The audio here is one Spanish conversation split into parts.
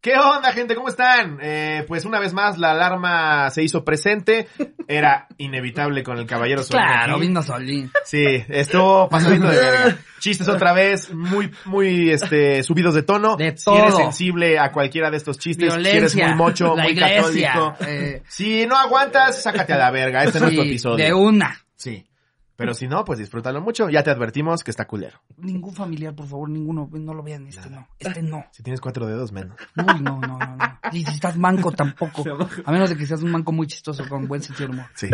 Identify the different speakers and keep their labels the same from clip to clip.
Speaker 1: ¿Qué onda, gente? ¿Cómo están? Eh, pues una vez más la alarma se hizo presente. Era inevitable con el caballero Solín.
Speaker 2: Claro,
Speaker 1: aquí.
Speaker 2: vino Solín.
Speaker 1: Sí, estuvo pasadito de verga. Chistes otra vez, muy, muy, este, subidos de tono.
Speaker 2: De
Speaker 1: Si eres
Speaker 2: todo.
Speaker 1: sensible a cualquiera de estos chistes, si
Speaker 2: Violencia.
Speaker 1: eres muy mocho,
Speaker 2: la
Speaker 1: muy
Speaker 2: iglesia.
Speaker 1: católico.
Speaker 2: eh,
Speaker 1: Si no aguantas, sácate a la verga. Este no es tu
Speaker 2: sí,
Speaker 1: episodio.
Speaker 2: de una.
Speaker 1: Sí. Pero si no, pues disfrútalo mucho. Ya te advertimos que está culero.
Speaker 2: Ningún familiar, por favor, ninguno, no lo vean, este no, este no.
Speaker 1: Si tienes cuatro dedos, menos.
Speaker 2: No, no, no, no, no. Y si estás manco tampoco. A menos de que seas un manco muy chistoso con buen sentido del humor.
Speaker 1: Sí.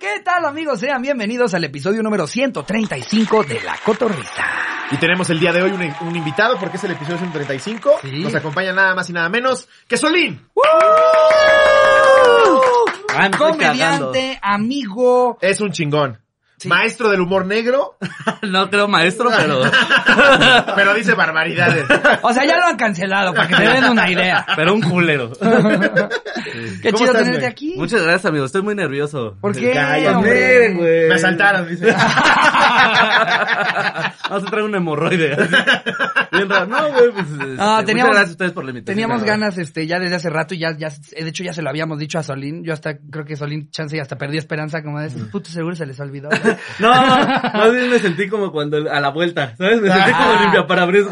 Speaker 2: ¿Qué tal amigos? Sean bienvenidos al episodio número 135 de La Cotorrisa.
Speaker 1: Y tenemos el día de hoy un, un invitado porque es el episodio 135.
Speaker 2: Sí.
Speaker 1: Nos acompaña nada más y nada menos que Solín.
Speaker 3: Ah, me estoy
Speaker 2: Uh, Comediante, amigo.
Speaker 1: Es un chingón.
Speaker 2: Sí.
Speaker 1: Maestro del humor negro,
Speaker 3: cagando. No creo maestro, pero,
Speaker 1: pero dice barbaridades.
Speaker 2: O sea, ya lo han cancelado para que se den una idea.
Speaker 3: pero un culero.
Speaker 2: Qué
Speaker 1: ¿Cómo
Speaker 2: chido
Speaker 1: estás,
Speaker 2: tenerte
Speaker 1: güey?
Speaker 2: aquí.
Speaker 3: Muchas gracias, amigo. Estoy muy nervioso.
Speaker 2: ¿Por qué?
Speaker 1: Cállate,
Speaker 2: hombre?
Speaker 1: Me asaltaron, dice.
Speaker 3: Vamos a traer un hemorroide. así. Bien raro. No, güey, pues. este,
Speaker 2: teníamos-
Speaker 3: muchas gracias a ustedes por la invitación.
Speaker 2: Teníamos
Speaker 3: la verdad.
Speaker 2: ganas, este, ya desde hace rato y ya, ya, de hecho ya se lo habíamos dicho a Solín. Yo hasta, creo que Solín, chance, y hasta perdí esperanza, como de esos putos seguro se les olvidó.
Speaker 3: No, más bien me sentí como cuando a la vuelta, ¿sabes? Me sentí
Speaker 2: Ah.
Speaker 3: como limpia güey.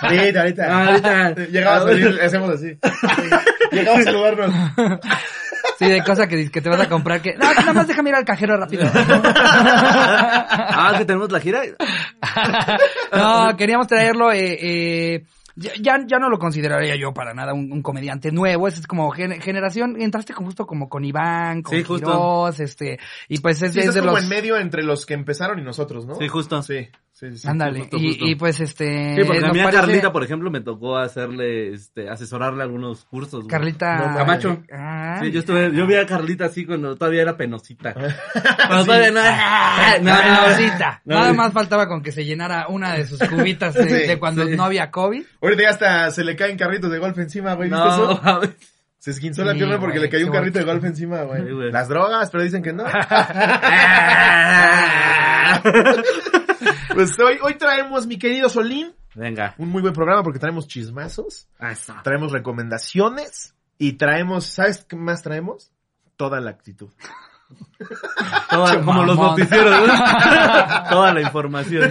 Speaker 1: Ahorita, ahorita.
Speaker 3: Ah, ahorita.
Speaker 1: Llegamos a salir, hacemos así. Llegamos a saludarnos.
Speaker 2: Sí, de cosa que, dices que te vas a comprar que, no, nada más déjame ir al cajero rápido.
Speaker 3: Ah, que tenemos la
Speaker 2: Eh,
Speaker 3: gira.
Speaker 2: No, queríamos traerlo. Eh, eh, ya- ya, ya no lo consideraría yo para nada un, un comediante nuevo. Es como gen- generación. Entraste con- justo como con Iván, con
Speaker 3: Sí, justo.
Speaker 2: Quirós, este. Y pues es,
Speaker 1: Sí,
Speaker 2: es
Speaker 1: eso es
Speaker 2: de
Speaker 1: como
Speaker 2: los.
Speaker 1: en medio entre los que empezaron y nosotros, ¿no?
Speaker 3: Sí, justo. Sí,
Speaker 1: Sí, sí, sí.
Speaker 2: Ándale.
Speaker 3: justo,
Speaker 2: y,
Speaker 3: justo.
Speaker 2: y pues este.
Speaker 3: porque a
Speaker 2: nos
Speaker 3: mí a
Speaker 2: parece-
Speaker 3: Carlita, por ejemplo, me tocó hacerle, este, asesorarle algunos cursos. güey.
Speaker 1: No,
Speaker 2: Carlita.
Speaker 3: Camacho.
Speaker 2: Ah,
Speaker 3: Sí, yo estuve, yo vi a Carlita así cuando todavía era penosita. Cuando todavía no
Speaker 2: Ah,
Speaker 3: no, no, no.
Speaker 2: Carlita. Nada más faltaba con que se llenara una de sus cubitas de,
Speaker 1: Sí,
Speaker 2: de cuando
Speaker 3: sí.
Speaker 2: no había COVID.
Speaker 1: Ahorita ya hasta se le caen carritos de golf encima, güey. ¿Viste
Speaker 3: No,
Speaker 1: eso?
Speaker 3: mames.
Speaker 1: Se esquinzó la
Speaker 2: Sí,
Speaker 1: pierna porque
Speaker 2: güey,
Speaker 1: le cayó un
Speaker 2: sí,
Speaker 1: carrito de golf encima,
Speaker 3: Sí,
Speaker 1: güey.
Speaker 3: güey.
Speaker 1: Las drogas, pero dicen que no. Pues hoy, hoy traemos, mi querido Solín,
Speaker 3: Venga.
Speaker 1: un muy buen programa porque traemos chismazos, traemos recomendaciones y traemos, ¿sabes qué más traemos? Toda la actitud.
Speaker 3: Toda-
Speaker 2: Che,
Speaker 3: como los
Speaker 2: mamón.
Speaker 3: noticieros, güey. Toda la información.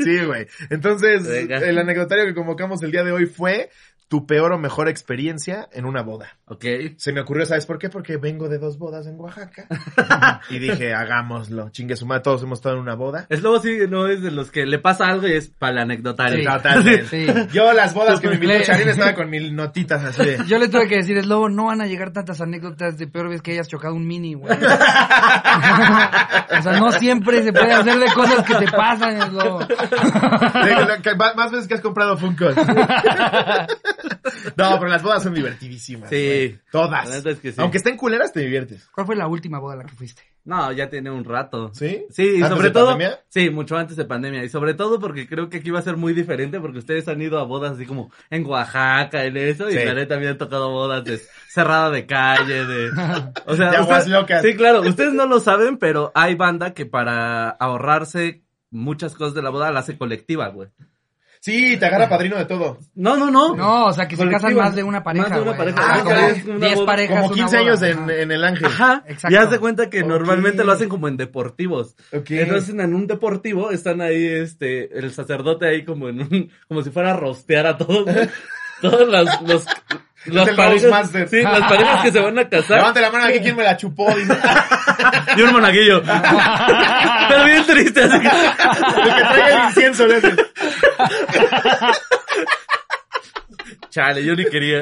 Speaker 1: Sí, güey. Entonces,
Speaker 3: Venga.
Speaker 1: el anecdotario que convocamos el día de hoy fue tu peor o mejor experiencia en una boda.
Speaker 3: Ok.
Speaker 1: Se me ocurrió, ¿sabes por qué? Porque vengo de dos bodas en Oaxaca. y dije, hagámoslo. Chingue su madre, todos hemos estado en una boda.
Speaker 3: Es luego sí, no es de los que le pasa algo y es para el anecdotario.
Speaker 2: Sí.
Speaker 1: Totalmente.
Speaker 2: Sí.
Speaker 1: Yo las bodas que me invitó
Speaker 2: Le-
Speaker 1: Charín estaba con mil notitas así de...
Speaker 2: Yo le tuve que decir, es lobo, no van a llegar tantas anécdotas de peor vez que hayas chocado un mini, güey. o sea, no siempre se puede hacer de cosas que te pasan, es lobo.
Speaker 1: Digo, la- que- más más veces que has comprado Funkos. No, pero las bodas son divertidísimas.
Speaker 3: Sí.
Speaker 1: güey. Todas.
Speaker 3: La neta es que sí.
Speaker 1: Aunque estén culeras, te diviertes.
Speaker 2: ¿Cuál fue la última boda a la que fuiste?
Speaker 3: No, ya tiene un rato.
Speaker 1: ¿Sí?
Speaker 3: Sí, y
Speaker 1: ¿Antes
Speaker 3: sobre
Speaker 1: de
Speaker 3: todo.
Speaker 1: pandemia?
Speaker 3: Sí, mucho antes de pandemia. Y sobre todo porque creo que aquí va a ser muy diferente porque ustedes han ido a bodas así como en Oaxaca, en eso.
Speaker 1: Sí.
Speaker 3: Y la neta me han tocado bodas de cerrada de calle, de. O sea,
Speaker 1: De aguas
Speaker 3: ustedes-
Speaker 1: locas.
Speaker 3: Sí, claro. Ustedes no lo saben, pero hay banda que para ahorrarse muchas cosas de la boda la hace colectiva, güey.
Speaker 1: Sí, te agarra padrino de todo.
Speaker 3: No, no, no.
Speaker 2: No, o sea, que se
Speaker 3: Colectiva.
Speaker 2: casan más de una pareja,
Speaker 3: Más de una
Speaker 2: güey.
Speaker 3: pareja.
Speaker 2: Ah,
Speaker 1: Ah,
Speaker 2: como
Speaker 1: es
Speaker 3: una
Speaker 2: 10
Speaker 3: boda.
Speaker 2: parejas,
Speaker 1: Como
Speaker 2: una
Speaker 1: 15
Speaker 2: boda.
Speaker 1: años en,
Speaker 2: Ajá.
Speaker 1: en el ángel.
Speaker 3: Ajá.
Speaker 2: Exacto.
Speaker 3: Y haz de cuenta que
Speaker 1: Ok.
Speaker 3: normalmente lo hacen como en deportivos.
Speaker 1: Ok.
Speaker 3: Entonces en un deportivo están ahí, este, el sacerdote ahí como en un, como si fuera a rostear a todos, todos los, los, las
Speaker 1: el Roastmaster.
Speaker 3: parejas, sí, las parejas que se van a casar
Speaker 1: Levante la mano aquí quien me la chupó. Dice,
Speaker 3: y un monaguillo. Pero bien triste, así que-
Speaker 1: el que traiga el incienso. le hace.
Speaker 3: chale, yo ni quería.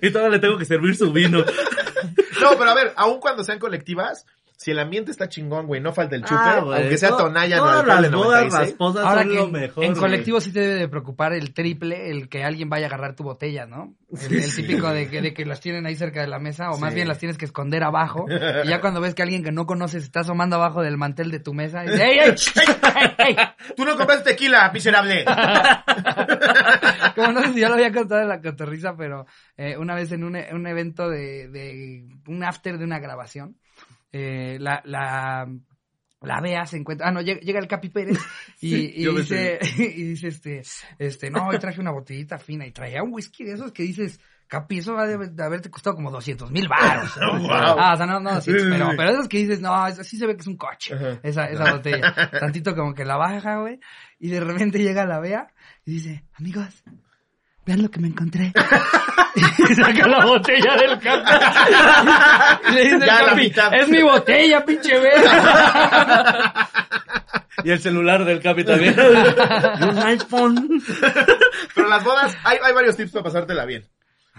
Speaker 3: y todavía le tengo que servir su vino.
Speaker 1: No, pero a ver, aun cuando sean colectivas, si el ambiente está chingón, güey, no falta el chupe.
Speaker 3: Ah, güey,
Speaker 1: aunque sea
Speaker 3: to-
Speaker 1: Tonaya, no
Speaker 3: todas
Speaker 1: alcalde
Speaker 3: las bodas
Speaker 1: 96.
Speaker 3: rasposas
Speaker 2: Ahora
Speaker 3: son
Speaker 2: que
Speaker 3: lo
Speaker 2: en,
Speaker 3: mejor.
Speaker 2: en
Speaker 3: güey.
Speaker 2: colectivo sí te debe de preocupar el triple, el que alguien vaya a agarrar tu botella, ¿no? El, el típico de que, de que las tienen ahí cerca de la mesa, o más
Speaker 1: Sí.
Speaker 2: bien las tienes que esconder abajo, y ya cuando ves que alguien que no conoces está asomando abajo del mantel de tu mesa, dices, ¡Ey, ey! sh- ey, ey!
Speaker 1: Tú no compraste tequila, miserable.
Speaker 2: Como no sé si ya lo había contado en la cotorriza, pero eh, una vez en un, e- un evento de, de un after de una grabación, eh, la, la la vea, se encuentra, ah, no, llega, llega el Capi Pérez y, y
Speaker 3: yo me
Speaker 2: dice, y dice este, este, no, hoy traje una botellita fina y traía un whisky de esos que dices, Capi, eso va de, de haberte costado como 200 mil baros. ¿no?
Speaker 1: Wow.
Speaker 2: Ah, o sea, no, no, sí,
Speaker 1: Sí, sí,
Speaker 2: pero,
Speaker 1: sí.
Speaker 2: pero esos que dices, no, eso sí se ve que es un coche,
Speaker 1: Ajá.
Speaker 2: esa, esa botella. Tantito como que la baja, güey, y de repente llega la vea y dice, amigos, vean lo que me encontré. y saca la botella del Capi. Y le dice el
Speaker 1: Ya la
Speaker 2: Capi,
Speaker 1: mitad.
Speaker 2: es mi botella, pinche verga.
Speaker 3: Y el celular del Capi también. un iPhone.
Speaker 1: Pero las bodas, hay, hay varios tips para pasártela bien.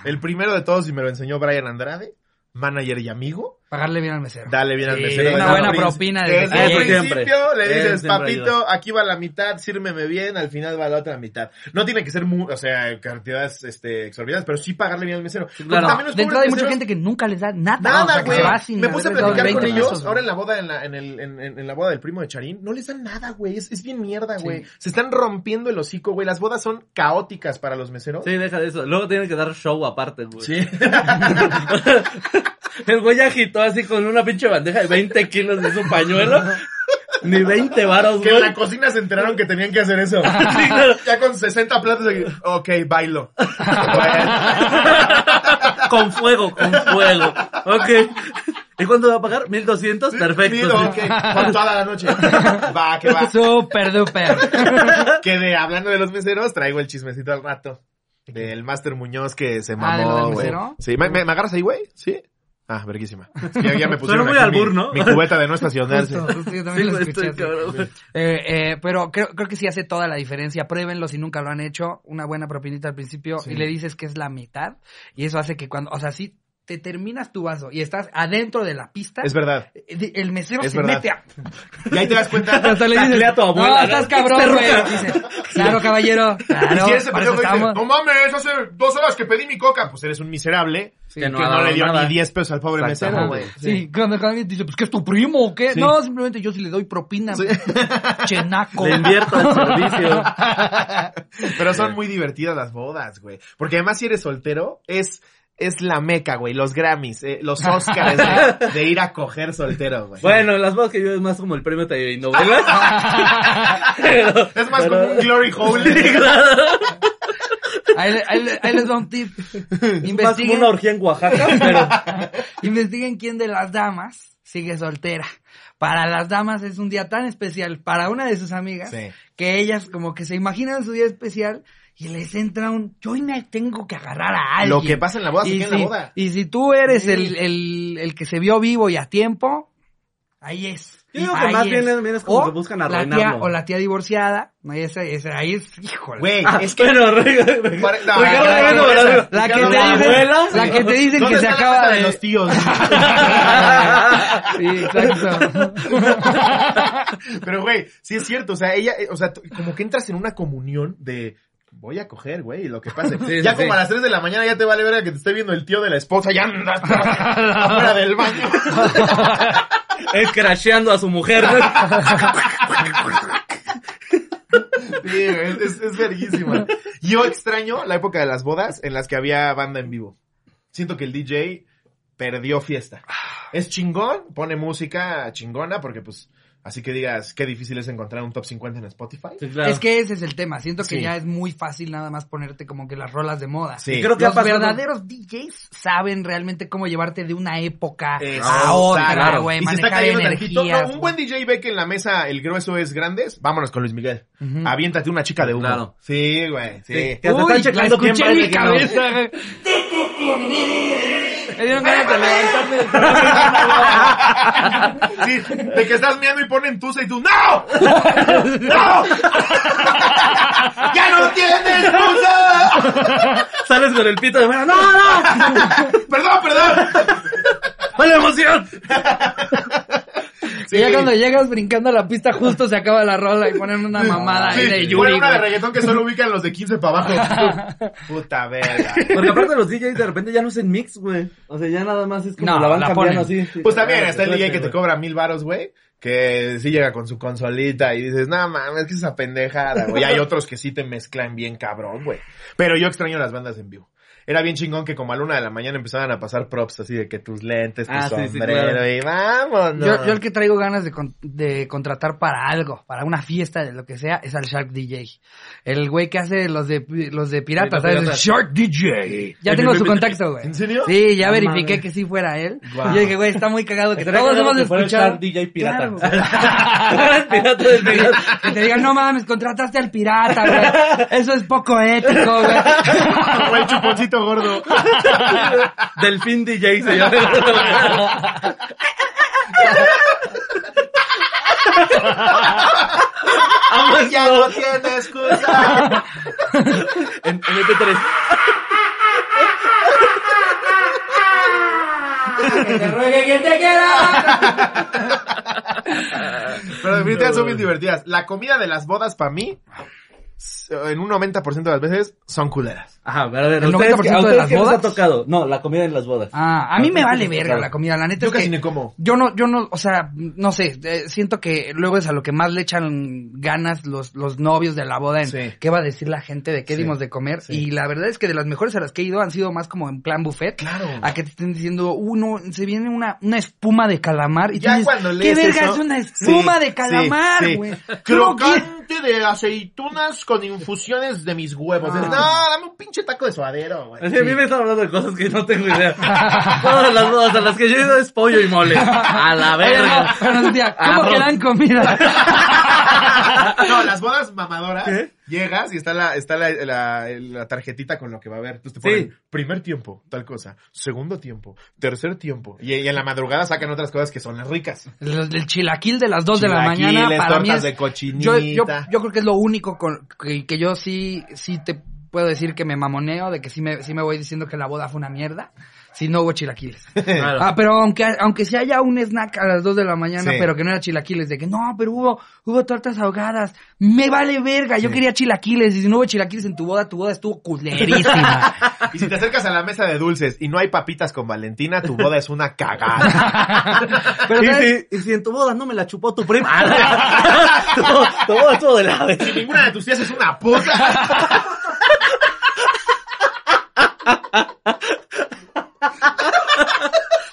Speaker 1: El primero de todos, y me lo enseñó Brian Andrade, manager y amigo,
Speaker 2: Pagarle bien al mesero.
Speaker 1: dale bien al
Speaker 2: Sí,
Speaker 1: mesero.
Speaker 2: una
Speaker 1: Desde
Speaker 2: buena
Speaker 1: el principio-
Speaker 2: propina de
Speaker 1: Desde
Speaker 3: mesero.
Speaker 1: el
Speaker 3: Eso
Speaker 1: principio
Speaker 3: siempre.
Speaker 1: le dices,
Speaker 3: Eso siempre
Speaker 1: papito, aquí va la mitad, sírmeme bien, al final va la otra mitad. No tiene que ser, mu- o sea, cantidades este, exorbitantes, pero sí pagarle bien al mesero. Porque
Speaker 2: Claro,
Speaker 1: también los
Speaker 2: de entrada hay
Speaker 1: pobres
Speaker 2: mucha
Speaker 1: meseros-
Speaker 2: gente que nunca les da nada. o sea,
Speaker 1: Nada,
Speaker 2: que
Speaker 1: güey.
Speaker 2: se va sin
Speaker 1: me puse a
Speaker 2: haberles dado
Speaker 1: platicar con
Speaker 2: 20
Speaker 1: ellos.
Speaker 2: pesos,
Speaker 1: ahora
Speaker 2: güey.
Speaker 1: en la boda, en la, en el, en, en- en la boda del primo de Charín, no les dan nada, güey. Es, es bien mierda,
Speaker 2: Sí.
Speaker 1: güey. Se están rompiendo el hocico, güey. Las bodas son caóticas para los meseros.
Speaker 3: Sí, deja de eso. Luego tienen que dar show aparte, güey.
Speaker 1: Sí.
Speaker 3: El güey agitó así con una pinche bandeja de 20 kilos de su pañuelo. Ni 20 varos,
Speaker 1: Que en
Speaker 3: güey.
Speaker 1: la cocina se enteraron que tenían que hacer eso. Ya con 60 platos de... Ok, bailo.
Speaker 3: Con fuego, con fuego. Ok. ¿Y cuánto va a pagar? 1200, perfecto.
Speaker 1: Mido, ok, por toda la noche. Va, que va.
Speaker 2: Súper duper.
Speaker 1: Que de, hablando de los meseros, traigo el chismecito al rato. Del Master Muñoz que se
Speaker 2: ¿de lo del
Speaker 1: mamó, güey.
Speaker 2: mesero?
Speaker 1: sí, ¿me, me, me agarras ahí, güey? Sí. Ah, verguísima. Es que ya- ya me pusieron
Speaker 3: muy
Speaker 1: aquí
Speaker 3: albur,
Speaker 1: mi,
Speaker 3: ¿no?
Speaker 1: mi cubeta de no estacionarse.
Speaker 2: Justo, justo, yo
Speaker 3: Sí,
Speaker 2: también lo
Speaker 3: güey,
Speaker 2: escuché.
Speaker 3: estoy
Speaker 2: sí.
Speaker 3: cabrón, güey.
Speaker 2: Eh, eh, pero creo, creo que sí hace toda la diferencia. Pruébenlo si nunca lo han hecho. Una buena propinita al principio
Speaker 1: Sí.
Speaker 2: y le dices que es la mitad. Y eso hace que cuando, o sea, si te terminas tu vaso y estás adentro de la pista,
Speaker 1: Es verdad.
Speaker 2: eh, el mesero
Speaker 1: Es
Speaker 2: se
Speaker 1: verdad.
Speaker 2: mete a
Speaker 1: Y ahí te das cuenta.
Speaker 2: Hasta le dices,
Speaker 3: Taclea a tu abuela,
Speaker 2: no,
Speaker 3: ¿no?
Speaker 2: estás cabrón, güey. Dice, claro, caballero,
Speaker 1: Y
Speaker 2: claro,
Speaker 1: si ese
Speaker 2: para
Speaker 1: pendejo
Speaker 2: eso
Speaker 1: dice,
Speaker 2: estamos.
Speaker 1: no mames, hace dos horas que pedí mi coca. Pues eres un miserable
Speaker 2: Sí,
Speaker 1: que
Speaker 3: no
Speaker 1: no,
Speaker 3: ha dado
Speaker 1: le dio
Speaker 3: nada.
Speaker 1: ni 10 pesos al pobre
Speaker 3: Exacto.
Speaker 1: mesero,
Speaker 2: Ajá.
Speaker 1: güey.
Speaker 2: Sí, cuando cuando alguien dice, pues que es tu primo o qué.
Speaker 1: Sí.
Speaker 2: No, simplemente yo sí le doy propina.
Speaker 1: Sí.
Speaker 2: Chenaco.
Speaker 3: Le invierto al servicio.
Speaker 1: Pero son muy divertidas las bodas, güey. Porque además si eres soltero, es, es la meca, güey. Los Grammys, eh, los Oscars, de, de ir a coger soltero, güey.
Speaker 3: Bueno, las voz que yo es más como el premio telenovelas. Pero-
Speaker 1: es más
Speaker 3: pero-
Speaker 1: como un glory hole.
Speaker 2: Ahí, le- ahí le- ahí les va un tip.
Speaker 3: Más como
Speaker 2: Investiguen,
Speaker 3: una orgía en Oaxaca, pero...
Speaker 2: investiguen quién de las damas sigue soltera. Para las damas es un día tan especial para una de sus amigas
Speaker 1: Sí.
Speaker 2: que ellas como que se imaginan su día especial y les entra un yo hoy me tengo que agarrar a alguien.
Speaker 1: Lo que pasa en la boda se queda en
Speaker 2: si,
Speaker 1: la boda.
Speaker 2: y si tú eres
Speaker 1: Sí.
Speaker 2: el, el, el que se vio vivo y a tiempo, ahí es.
Speaker 3: Yo digo que más bien es- bien es como que buscan
Speaker 2: La tía,
Speaker 3: arruinarlo.
Speaker 2: o la tía divorciada, no, esa- esa- ahí es, híjole.
Speaker 1: Güey, es que...
Speaker 3: Bueno, Ricardo
Speaker 1: No,
Speaker 3: Ricardo
Speaker 1: no,
Speaker 3: Moreno,
Speaker 1: no,
Speaker 3: ¿verdad?
Speaker 2: La que,
Speaker 1: Ya
Speaker 2: te
Speaker 1: no
Speaker 2: dicen,
Speaker 1: va,
Speaker 3: abuela.
Speaker 2: la que te dicen
Speaker 1: ¿Dónde
Speaker 2: que se
Speaker 1: está la
Speaker 2: acaba
Speaker 1: casa
Speaker 2: de...
Speaker 1: de los tíos.
Speaker 2: sí, exacto.
Speaker 1: Pero, güey, sí es cierto. O sea, ella, eh, o sea, t- como que entras en una comunión de. Voy a coger, güey, lo que pase.
Speaker 3: sí,
Speaker 1: ya
Speaker 3: sí.
Speaker 1: como a las 3 de la mañana ya te vale verga que te esté viendo el tío de la esposa. Ya andas afuera del baño.
Speaker 3: Es crasheando a su mujer. ¿no?
Speaker 1: Sí, güey, es, es verguísima. Yo extraño la época de las bodas en las que había banda en vivo. Siento que el DJ perdió fiesta. Es chingón, pone música chingona porque pues... Así que digas, qué difícil es encontrar un top 50 en Spotify.
Speaker 2: Es que ese es el tema. Siento que
Speaker 1: Sí.
Speaker 2: ya es muy fácil nada más ponerte como que las rolas de moda.
Speaker 1: Sí.
Speaker 3: creo que ha
Speaker 2: Los
Speaker 3: pasado-
Speaker 2: verdaderos DJs saben realmente cómo llevarte de una época a
Speaker 1: Exacto.
Speaker 2: otra, güey.
Speaker 1: Y se está
Speaker 2: Manejar
Speaker 1: cayendo tantito.
Speaker 2: energías.
Speaker 1: No, un buen DJ ve que en la mesa el grueso es grandes. Vámonos con Luis Miguel.
Speaker 2: Ujú.
Speaker 1: Aviéntate una chica de uno.
Speaker 3: Claro.
Speaker 1: Sí, güey. Sí.
Speaker 3: Sí. Ya te
Speaker 2: Uy,
Speaker 3: están
Speaker 2: la
Speaker 3: checando quién
Speaker 2: escuché en mi
Speaker 3: parece que no.
Speaker 2: cabeza. güey. Me dieron ganas de levantarme del programa.
Speaker 1: Sí, de que estás mirando y ponen tusa y tú, ¡No! ¡No! ¡Ya no tienes tusa!
Speaker 3: Sales con el pito de fuera. ¡No, no!
Speaker 1: ¡Perdón, perdón!
Speaker 3: ¡Fue la emoción!
Speaker 1: Sí.
Speaker 2: Y ya cuando llegas brincando a la pista justo se acaba la rola y ponen una mamada ahí
Speaker 1: Sí,
Speaker 2: de
Speaker 1: pon
Speaker 2: Yuri,
Speaker 1: una de
Speaker 2: güey.
Speaker 1: reggaetón que solo ubican los de 15 para abajo. Puta verga.
Speaker 3: Porque aparte los DJs de repente ya no hacen mix, güey. O sea, ya nada más es como
Speaker 2: No,
Speaker 3: la van
Speaker 2: la
Speaker 3: cambiando
Speaker 2: ponen.
Speaker 3: así. sí.
Speaker 1: Pues también
Speaker 3: Ah,
Speaker 1: está el
Speaker 3: suerte,
Speaker 1: DJ que te
Speaker 3: güey.
Speaker 1: cobra mil varos, güey. Que sí llega con su consolita y dices, no mames, que es esa pendejada, güey. Hay otros que sí te mezclan bien cabrón, güey. Pero yo extraño las bandas en vivo. era bien chingón que como a la una de la mañana empezaban a pasar props así de que tus lentes, tu
Speaker 3: Ah, sí, sí,
Speaker 1: sombrero
Speaker 3: claro.
Speaker 1: y vámonos.
Speaker 2: Yo, yo el que traigo ganas de, con- de contratar para algo, para una fiesta, de lo que sea, es al Shark DJ. El güey que hace los de, los de piratas,
Speaker 3: Sí, los
Speaker 2: ¿sabes?
Speaker 3: piratas.
Speaker 2: Shark DJ. Ya tengo su contacto, güey.
Speaker 1: ¿En serio?
Speaker 2: Sí, ya
Speaker 3: No
Speaker 2: verifiqué
Speaker 3: mames.
Speaker 2: que sí fuera él.
Speaker 1: Guau.
Speaker 2: Y dije, güey, está muy cagado que
Speaker 3: Estaría
Speaker 2: todos
Speaker 3: cagado
Speaker 2: hemos
Speaker 3: que fuera el
Speaker 2: escuchado.
Speaker 3: Shark DJ pirata.
Speaker 2: Claro, güey.
Speaker 3: El pirata del pirata.
Speaker 2: que te digan, no mames, contrataste al pirata, güey. Eso es poco ético, güey.
Speaker 1: Como el chuponcito gordo.
Speaker 3: Delfín DJ se llama. Amo eso.
Speaker 1: ya no tiene excusa.
Speaker 3: En, en MP3.
Speaker 2: que te ruegue quien te quiera.
Speaker 1: Pero definitivamente son bien divertidas. La comida de las bodas para mí, s- en un 90% de las veces, son culeras.
Speaker 3: Ajá, verdadero.
Speaker 2: ¿El 90% de las
Speaker 3: qué les
Speaker 2: bodas?
Speaker 3: ha tocado? No, la comida en las bodas.
Speaker 2: Ah, a mí me vale verga
Speaker 3: Claro.
Speaker 2: la comida, la neta
Speaker 1: Yo
Speaker 2: es que
Speaker 1: casi ni como.
Speaker 2: yo no, yo no, o sea, no sé, eh, siento que luego es a lo que más le echan ganas los, los novios de la boda en
Speaker 1: Sí.
Speaker 2: qué va a decir la gente, de qué
Speaker 1: Sí,
Speaker 2: dimos de comer.
Speaker 1: sí.
Speaker 2: Y la verdad es que de las mejores a las que he ido han sido más como en plan buffet.
Speaker 1: Claro.
Speaker 2: A que te estén diciendo, uh, no, se viene una, una espuma de calamar. Y tú
Speaker 1: Ya
Speaker 2: dices,
Speaker 1: cuando
Speaker 2: ¿qué
Speaker 1: lees
Speaker 2: verga
Speaker 1: eso-
Speaker 2: es una espuma
Speaker 1: Sí,
Speaker 2: de calamar,
Speaker 1: sí,
Speaker 2: güey?
Speaker 1: sí.
Speaker 2: ¿Cómo que-
Speaker 1: Crocante de aceitunas con infusiones de mis huevos.
Speaker 2: Ah.
Speaker 1: No, dame un pinche taco de suadero, güey.
Speaker 3: Así, a mí me están hablando de cosas que no tengo idea. Todas las bodas a las que yo he ido es pollo y mole. A la
Speaker 2: Oye, no,
Speaker 3: verga.
Speaker 2: pero nos decía, ¿cómo
Speaker 3: Arroz.
Speaker 2: que dan comida?
Speaker 1: No, las bodas mamadoras, llegas y está la, está la, la- la tarjetita con lo que va a haber. Entonces te ponen
Speaker 3: Sí.
Speaker 1: primer tiempo, tal cosa, segundo tiempo, tercer tiempo. Y, y en la madrugada sacan otras cosas que son las ricas.
Speaker 2: Los del chilaquil de las 2 de la mañana
Speaker 1: Chilaquiles,
Speaker 2: para mí
Speaker 1: tortas
Speaker 2: es
Speaker 1: de cochinita.
Speaker 2: yo, yo, yo creo que es lo único con, que, que yo sí, sí te puedo decir que me mamoneo, de que sí me, sí me voy diciendo que la boda fue una mierda, si no hubo chilaquiles.
Speaker 3: Claro.
Speaker 2: Ah, pero aunque, aunque sí haya un snack a las 2 de la mañana,
Speaker 1: Sí.
Speaker 2: pero que no era chilaquiles, de que no, pero hubo, hubo tortas ahogadas, me vale verga, yo quería chilaquiles, y si no hubo chilaquiles en tu boda, tu boda estuvo culerísima.
Speaker 1: Y si te acercas a la mesa de dulces y no hay papitas con Valentina, tu boda es una cagada.
Speaker 2: Ah, pero,
Speaker 3: y,
Speaker 2: ¿sabes? Ah,
Speaker 3: si, y si en tu boda no me la chupó tu prima. tu, tu boda estuvo de la vez.
Speaker 1: Si ninguna de tus tías es una puta.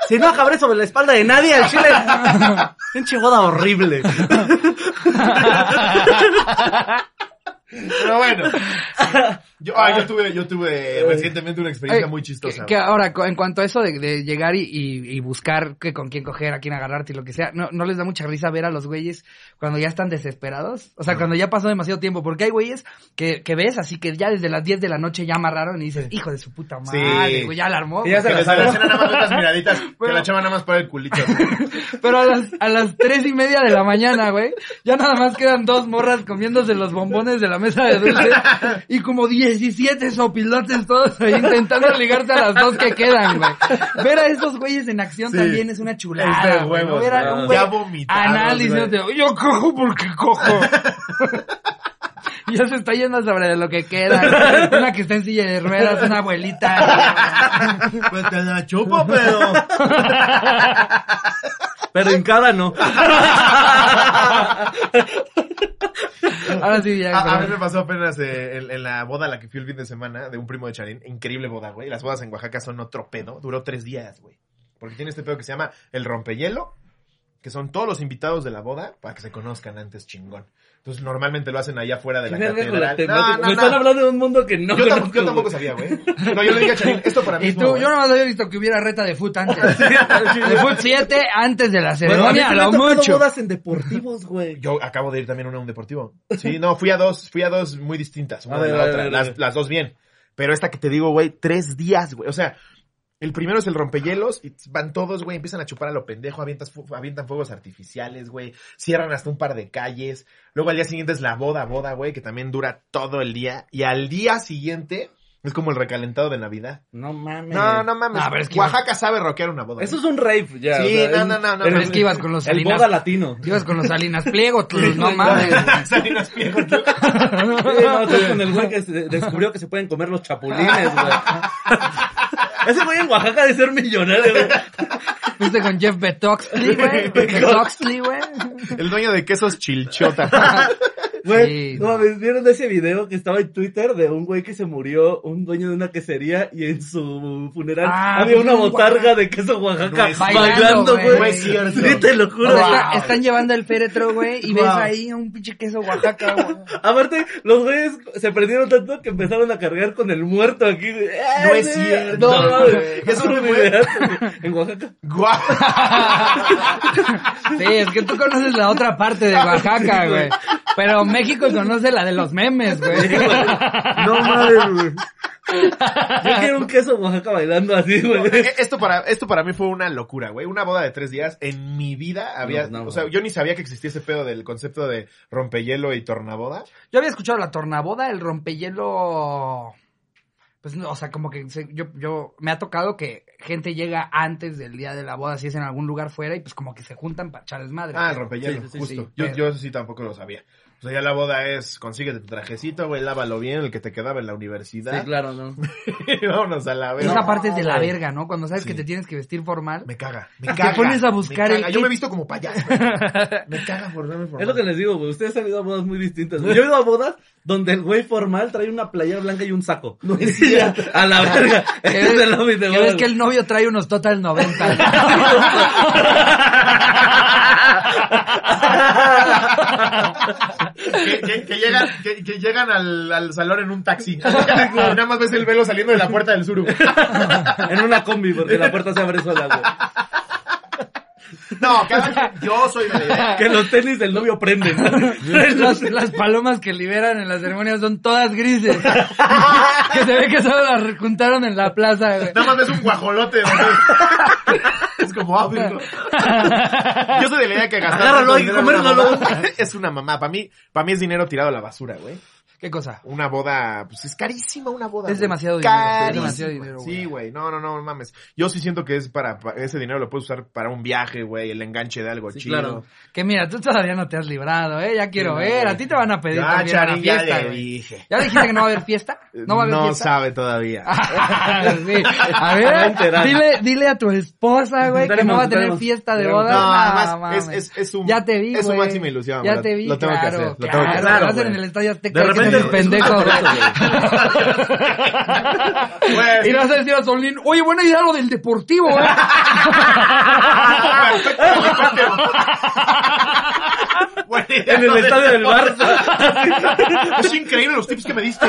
Speaker 3: Si no acabré sobre la espalda de nadie al chile. Pinche boda horrible.
Speaker 1: Pero bueno. Yo, ah, yo tuve, yo tuve recientemente una experiencia
Speaker 2: Ay,
Speaker 1: muy chistosa.
Speaker 2: Que, que ahora, co- en cuanto a eso de, de llegar y, y- y buscar que con quién coger, a quién agarrarte y lo que sea, no, no les da mucha risa ver a los güeyes cuando ya están desesperados. O sea, cuando ya pasó demasiado tiempo. Porque hay güeyes que, que ves así que ya desde las 10 de la noche ya amarraron y dices, hijo de su puta madre,
Speaker 1: Sí.
Speaker 2: güey, ya la armó.
Speaker 3: Y ya
Speaker 2: güey".
Speaker 1: Que les hacen nada más unas miraditas, que
Speaker 2: Bueno.
Speaker 1: la chama nada más para el culito.
Speaker 2: Pero a las, a las 3 y media de la mañana, güey, ya nada más quedan dos morras comiéndose los bombones de la mesa de dulce y como 17 sopilotes todos ahí intentando ligarse a las dos que quedan, güey. Ver a estos güeyes en acción
Speaker 1: Sí.
Speaker 2: también es una chulada.
Speaker 1: Es de
Speaker 2: güey, ¿no?
Speaker 1: huevos,
Speaker 2: Ver a
Speaker 3: güey.
Speaker 2: un güey
Speaker 1: Ya vomitados,
Speaker 2: anal
Speaker 1: güey.
Speaker 2: diciéndote, yo cojo porque cojo. Ya se está yendo sobre lo que queda. güey. Una que está en silla de ruedas, una abuelita. güey.
Speaker 1: Pues te la chupo, pero.
Speaker 3: Pero en cada no.
Speaker 2: Ahora sí, ya.
Speaker 1: A, Ah, a
Speaker 2: güey.
Speaker 1: mí me pasó apenas eh, en, en la boda a la que fui el fin de semana de un primo de Charín. Increíble boda, güey. Las bodas en Oaxaca son otro pedo. Duró tres días, güey. Porque tiene este pedo que se llama el rompehielo, que son todos los invitados de la boda para que se conozcan antes chingón. Entonces normalmente lo hacen allá afuera de la catedral. No, no,
Speaker 3: Me están
Speaker 1: no.
Speaker 3: hablando de un mundo que no
Speaker 1: Yo,
Speaker 3: conozco.
Speaker 1: tampoco, yo tampoco sabía, güey. No, yo le dije a Charín, esto para mí
Speaker 2: Y
Speaker 1: es nuevo,
Speaker 2: tú, yo
Speaker 1: güey.
Speaker 2: nomás había visto que hubiera reta de foot antes. de foot 7 antes de la
Speaker 3: Bueno, a mí
Speaker 2: ceremonia,
Speaker 3: sí me han
Speaker 2: lo
Speaker 3: tocado
Speaker 2: mucho.
Speaker 3: bodas en deportivos, güey.
Speaker 1: Yo acabo de ir también a una a un deportivo. Sí, no, fui a dos, fui a dos muy distintas, una
Speaker 3: A
Speaker 1: de
Speaker 3: ver,
Speaker 1: la
Speaker 3: a ver,
Speaker 1: otra,
Speaker 3: a ver, a
Speaker 1: las,
Speaker 3: ver.
Speaker 1: las dos bien. Pero esta que te digo, güey, tres días, güey. O sea, el primero es el rompehielos y van todos, güey, empiezan a chupar a lo pendejo, avientas fu- avientan fuegos artificiales, güey, cierran hasta un par de calles. Luego al día siguiente es la boda, boda, güey, que también dura todo el día. Y al día siguiente es como el recalentado de Navidad.
Speaker 3: No mames.
Speaker 1: No, no mames.
Speaker 3: Ah,
Speaker 2: No, pero es que-
Speaker 1: Oaxaca sabe rockear una boda.
Speaker 3: Eso
Speaker 1: güey.
Speaker 3: es un rave, ya.
Speaker 1: Sí,
Speaker 3: o sea,
Speaker 1: no, no, no, no,
Speaker 3: el-
Speaker 1: pero
Speaker 2: es que ibas con los
Speaker 3: El
Speaker 2: Salinas.
Speaker 3: boda latino.
Speaker 2: Ibas con los Salinas Pliego, tú, no mames.
Speaker 1: Salinas Pliego, tío.
Speaker 3: Sí, no, estás con el güey que se- descubrió que se pueden comer los chapulines, güey. Ese güey en Oaxaca de ser millonario, güey.
Speaker 2: Fuiste con Jeff Betoxley, güey. Betoxley, güey.
Speaker 1: El dueño de quesos chilchota.
Speaker 3: Güey,
Speaker 2: Sí,
Speaker 3: no
Speaker 2: no.
Speaker 3: mames, ¿vieron ese video que estaba en Twitter de un güey que se murió, un dueño de una quesería, y en su funeral
Speaker 2: Ah,
Speaker 3: había una
Speaker 2: sí,
Speaker 3: botarga de queso Oaxaca
Speaker 1: No es-
Speaker 2: Bailando,
Speaker 3: bailando,
Speaker 2: güey.
Speaker 1: No
Speaker 3: güey?
Speaker 1: es cierto.
Speaker 3: Sí, te lo juro.
Speaker 2: O sea,
Speaker 1: Wow.
Speaker 2: están llevando el féretro, güey, y ves
Speaker 3: Wow.
Speaker 2: ahí un pinche queso Oaxaca, güey.
Speaker 3: Aparte, los güeyes se prendieron tanto que empezaron a cargar con el muerto aquí. güey.
Speaker 1: No es
Speaker 3: Eh,
Speaker 1: cierto,
Speaker 3: No, mames,
Speaker 1: güey.
Speaker 3: es un videazo, güey, en Oaxaca.
Speaker 1: Guau.
Speaker 2: Sí, es que tú conoces la otra parte de Oaxaca, güey. Pero México conoce la de los memes, güey.
Speaker 3: No mames, güey. Yo quiero un queso Oaxaca bailando así, güey.
Speaker 1: Eh, Esto para, esto para mí fue una locura, güey. Una boda de tres días. En mi vida había,
Speaker 3: No, no,
Speaker 1: o sea,
Speaker 3: güey.
Speaker 1: yo ni sabía que existía ese pedo del concepto de rompehielo y tornaboda.
Speaker 2: Yo había escuchado la tornaboda, el rompehielo. Pues no, o sea, como que se- yo, yo me ha tocado que gente llega antes del día de la boda, si es en algún lugar fuera, y pues como que se juntan para echarles madre.
Speaker 1: Ah, el rompehielo,
Speaker 3: Sí, sí, sí,
Speaker 1: justo.
Speaker 2: sí.
Speaker 1: yo,
Speaker 2: Pero-
Speaker 1: yo eso sí tampoco lo sabía. O sea, ya la boda es, consíguete tu trajecito, güey, lávalo bien, el que te quedaba en la universidad.
Speaker 3: Sí, claro, no.
Speaker 1: Vámonos a la verga.
Speaker 2: Esa parte es de la
Speaker 1: güey.
Speaker 2: verga, ¿no? Cuando sabes
Speaker 1: Sí.
Speaker 2: que te tienes que vestir formal.
Speaker 1: Me caga, me
Speaker 2: Y te
Speaker 1: caga.
Speaker 2: pones a
Speaker 1: me
Speaker 2: buscar
Speaker 1: caga.
Speaker 2: el
Speaker 1: Yo
Speaker 2: qué-
Speaker 1: me he visto como payaso. güey. me caga por verme formal.
Speaker 3: Es lo que les digo, güey. Ustedes han ido a bodas muy distintas. güey. Yo he ido a bodas donde el güey formal trae una playera blanca y un saco. Y ya, a la verga.
Speaker 2: Que
Speaker 3: Ese
Speaker 2: ves-
Speaker 3: es el lobby
Speaker 2: que
Speaker 3: de
Speaker 2: ves
Speaker 3: bodas.
Speaker 2: que el novio trae unos total 90.
Speaker 1: que, que- que llegan, que, que llegan al, al salón en un taxi. Y nada más ves el velo saliendo de la puerta del suru.
Speaker 3: En una combi, porque la puerta se abre sola, güey.
Speaker 1: No, cada quien- yo soy de la idea.
Speaker 3: Que los tenis del novio prenden.
Speaker 2: las, las palomas que liberan en las ceremonias son todas grises. que se ve que solo las juntaron en la plaza, güey.
Speaker 1: Nada más ves un guajolote. güey. es como ah, verga. Yo soy de la idea que gastar.
Speaker 3: Agárralo, hay que
Speaker 1: dinero en una
Speaker 3: comérnoslo.
Speaker 1: mamá Es una mamá. Para mí, para mí es dinero tirado a la basura, güey.
Speaker 2: ¿Qué cosa?
Speaker 1: Una boda, pues es carísima una boda.
Speaker 2: Es
Speaker 1: güey.
Speaker 2: demasiado dinero, es
Speaker 1: Carísima.
Speaker 2: demasiado dinero, güey.
Speaker 1: Sí, güey. No, no, no, no mames. Yo sí siento que es para, pa- ese dinero lo puedes usar para un viaje, güey, el enganche de algo
Speaker 3: Sí,
Speaker 1: chido.
Speaker 3: claro.
Speaker 2: Que mira, tú todavía no te has librado, ¿eh? Ya quiero
Speaker 3: Sí, no,
Speaker 2: ver.
Speaker 3: güey.
Speaker 2: A ti te van a pedir
Speaker 1: Ya,
Speaker 2: también una
Speaker 1: Ah, Charín, ya
Speaker 2: fiesta,
Speaker 1: le
Speaker 2: güey.
Speaker 1: dije.
Speaker 2: ¿Ya dijiste que no va a haber fiesta? ¿No va a haber
Speaker 1: No
Speaker 2: fiesta? Ah.
Speaker 1: sabe todavía.
Speaker 2: sí. A
Speaker 3: Va a
Speaker 2: ver,
Speaker 3: enterar.
Speaker 2: dile, dile a tu esposa, güey, que no
Speaker 3: Tenemos,
Speaker 2: va a tener
Speaker 3: tenemos.
Speaker 2: fiesta de
Speaker 3: No,
Speaker 2: boda.
Speaker 1: No, además, es, es,
Speaker 2: mames.
Speaker 1: es un,
Speaker 2: Ya te vi,
Speaker 1: es su
Speaker 2: güey.
Speaker 1: máxima ilusión.
Speaker 2: Ya
Speaker 1: lo-
Speaker 2: te vi,
Speaker 1: Lo tengo
Speaker 2: claro,
Speaker 1: que hacer, lo tengo
Speaker 2: claro,
Speaker 1: que hacer.
Speaker 2: lo
Speaker 3: claro,
Speaker 2: hacen
Speaker 3: güey.
Speaker 2: en el estadio Azteca,
Speaker 3: De
Speaker 2: que
Speaker 3: repente
Speaker 2: es un pendejo, güey.
Speaker 1: Güey,
Speaker 2: Y le vas a decir a Solín, oye, buena idea lo del deportivo, ¿eh?
Speaker 1: Perfecto, perfecto. Buena idea,
Speaker 3: En
Speaker 1: ¿no?
Speaker 3: el estadio del Barça.
Speaker 1: Es increíble los tips que me diste.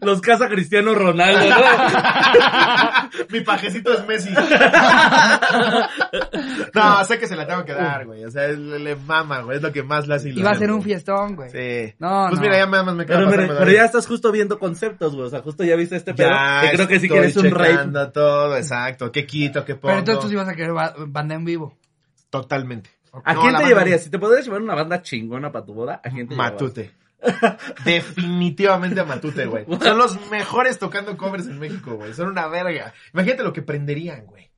Speaker 3: Los casa Cristiano Ronaldo, ¿no?
Speaker 1: Mi pajecito es Messi. No, sé que se la tengo que dar, güey. O sea, es- le, le mama, güey. Es lo que más la hace
Speaker 2: Y va a ser un
Speaker 1: fiesta.
Speaker 2: fiestón, güey.
Speaker 1: Sí.
Speaker 2: No,
Speaker 1: pues
Speaker 2: no.
Speaker 1: mira, ya nada más me queda
Speaker 3: Pero, mira,
Speaker 1: pasarme de
Speaker 3: pero
Speaker 1: ahí.
Speaker 3: ya estás justo viendo conceptos, güey. O sea, justo ya viste este pedo.
Speaker 1: Ya
Speaker 3: que creo que si
Speaker 1: estoy
Speaker 3: quieres un rey.
Speaker 1: checando todo, exacto. ¿Qué quito, qué pongo?
Speaker 2: Pero entonces tú sí vas a querer ba- banda en vivo.
Speaker 1: Totalmente.
Speaker 3: ¿A
Speaker 1: No,
Speaker 3: quién
Speaker 1: la
Speaker 3: te
Speaker 1: banda-
Speaker 3: llevarías? Si te podrías llevar una banda chingona para tu boda, ¿a quién te
Speaker 1: Matute. Definitivamente a Matute, güey. Son los mejores tocando covers en México, güey. Son una verga. Imagínate lo que prenderían, güey.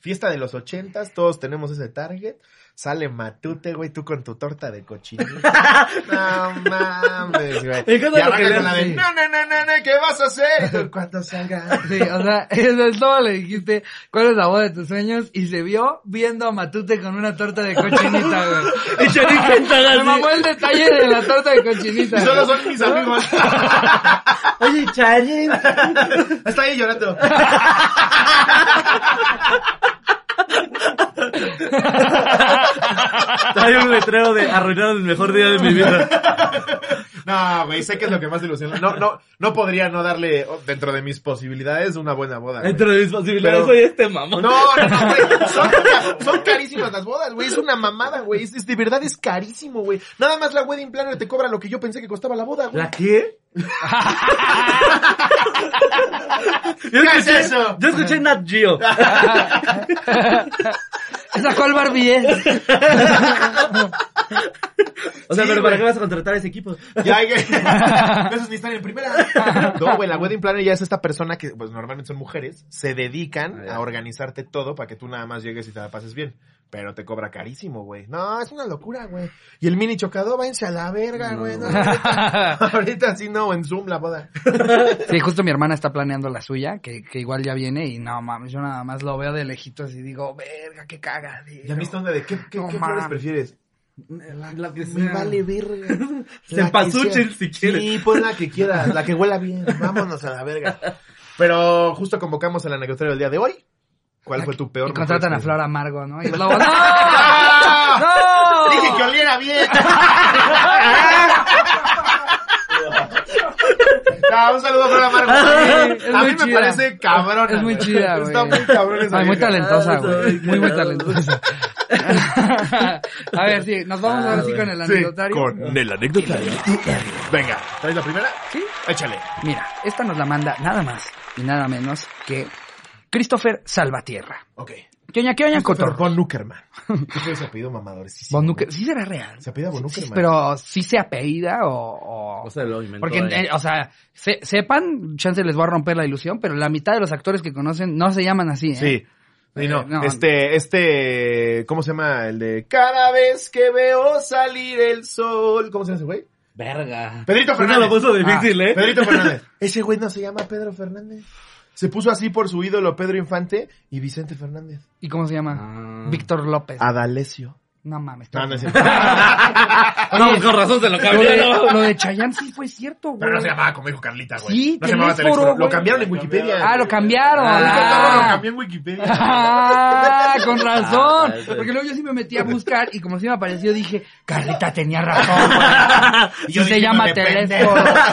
Speaker 1: Fiesta de los ochentas, todos tenemos ese target. Sale Matute, güey, tú con tu torta de cochinito. No mames, güey.
Speaker 3: Me encanta
Speaker 1: Y
Speaker 3: lo
Speaker 1: arranca
Speaker 3: que le
Speaker 1: con la de,
Speaker 3: hace.
Speaker 1: no, no, no, no, no, ¿qué vas a hacer? Y tú, Cuando salga.
Speaker 2: Sí, o sea, eso es todo. Le dijiste, ¿cuál es la boda de tus sueños? Y se vio viendo a Matute con una torta de cochinita, güey.
Speaker 3: Y Charín sentada
Speaker 2: Me mamó
Speaker 3: así.
Speaker 2: el detalle de la torta de cochinita.
Speaker 1: Y solo son mis amigos.
Speaker 3: Oye, Charín.
Speaker 1: Está ahí llorando.
Speaker 3: Hay un letrero de arruinado el mejor día de mi vida.
Speaker 1: No, güey, sé que es lo que más ilusiona. No, no, no podría no darle, oh, dentro de mis posibilidades, una buena boda. güey.
Speaker 3: Dentro de mis posibilidades
Speaker 1: Pero-
Speaker 3: soy este mamón.
Speaker 1: No, no, no, güey. Son, son carísimas las bodas, güey. Es una mamada, güey. Es, es- de verdad es carísimo, güey. Nada más la wedding planner te cobra lo que yo pensé que costaba la boda, güey.
Speaker 3: ¿La qué? yo,
Speaker 1: ¿Qué es
Speaker 3: escuché,
Speaker 1: eso?
Speaker 3: yo escuché Nat Geo.
Speaker 2: Esa cual Barbie es.
Speaker 3: O sea,
Speaker 1: Sí,
Speaker 3: pero
Speaker 1: güey.
Speaker 3: ¿para qué vas a contratar ese equipo?
Speaker 1: Ya, hay que- Esos ni están en primera. No, güey, la wedding planner ya es esta persona que, pues normalmente son mujeres, se dedican
Speaker 3: Ah, ya.
Speaker 1: a organizarte todo para que tú nada más llegues y te la pases bien. Pero te cobra carísimo, güey. No, es una locura, güey. Y el mini chocado, váyanse a la verga, güey. No, ahorita, ahorita sí no, en Zoom la boda.
Speaker 2: Sí, justo mi hermana está planeando la suya, que, que igual ya viene y no mames, yo nada más lo veo de lejitos y digo, verga, qué caga.
Speaker 1: ¿Ya viste onda de qué, qué,
Speaker 2: No
Speaker 1: qué
Speaker 2: mames.
Speaker 1: flores prefieres?
Speaker 3: La, la que
Speaker 2: Me
Speaker 3: sea.
Speaker 2: vale verga.
Speaker 3: Se empasuchen si quieren.
Speaker 1: Sí, pues la que quiera, la que huela bien. Vámonos a la verga. Pero justo convocamos al anecdotario del día de hoy. ¿Cuál fue tu peor? este?
Speaker 2: Y contratan
Speaker 1: mejor
Speaker 2: a
Speaker 1: experiencia?
Speaker 2: Flor Amargo, ¿no? Y el lobo, ¡no! ¡No!
Speaker 1: ¡Ah! Dije que oliera bien. No, un saludo a Flor Amargo.
Speaker 2: Sí, es
Speaker 1: a
Speaker 2: muy
Speaker 1: mí me
Speaker 2: chida.
Speaker 1: parece cabrona.
Speaker 2: Es muy
Speaker 1: güey.
Speaker 2: chida, güey.
Speaker 1: Está muy cabrona esa
Speaker 2: Ay, muy
Speaker 1: vieja.
Speaker 2: talentosa,
Speaker 3: Ah,
Speaker 2: güey.
Speaker 3: soy
Speaker 2: Muy, muy
Speaker 3: cagado.
Speaker 2: talentosa. a ver, sí, nos vamos ahora sí
Speaker 3: Ah,
Speaker 2: con el
Speaker 1: Sí,
Speaker 2: anecdotario.
Speaker 1: con el anecdotario. Venga, ¿traes la primera?
Speaker 2: Sí.
Speaker 1: Échale.
Speaker 2: Mira, esta nos la manda nada más y nada menos que Christopher Salvatierra.
Speaker 1: Ok.
Speaker 2: ¿Qué oña, qué oña,
Speaker 1: Cotor.
Speaker 2: Cotor?
Speaker 1: Von Nuckerman. Ese es apellido mamadorcísimo.
Speaker 2: Von Nuke- Sí será real.
Speaker 1: Se apellida Von Nuckerman.
Speaker 2: Pero sí se apellida o... o-
Speaker 3: O sea, lo inventó.
Speaker 2: Porque,
Speaker 3: ahí.
Speaker 2: eh, o sea, se- sepan, chance les va a romper la ilusión, pero la mitad de los actores que conocen no se llaman así, ¿eh?
Speaker 1: Sí. Y no,
Speaker 2: Eh, no.
Speaker 1: este, este, ¿cómo se llama? El de cada vez que veo salir el sol. ¿Cómo se llama ese güey?
Speaker 3: Verga.
Speaker 1: Pedrito
Speaker 3: Eso lo
Speaker 1: Fernández.
Speaker 3: puso difícil, ¿eh?
Speaker 1: Pedrito Fernández. Ese güey no se llama Pedro Fernández. Se puso así por su ídolo Pedro Infante y Vicente Fernández.
Speaker 2: ¿Y cómo se llama?
Speaker 3: Ah.
Speaker 2: Víctor López.
Speaker 1: Adalesio.
Speaker 2: No mames.
Speaker 1: No, no es cierto.
Speaker 3: No, pues con razón se
Speaker 2: Lo
Speaker 3: lo
Speaker 2: de,
Speaker 3: cambiaron.
Speaker 2: lo de Chayanne sí fue cierto, güey.
Speaker 1: Pero no se llamaba como dijo Carlita, güey.
Speaker 2: Sí,
Speaker 1: no se llamaba
Speaker 2: teléfono,
Speaker 1: teléfono. Lo
Speaker 2: güey.
Speaker 1: cambiaron en Wikipedia.
Speaker 2: Ah, lo cambiaron.
Speaker 1: Ah, lo
Speaker 2: Ah,
Speaker 1: cambié en Wikipedia.
Speaker 2: Ah, con razón.
Speaker 3: Ah,
Speaker 1: pues.
Speaker 3: sí.
Speaker 2: Porque luego yo sí me metí a buscar y como sí me apareció dije, Carlita tenía razón. güey.
Speaker 1: Y
Speaker 2: Y
Speaker 1: yo
Speaker 2: se
Speaker 1: diciéndole,
Speaker 2: llama
Speaker 1: "Pendejo".
Speaker 2: teléfono.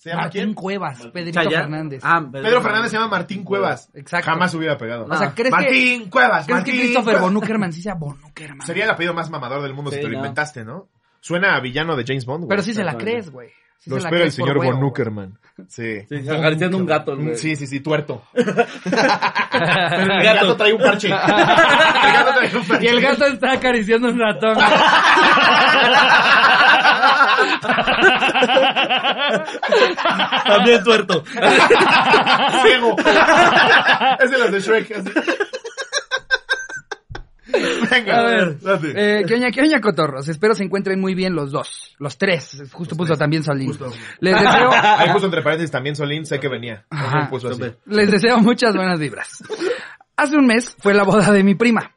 Speaker 1: ¿Se llama
Speaker 2: Martín
Speaker 1: quién?
Speaker 2: Cuevas, Pedrito
Speaker 3: Chayanne.
Speaker 2: Fernández.
Speaker 3: Ah,
Speaker 1: Pedro Fernández se llama Martín Cuevas.
Speaker 2: Exacto.
Speaker 1: Jamás hubiera pegado.
Speaker 2: o sea, ¿crees que,
Speaker 1: Martín Cuevas,
Speaker 2: ¿crees que
Speaker 1: Ah, Martín
Speaker 2: Christopher
Speaker 1: Cuevas.
Speaker 2: Von Uckerman sí sea Von Uckerman?
Speaker 1: Sería el apellido más mamador del mundo si
Speaker 3: Sí,
Speaker 1: te lo
Speaker 3: no.
Speaker 1: inventaste, ¿no? Suena a villano de James Bond, güey.
Speaker 2: Pero sí se la
Speaker 3: Ajá.
Speaker 2: crees, güey. Sí
Speaker 1: Lo
Speaker 2: se la
Speaker 1: espera el
Speaker 2: crees por
Speaker 1: señor
Speaker 2: güero,
Speaker 1: Von
Speaker 2: güey.
Speaker 1: Uckerman. Sí.
Speaker 3: Sí, se acariciando un
Speaker 1: Mm,
Speaker 3: gato, güey.
Speaker 1: Sí, sí, sí, tuerto.
Speaker 3: Pero
Speaker 1: El
Speaker 3: el
Speaker 1: gato
Speaker 3: gato.
Speaker 1: trae un parche. El gato trae un parche.
Speaker 2: Y el gato está acariciando un ratón.
Speaker 3: También tuerto.
Speaker 1: ciego. es de los de Shrek. así. Venga,
Speaker 2: A ver,
Speaker 1: date.
Speaker 2: eh, ¿qué oña, qué oña, cotorros? Espero se encuentren muy bien los dos. Los tres. Justo puso también Solín.
Speaker 1: Justo.
Speaker 2: Les deseo,
Speaker 1: Ahí puso entre paréntesis también Solín, sé que venía.
Speaker 2: Ajá.
Speaker 1: Ahí puso así.
Speaker 2: les deseo muchas buenas vibras. Hace un mes fue la boda de mi prima.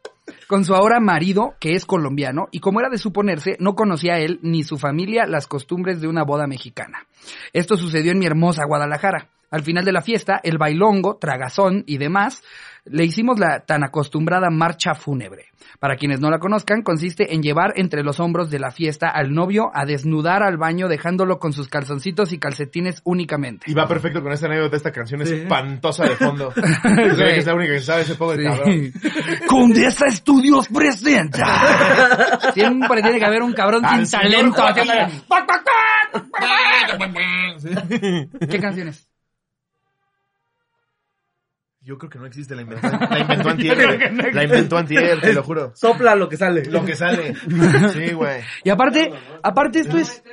Speaker 2: Con su ahora marido, que es colombiano, y como era de suponerse, no conocía a él ni su familia las costumbres de una boda mexicana. Esto sucedió en mi hermosa Guadalajara. Al final de la fiesta, el bailongo, tragazón y demás, le hicimos la tan acostumbrada marcha fúnebre. Para quienes no la conozcan, consiste en llevar entre los hombros de la fiesta al novio a desnudar al baño dejándolo con sus calzoncitos y calcetines únicamente.
Speaker 1: Y va perfecto con esta anécdota, esta canción
Speaker 3: Sí.
Speaker 1: espantosa de fondo. Creo que es la única que sabe ese pobre cabrón.
Speaker 2: Condesa Estudios presenta. Siempre tiene que haber un cabrón
Speaker 1: Al
Speaker 2: sin
Speaker 1: señor
Speaker 2: talento. acá
Speaker 1: Joaquín.
Speaker 2: para- ¡Pac, pac, pac! ¿Qué canciones?
Speaker 1: Yo creo que no existe la inventó. La inventó Antier. güey. La inventó Antier, te lo juro.
Speaker 3: Sopla lo que sale.
Speaker 1: Lo que sale. Sí, güey.
Speaker 2: Y aparte, aparte esto es...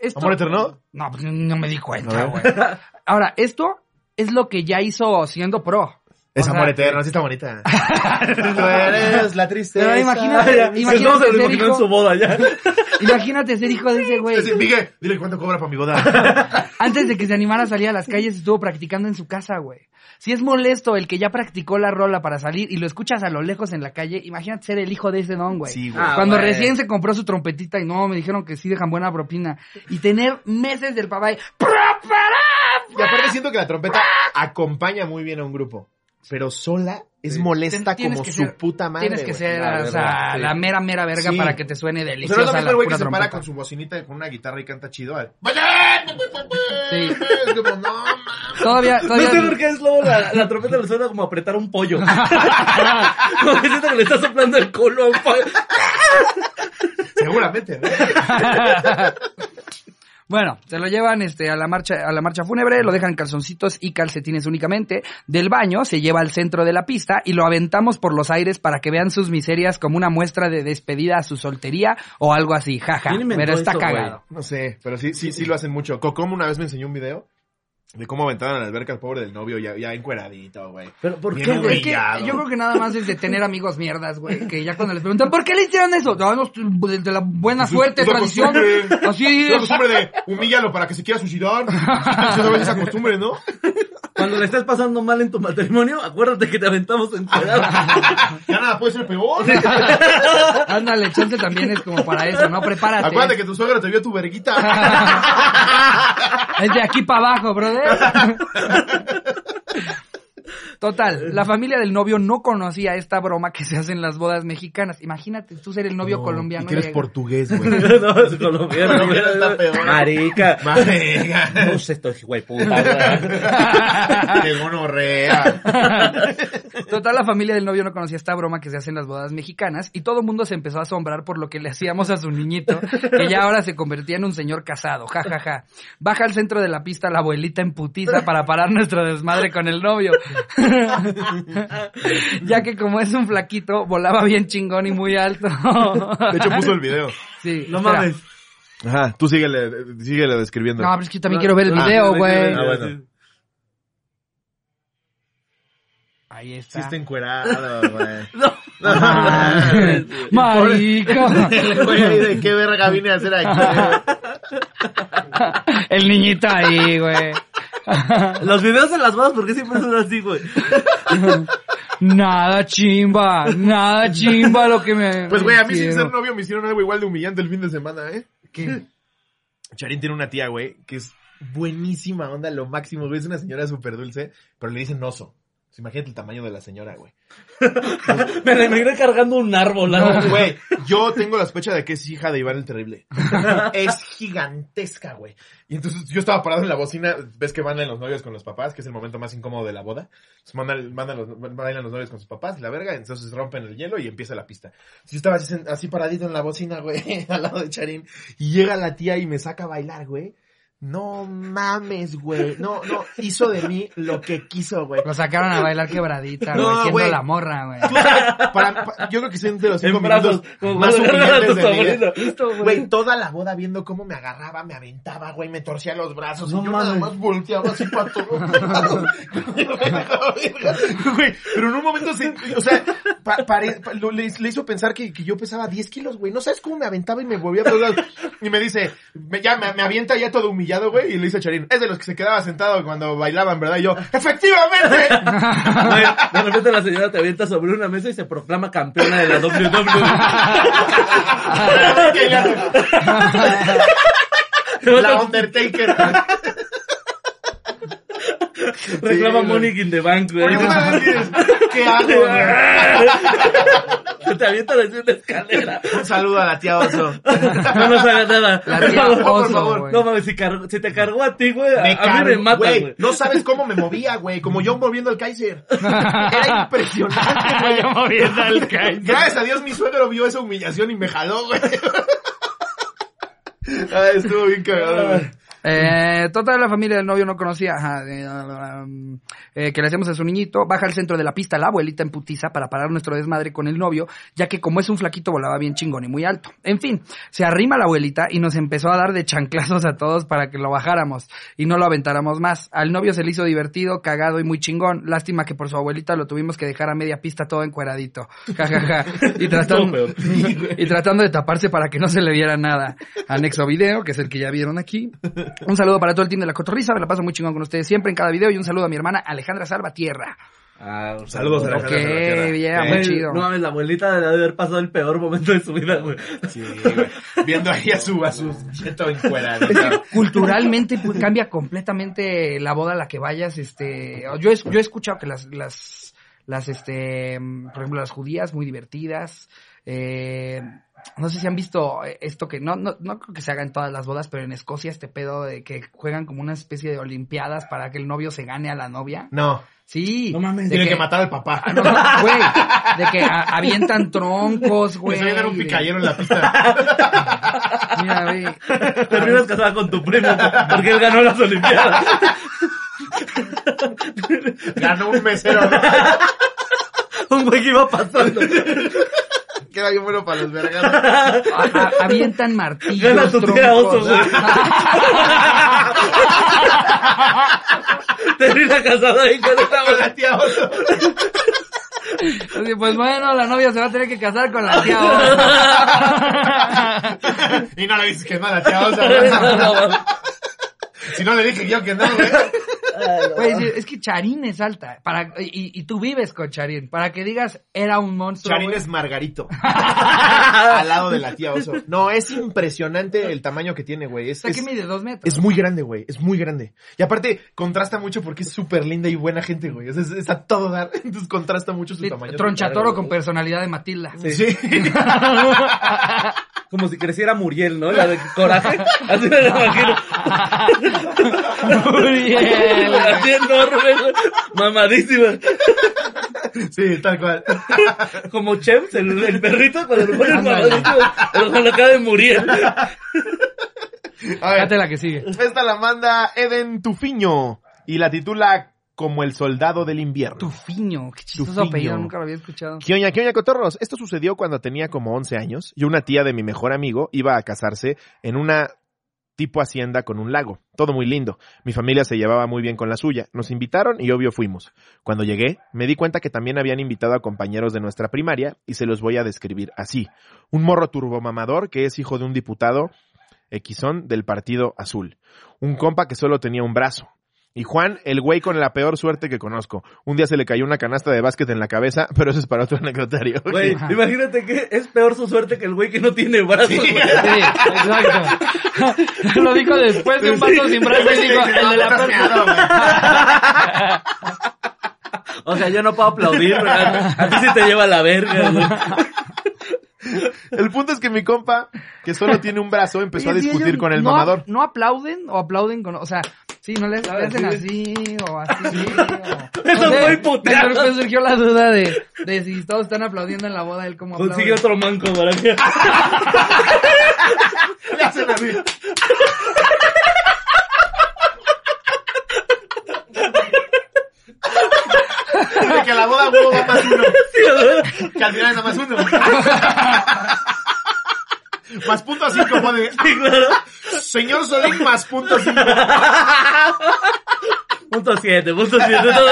Speaker 2: Esto,
Speaker 1: ¿Amor eterno?
Speaker 2: no, pues no me di cuenta,
Speaker 1: A
Speaker 2: güey.
Speaker 1: ver.
Speaker 2: Ahora, esto es lo que ya hizo siendo pro.
Speaker 1: Es
Speaker 2: O sea,
Speaker 1: amor eterno, así está bonita. Tú eres la tristeza.
Speaker 2: Pero imagínate-
Speaker 3: ya,
Speaker 2: Imagínate
Speaker 3: estamos en
Speaker 2: ser
Speaker 3: el imaginó en
Speaker 2: hijo.
Speaker 3: su boda ya.
Speaker 2: Imagínate ser hijo de ese güey.
Speaker 1: Así, Miguel, dile cuánto cobra para mi boda.
Speaker 2: Antes de que se animara a salir a las calles, estuvo practicando en su casa, güey. Si es molesto el que ya practicó la rola para salir y lo escuchas a lo lejos en la calle, imagínate ser el hijo de ese don, güey.
Speaker 1: Sí, güey.
Speaker 3: Ah,
Speaker 2: Cuando
Speaker 3: güey.
Speaker 2: recién se compró su trompetita y no, me dijeron que sí dejan buena propina. Y tener meses del papá y... ¡Propara!
Speaker 1: Y aparte siento que la trompeta acompaña muy bien a un grupo. Pero sola es
Speaker 3: Sí.
Speaker 1: molesta
Speaker 2: Tienes
Speaker 1: como
Speaker 2: que
Speaker 1: su
Speaker 2: ser-
Speaker 1: puta madre.
Speaker 2: Tienes que
Speaker 1: güey.
Speaker 2: ser
Speaker 3: La
Speaker 2: o sea,
Speaker 3: verdad, sí.
Speaker 2: la mera, mera verga
Speaker 1: Sí.
Speaker 2: para que te suene
Speaker 1: O sea, no
Speaker 2: deliciosa
Speaker 1: es lo mismo
Speaker 2: la
Speaker 1: el güey que
Speaker 2: pura
Speaker 1: se para
Speaker 2: trompeta.
Speaker 1: con su bocinita, con una guitarra y canta chido. eh. al- Es como, no, mames.
Speaker 2: Todavía,
Speaker 3: No
Speaker 2: todavía...
Speaker 3: sé por qué es lobo, la, la trompeta le suena como apretar un pollo. Como que siento que le está soplando el culo a un pollo.
Speaker 1: Seguramente, ¿no?
Speaker 2: Bueno, se lo llevan este a la marcha a la marcha fúnebre, lo dejan calzoncitos y calcetines únicamente. Del baño se lleva al centro de la pista y lo aventamos por los aires para que vean sus miserias como una muestra de despedida a su soltería o algo así, jaja.
Speaker 3: ¿Quién inventó
Speaker 2: Pero está
Speaker 3: eso,
Speaker 2: cagado.
Speaker 1: No sé, pero sí, sí, sí lo hacen mucho. Cocom una vez me enseñó un video de cómo aventaban a la alberca al pobre del novio ya, ya encueradito, güey.
Speaker 3: Pero ¿por
Speaker 1: Bien
Speaker 3: qué,
Speaker 2: Es
Speaker 3: güey?
Speaker 2: que
Speaker 1: humillado.
Speaker 2: yo creo que nada más es de tener amigos mierdas, güey. Que ya cuando les preguntan, ¿por qué le hicieron eso? No, no, de de la buena
Speaker 1: Pues,
Speaker 2: suerte,
Speaker 1: Es la
Speaker 2: tradición.
Speaker 1: costumbre.
Speaker 2: Así
Speaker 1: Es La costumbre de humíllalo para que se quiera suicidar. Se debe esa costumbre, ¿no?
Speaker 3: Cuando le estés pasando mal en tu matrimonio, acuérdate que te aventamos en
Speaker 1: Ya nada puede ser peor.
Speaker 2: Ándale, chance también es como para eso, ¿no? Prepárate.
Speaker 1: Acuérdate que tu suegra te vio tu verguita.
Speaker 2: Es de aquí para abajo, brother. Total, la familia del novio no conocía esta broma que se hace en las bodas mexicanas. Imagínate tú ser el novio colombiano.
Speaker 1: Y que eres
Speaker 2: y-
Speaker 1: portugués, güey.
Speaker 3: No, es colombiano. güey.
Speaker 1: Está peor.
Speaker 3: Marica.
Speaker 1: Marica.
Speaker 3: No sé estos hueputas.
Speaker 1: Qué gonorrea.
Speaker 2: Total, la familia del novio no conocía esta broma que se hace en las bodas mexicanas y todo el mundo se empezó a asombrar por lo que le hacíamos a su niñito, que ya ahora se convertía en un señor casado, ja, ja, ja. Baja al centro de la pista la abuelita en putiza para parar nuestro desmadre con el novio. ya que como es un flaquito, volaba bien chingón y muy alto.
Speaker 1: De hecho, puso el video.
Speaker 2: Sí,
Speaker 3: No
Speaker 2: espera.
Speaker 3: mames.
Speaker 1: Ajá, tú síguele, síguele describiendo.
Speaker 2: No, pero es que yo también quiero ver el video, güey.
Speaker 1: Ah, bueno.
Speaker 2: Ahí
Speaker 1: Sí
Speaker 2: está.
Speaker 1: está encuerado, güey.
Speaker 3: No.
Speaker 2: Ah, Marica.
Speaker 1: El güey ahí de qué verga vine a hacer aquí.
Speaker 2: El niñito ahí, güey.
Speaker 3: Los videos en las bodas, ¿por qué siempre son así, güey?
Speaker 2: Nada chimba, nada chimba lo que me.
Speaker 1: Pues, güey, a mí sin
Speaker 2: hicieron.
Speaker 1: ser novio me hicieron algo igual de humillante el fin de semana, ¿eh? Charín tiene una tía, güey, que es buenísima onda, lo máximo, güey. Es una señora súper dulce, pero le dicen oso. Pues imagínate el tamaño de la señora, güey.
Speaker 3: Me la imaginé cargando un árbol. ¿no?
Speaker 1: Güey, yo tengo la sospecha de que es hija de Iván el Terrible. Es gigantesca, güey. Y entonces yo estaba parado en la bocina, ves que van los novios con los papás, que es el momento más incómodo de la boda. Entonces mandan, mandan los, bailan los novios con sus papás y la verga, entonces rompen el hielo y empieza la pista. Entonces, yo estaba así, sen- así paradito en la bocina, güey, al lado de Charín, y llega la tía y me saca a bailar, güey. No mames, güey. No, no, hizo de mí lo que quiso, güey.
Speaker 2: Lo sacaron a bailar quebradita,
Speaker 1: No,
Speaker 2: güey, siendo
Speaker 1: güey.
Speaker 2: la morra, güey.
Speaker 1: Tú sabes, para- pa- yo creo que son de los cinco
Speaker 3: En brazos.
Speaker 1: minutos
Speaker 3: Como
Speaker 1: más
Speaker 3: cuando agarran a
Speaker 1: humillantes
Speaker 3: tus
Speaker 1: de mi vida.
Speaker 3: abuelitos.
Speaker 1: Güey, toda la boda viendo cómo me agarraba, me aventaba, güey, me torcía los brazos
Speaker 3: No
Speaker 1: y yo
Speaker 3: mames.
Speaker 1: nada más volteaba así para todos lados. Güey, pero en un momento se, o sea, pa- pare- pa- lo- le, le hizo pensar que, que yo pesaba 10 kilos, güey. No sabes cómo me aventaba y me volvía a todos lados. Y me dice, me- ya me, me avienta ya todo humillado, güey, y le dice a Charín, es de los que se quedaba sentado cuando bailaban, ¿verdad? Y yo, ¡efectivamente!
Speaker 3: Güey, De repente la señora te avienta sobre una mesa y se proclama campeona de la E. WWE.
Speaker 1: Que ya- la Undertaker. Sí,
Speaker 3: Reclama
Speaker 1: güey.
Speaker 3: Money in the Bank, güey.
Speaker 1: Oye, una vez dices, ¿qué hago, güey?
Speaker 3: Te avienta desde una escalera.
Speaker 1: Un saludo a la tía Oso.
Speaker 3: No nos hagas nada.
Speaker 2: La
Speaker 3: Por
Speaker 2: tía
Speaker 3: favor, por
Speaker 2: Oso,
Speaker 3: favor.
Speaker 2: güey.
Speaker 3: No mames, si, cargo- si te cargó a ti, güey, a,
Speaker 1: Me
Speaker 3: a
Speaker 1: car-
Speaker 3: mí me mata,
Speaker 1: güey,
Speaker 3: güey.
Speaker 1: No sabes cómo me movía, güey. Como yo moviendo el Kaiser. Era impresionante, güey.
Speaker 2: Yo moviendo al Kaiser.
Speaker 1: Gracias a Dios mi suegro vio esa humillación y me jaló, güey. Ay, estuvo bien cagado, güey.
Speaker 2: Eh, total, la familia del novio no conocía ajá, de, um, eh, que le hacemos a su niñito. Baja al centro de la pista la abuelita en putiza para parar nuestro desmadre con el novio, ya que como es un flaquito volaba bien chingón y muy alto. En fin, se arrima la abuelita y nos empezó a dar de chanclazos a todos para que lo bajáramos y no lo aventáramos más. Al novio se le hizo divertido, cagado y muy chingón. Lástima que por su abuelita lo tuvimos que dejar a media pista todo encueradito. Ja, ja, ja. Y
Speaker 3: No,
Speaker 2: tratando,
Speaker 3: peor.
Speaker 2: y tratando de taparse para que no se le viera nada. Anexo video, que es el que ya vieron aquí. Un saludo para todo el team de la cotorriza, me la paso muy chingón con ustedes siempre en cada video y un saludo a mi hermana Alejandra Salvatierra.
Speaker 3: Ah, un
Speaker 1: Saludos a la
Speaker 3: saludo.
Speaker 2: Ok,
Speaker 1: Alejandra Salvatierra.
Speaker 2: yeah,
Speaker 1: Sí.
Speaker 2: muy
Speaker 3: Güey,
Speaker 2: chido.
Speaker 3: No mames, la abuelita debe haber pasado el peor momento de su vida, güey.
Speaker 1: Sí, güey. Viendo ahí a su, a su cheto encuerado.
Speaker 2: Culturalmente pues, cambia completamente la boda a la que vayas, este, yo he, yo he escuchado que las, las, las, este, mm, por ejemplo, las judías muy divertidas, eh, no sé si han visto eh, esto que no, no, no creo que se haga en todas las bodas, pero en Escocia este pedo de que juegan como una especie de olimpiadas para que el novio se gane a la novia.
Speaker 1: No,
Speaker 2: Sí.
Speaker 3: No mames.
Speaker 2: de
Speaker 1: tiene que matar al papá.
Speaker 2: No, no, güey, de que a- avientan troncos,
Speaker 1: Me
Speaker 2: güey.
Speaker 1: se va a dar un
Speaker 2: de-
Speaker 1: picayero en la pista.
Speaker 2: Mira, güey.
Speaker 3: Terminas casada con tu primo porque él ganó las Olimpiadas.
Speaker 1: Ganó un mesero.
Speaker 3: Un güey que iba pasando.
Speaker 1: Queda bien bueno para los vergados.
Speaker 2: A- a- avientan martillos.
Speaker 3: Gana tu tía
Speaker 2: troncos.
Speaker 3: oso, güey. Termina casada ahí con esta
Speaker 1: Con
Speaker 3: abuela.
Speaker 1: la tía Oso.
Speaker 2: Así, pues bueno, la novia se va a tener que casar con la tía oso.
Speaker 1: y no le dices que no a la tía Oso. Si no le dije yo que no, güey.
Speaker 2: Güey, sí, es que Charín es alta. Para, y, y tú vives con Charín. Para que digas, era un monstruo.
Speaker 1: Charín
Speaker 2: güey.
Speaker 1: es Margarito. al lado de la tía Oso. No, es impresionante el tamaño que tiene, güey. Es,
Speaker 2: O sea, que
Speaker 1: es-
Speaker 2: mide dos metros.
Speaker 1: es muy grande, güey. Es muy grande. Y aparte, contrasta mucho porque es súper linda y buena gente, güey. O sea, Es, es a todo dar. Entonces contrasta mucho su
Speaker 2: Sí,
Speaker 1: tamaño.
Speaker 2: Tronchatoro con personalidad de Matilda.
Speaker 1: Sí.
Speaker 3: Como si creciera Muriel, ¿no? La de coraje. Así me la imagino.
Speaker 2: Muy bien.
Speaker 3: Así enorme, güey. mamadísima.
Speaker 1: sí, tal cual.
Speaker 3: Como Chems, el, el perrito, cuando lo ponen
Speaker 2: Ándale.
Speaker 3: mamadísimo, pero cuando acaba de Muriel.
Speaker 1: A
Speaker 2: Fíjate
Speaker 1: ver,
Speaker 2: la que sigue.
Speaker 1: esta la manda Eden Tufiño y la titula Como el soldado del invierno.
Speaker 2: Tufiño, qué chistoso
Speaker 1: Tufiño.
Speaker 2: apellido, nunca lo había escuchado.
Speaker 1: ¿Qué oña, qué oña, cotorros? Esto sucedió cuando tenía como 11 años y una tía de mi mejor amigo iba a casarse en una tipo hacienda con un lago. Todo muy lindo. Mi familia se llevaba muy bien con la suya. Nos invitaron y obvio fuimos. Cuando llegué, me di cuenta que también habían invitado a compañeros de nuestra primaria y se los voy a describir así. Un morro turbomamador que es hijo de un diputado Xón del Partido Azul. Un compa que solo tenía un brazo. Y Juan, el güey con la peor suerte que conozco. Un día se le cayó una canasta de básquet en la cabeza, pero eso es para otro anecdotario.
Speaker 3: Güey,
Speaker 2: Ajá.
Speaker 3: imagínate que es peor su suerte que el güey que no tiene brazos. güey.
Speaker 2: Sí, exacto. lo dijo después de un vato sin brazos y dijo, el de la perra.
Speaker 3: O sea, yo no puedo aplaudir, güey. A a ti sí te lleva la verga, güey.
Speaker 1: El punto es que mi compa, que solo tiene un brazo, empezó a
Speaker 2: Oye, sí,
Speaker 1: discutir
Speaker 2: ellos
Speaker 1: con el
Speaker 2: no,
Speaker 1: mamador.
Speaker 2: ¿No aplauden o aplauden con.? O sea, sí, no les le
Speaker 3: Ah,
Speaker 2: hacen así o así. o-
Speaker 3: Eso
Speaker 2: no sé,
Speaker 3: es muy puteado.
Speaker 2: Me sur- me surgió la duda de, de si todos están aplaudiendo en la boda, él como aplaude.
Speaker 3: Consigue otro manco para mí.
Speaker 1: Le hacen así. De que a la boda huevo va más uno. Que al final es nada más uno. Más punto cinco, pone. Señor Solín, más punto cinco.
Speaker 3: Punto siete, punto siete. todo-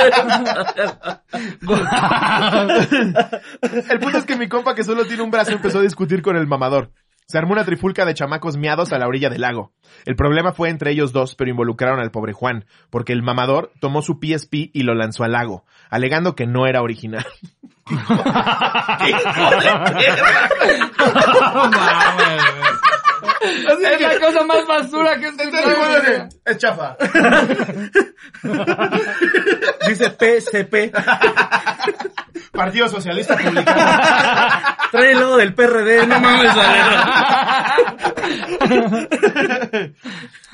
Speaker 1: El punto es que mi compa que solo tiene un brazo empezó a discutir con el mamador. Se armó una trifulca de chamacos miados a la orilla del lago. El problema fue entre ellos dos, pero involucraron al pobre Juan, porque el mamador tomó su PSP y lo lanzó al lago, alegando que no era original.
Speaker 2: No mames, güey. es la cosa más basura
Speaker 1: Este
Speaker 2: que he escuchado. güey.
Speaker 1: es chafa.
Speaker 3: Dice PSP.
Speaker 1: Partido Socialista Publicado.
Speaker 3: Trae el logo del PRD. No mames, Valero.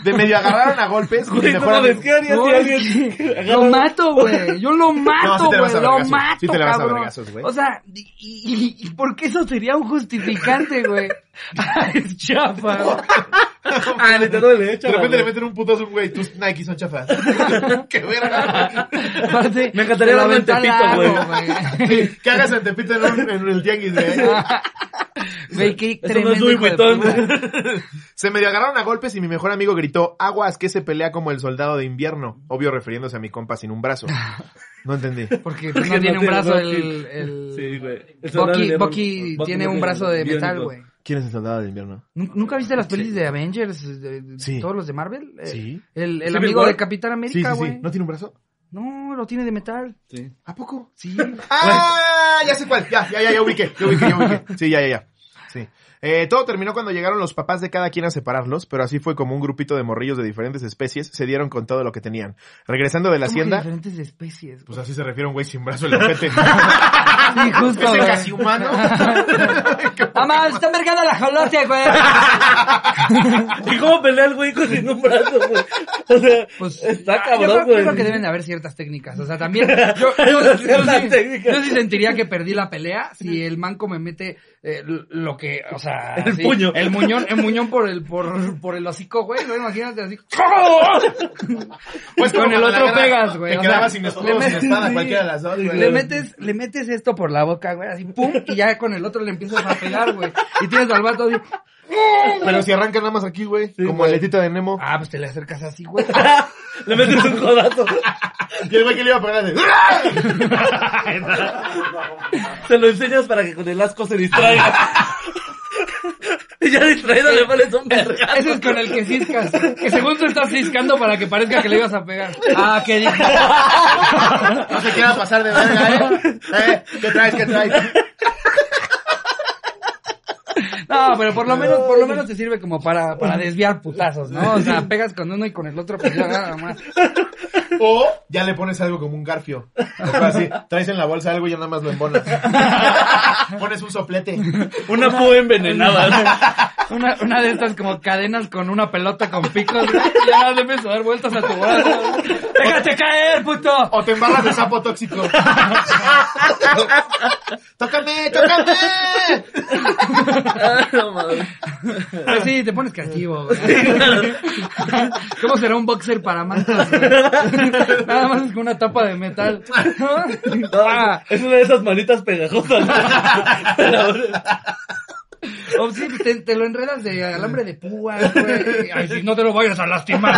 Speaker 1: De medio agarraron a golpes. y
Speaker 3: Güey,
Speaker 1: mi
Speaker 3: no
Speaker 1: mejor
Speaker 3: mames,
Speaker 1: amigo-
Speaker 3: ¿qué harías
Speaker 2: No,
Speaker 3: si
Speaker 2: es
Speaker 3: alguien
Speaker 2: que
Speaker 3: agarra-
Speaker 2: lo mato, güey. Yo lo mato,
Speaker 1: No, sí te
Speaker 2: güey.
Speaker 1: la vas a
Speaker 2: lo
Speaker 1: vergazos.
Speaker 2: mato,
Speaker 1: Sí te la vas a
Speaker 2: cabrón.
Speaker 1: vergazos, güey.
Speaker 2: o sea, y, y- y- ¿por qué eso sería un justificante, güey? Ay, es chafa. güey.
Speaker 3: Ah, ni te duele,
Speaker 1: De
Speaker 3: échala,
Speaker 1: repente le
Speaker 3: güey.
Speaker 1: meten un putazo a un güey. Tus Nike son chafas. Qué verga.
Speaker 2: Aparte,
Speaker 3: Me encantaría
Speaker 2: de la
Speaker 3: verlo en
Speaker 2: ventana
Speaker 3: Tepito, güey.
Speaker 2: largo, güey.
Speaker 1: Que hagas el tepito en, un- en el tianguis de...
Speaker 2: Güey, qué
Speaker 3: Eso no
Speaker 2: tremendo.
Speaker 3: es Louis
Speaker 2: hijo de
Speaker 3: Vuitton.
Speaker 2: puta.
Speaker 1: Se medio agarraron a golpes y mi mejor amigo gritó, aguas que se pelea como el soldado de invierno. Obvio refiriéndose a mi compa sin un brazo. No entendí.
Speaker 2: Porque,
Speaker 3: Porque
Speaker 2: no tiene un brazo el...
Speaker 3: Bucky.
Speaker 2: el...
Speaker 3: Sí, güey. Eso no
Speaker 2: Bucky,
Speaker 3: le-
Speaker 2: Bucky tiene
Speaker 3: no
Speaker 2: un brazo de
Speaker 3: biónico.
Speaker 2: metal, güey.
Speaker 1: ¿Quién es el soldado de invierno?
Speaker 2: ¿Nun- ¿Nunca viste las pelis de Avengers? de- de-
Speaker 1: Sí.
Speaker 2: ¿Todos los de Marvel? Eh,
Speaker 1: Sí.
Speaker 2: El, el
Speaker 3: Civil
Speaker 2: amigo
Speaker 3: War.
Speaker 2: de Capitán
Speaker 1: Sí, sí,
Speaker 2: América,
Speaker 1: sí.
Speaker 2: güey.
Speaker 1: ¿No tiene un brazo?
Speaker 2: No, lo tiene de metal.
Speaker 3: Sí.
Speaker 1: ¿A poco?
Speaker 2: Sí.
Speaker 1: ¡Ah! Ya sé cuál. Ya, ya, ya, ya ubiqué. Ya ubiqué, ya ubiqué. Sí, ya, ya, ya. Sí. Eh, todo terminó cuando llegaron los papás de cada quien a separarlos, pero así fue como un grupito de morrillos de diferentes especies se dieron con todo lo que tenían. Regresando de la
Speaker 2: Como que
Speaker 1: hacienda...
Speaker 2: diferentes especies.
Speaker 1: Pues así se refiere un güey sin brazo en la gente.
Speaker 2: Sí, justo,
Speaker 1: Ah, Ese
Speaker 2: güey.
Speaker 1: casi humano.
Speaker 2: Mamá, está mercando la jolote, güey.
Speaker 3: ¿Y cómo pelea el güey con sin un brazo, güey? O sea,
Speaker 2: Pues,
Speaker 3: está
Speaker 2: yo creo,
Speaker 3: cabrón,
Speaker 2: yo
Speaker 3: güey.
Speaker 2: creo que deben de haber ciertas técnicas. O sea, también. Yo, yo- yo
Speaker 3: Ciertas
Speaker 2: sí,
Speaker 3: técnicas.
Speaker 2: yo sí sentiría que perdí la pelea si el manco me mete eh, lo que. O sea.
Speaker 3: El
Speaker 2: sí,
Speaker 3: puño.
Speaker 2: El muñón, el muñón por el, por, por el hocico, güey. ¿no? Imagínate así.
Speaker 1: Pues
Speaker 2: Con el otro pegas, güey,
Speaker 1: Te
Speaker 2: o
Speaker 1: quedabas
Speaker 2: sea,
Speaker 1: sin escudo
Speaker 2: le
Speaker 1: o sin
Speaker 2: metes,
Speaker 1: espada,
Speaker 2: sí.
Speaker 1: cualquiera de las dos, güey.
Speaker 2: Le metes, le metes esto por la boca, güey, así pum, y ya con el otro le empiezas a pegar, güey. Y tienes al vato así,
Speaker 1: Pero si arranca nada más aquí, güey. como
Speaker 3: güey.
Speaker 1: aletita de Nemo.
Speaker 2: ah, pues te le acercas así, güey.
Speaker 3: Le metes un codazo.
Speaker 1: Y el güey que le iba a pegar hace,
Speaker 3: Se lo enseñas para que con el asco se distraiga. Y ya distraído le vale un verga.
Speaker 2: Ese es con el que ciscas. Que según tú estás ciscando para que parezca que le ibas a pegar. Ah, qué dije.
Speaker 1: No se quiera pasar de verga, ¿eh? ¿eh? ¿Qué traes, qué traes?
Speaker 2: No, pero por lo menos, por lo menos te sirve como para, para desviar putazos, ¿no? O sea, pegas con uno y con el otro, pues ya nada más.
Speaker 1: O ya le pones algo como un garfio. O sea, así, traes en la bolsa algo y ya nada más lo embonas. pones un soplete.
Speaker 3: Una púa envenenada.
Speaker 2: Una, una de estas como cadenas con una pelota con picos, güey. y Ya le empiezas a dar vueltas a tu brazo. güey. ¡Déjate caer, puto!
Speaker 1: O te embarras de sapo tóxico. ¡Tócame, tócame!
Speaker 3: Ah, no mames.
Speaker 2: Pues sí, te pones creativo, güey. ¿Cómo será un boxer para mantas, güey? Nada más es con una tapa de metal. Ah,
Speaker 3: Es una de esas manitas pegajosas.
Speaker 2: o sí, te, te lo enredas de alambre de púa, güey. Ay, si no te lo vayas a lastimar.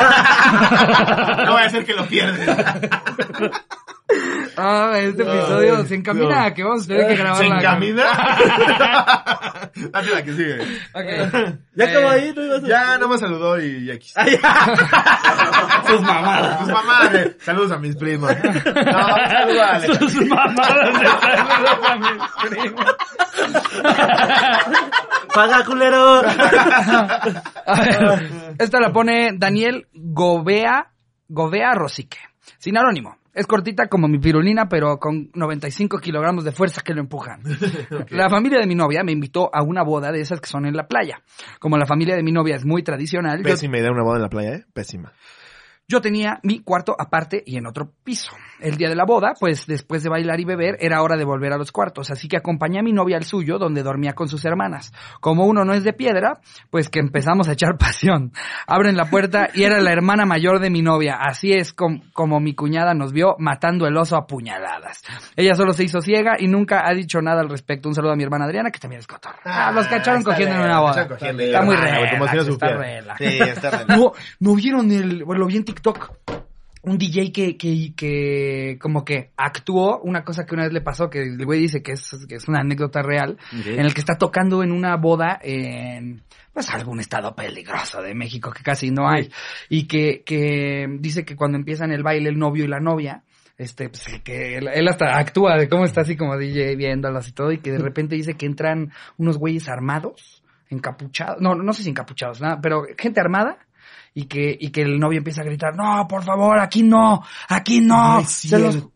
Speaker 1: No voy a hacer que lo pierdas.
Speaker 2: Ah, este episodio
Speaker 1: Ay,
Speaker 2: se encamina
Speaker 1: no.
Speaker 2: a que vamos a tener que
Speaker 1: ¿Se
Speaker 2: grabarla. güey.
Speaker 1: encamina? Date la que sigue.
Speaker 2: Ok.
Speaker 3: Ya
Speaker 2: Eh,
Speaker 3: acabó ahí, no ibas a...
Speaker 1: Ya, no me saludó y aquí está.
Speaker 3: Sus mamadas.
Speaker 1: Pues mamá, eh, saludos a mis primos. No, saludos a Alejandro.
Speaker 2: Sus mamadas de saludos a mis primos.
Speaker 3: Paga, culero.
Speaker 2: A ver, esta la pone Daniel Gobea, Gobea Rosique. Sin anónimo. Es cortita como mi pirulina, pero con 95 kilogramos de fuerza que lo empujan. La familia de mi novia me invitó a una boda de esas que son en la playa. Como la familia de mi novia es muy tradicional, yo
Speaker 1: Pésima idea una boda en la playa, ¿eh? Pésima.
Speaker 2: Yo tenía mi cuarto aparte y en otro piso. El día de la boda, pues después de bailar y beber, era hora de volver a los cuartos, así que acompañé a mi novia al suyo, donde dormía con sus hermanas. Como uno no es de piedra, pues que empezamos a echar pasión. Abren la puerta y era la hermana mayor de mi novia, así es com- como mi cuñada nos vio matando el oso a puñaladas. Ella solo se hizo ciega y nunca ha dicho nada al respecto. Un saludo a mi hermana Adriana, que también es cotorra. Ah, los cacharon
Speaker 1: está
Speaker 2: cogiendo en
Speaker 1: bien,
Speaker 2: una boda.
Speaker 1: cacharon cogiendo.
Speaker 2: Está muy
Speaker 1: Ah, güey, Como si no
Speaker 2: relax, está
Speaker 1: supiera.
Speaker 2: relax.
Speaker 1: Sí, está relax.
Speaker 2: No, no vieron el. Bueno, lo vi en TikTok. Un DJ que, que, que como que actuó una cosa que una vez le pasó, que el güey dice que es, que es una anécdota real, en el que está tocando en una boda en pues algún estado peligroso de México que casi no hay. Y que, que dice que cuando empiezan el baile el novio y la novia, este, pues que él, él hasta actúa de cómo está así como DJ viéndolas y todo, y que de repente dice que entran unos güeyes armados, encapuchados, no, no sé si encapuchados, nada, pero gente armada, y que, y que el novio empieza a gritar, no, por favor, aquí no, aquí no, se los-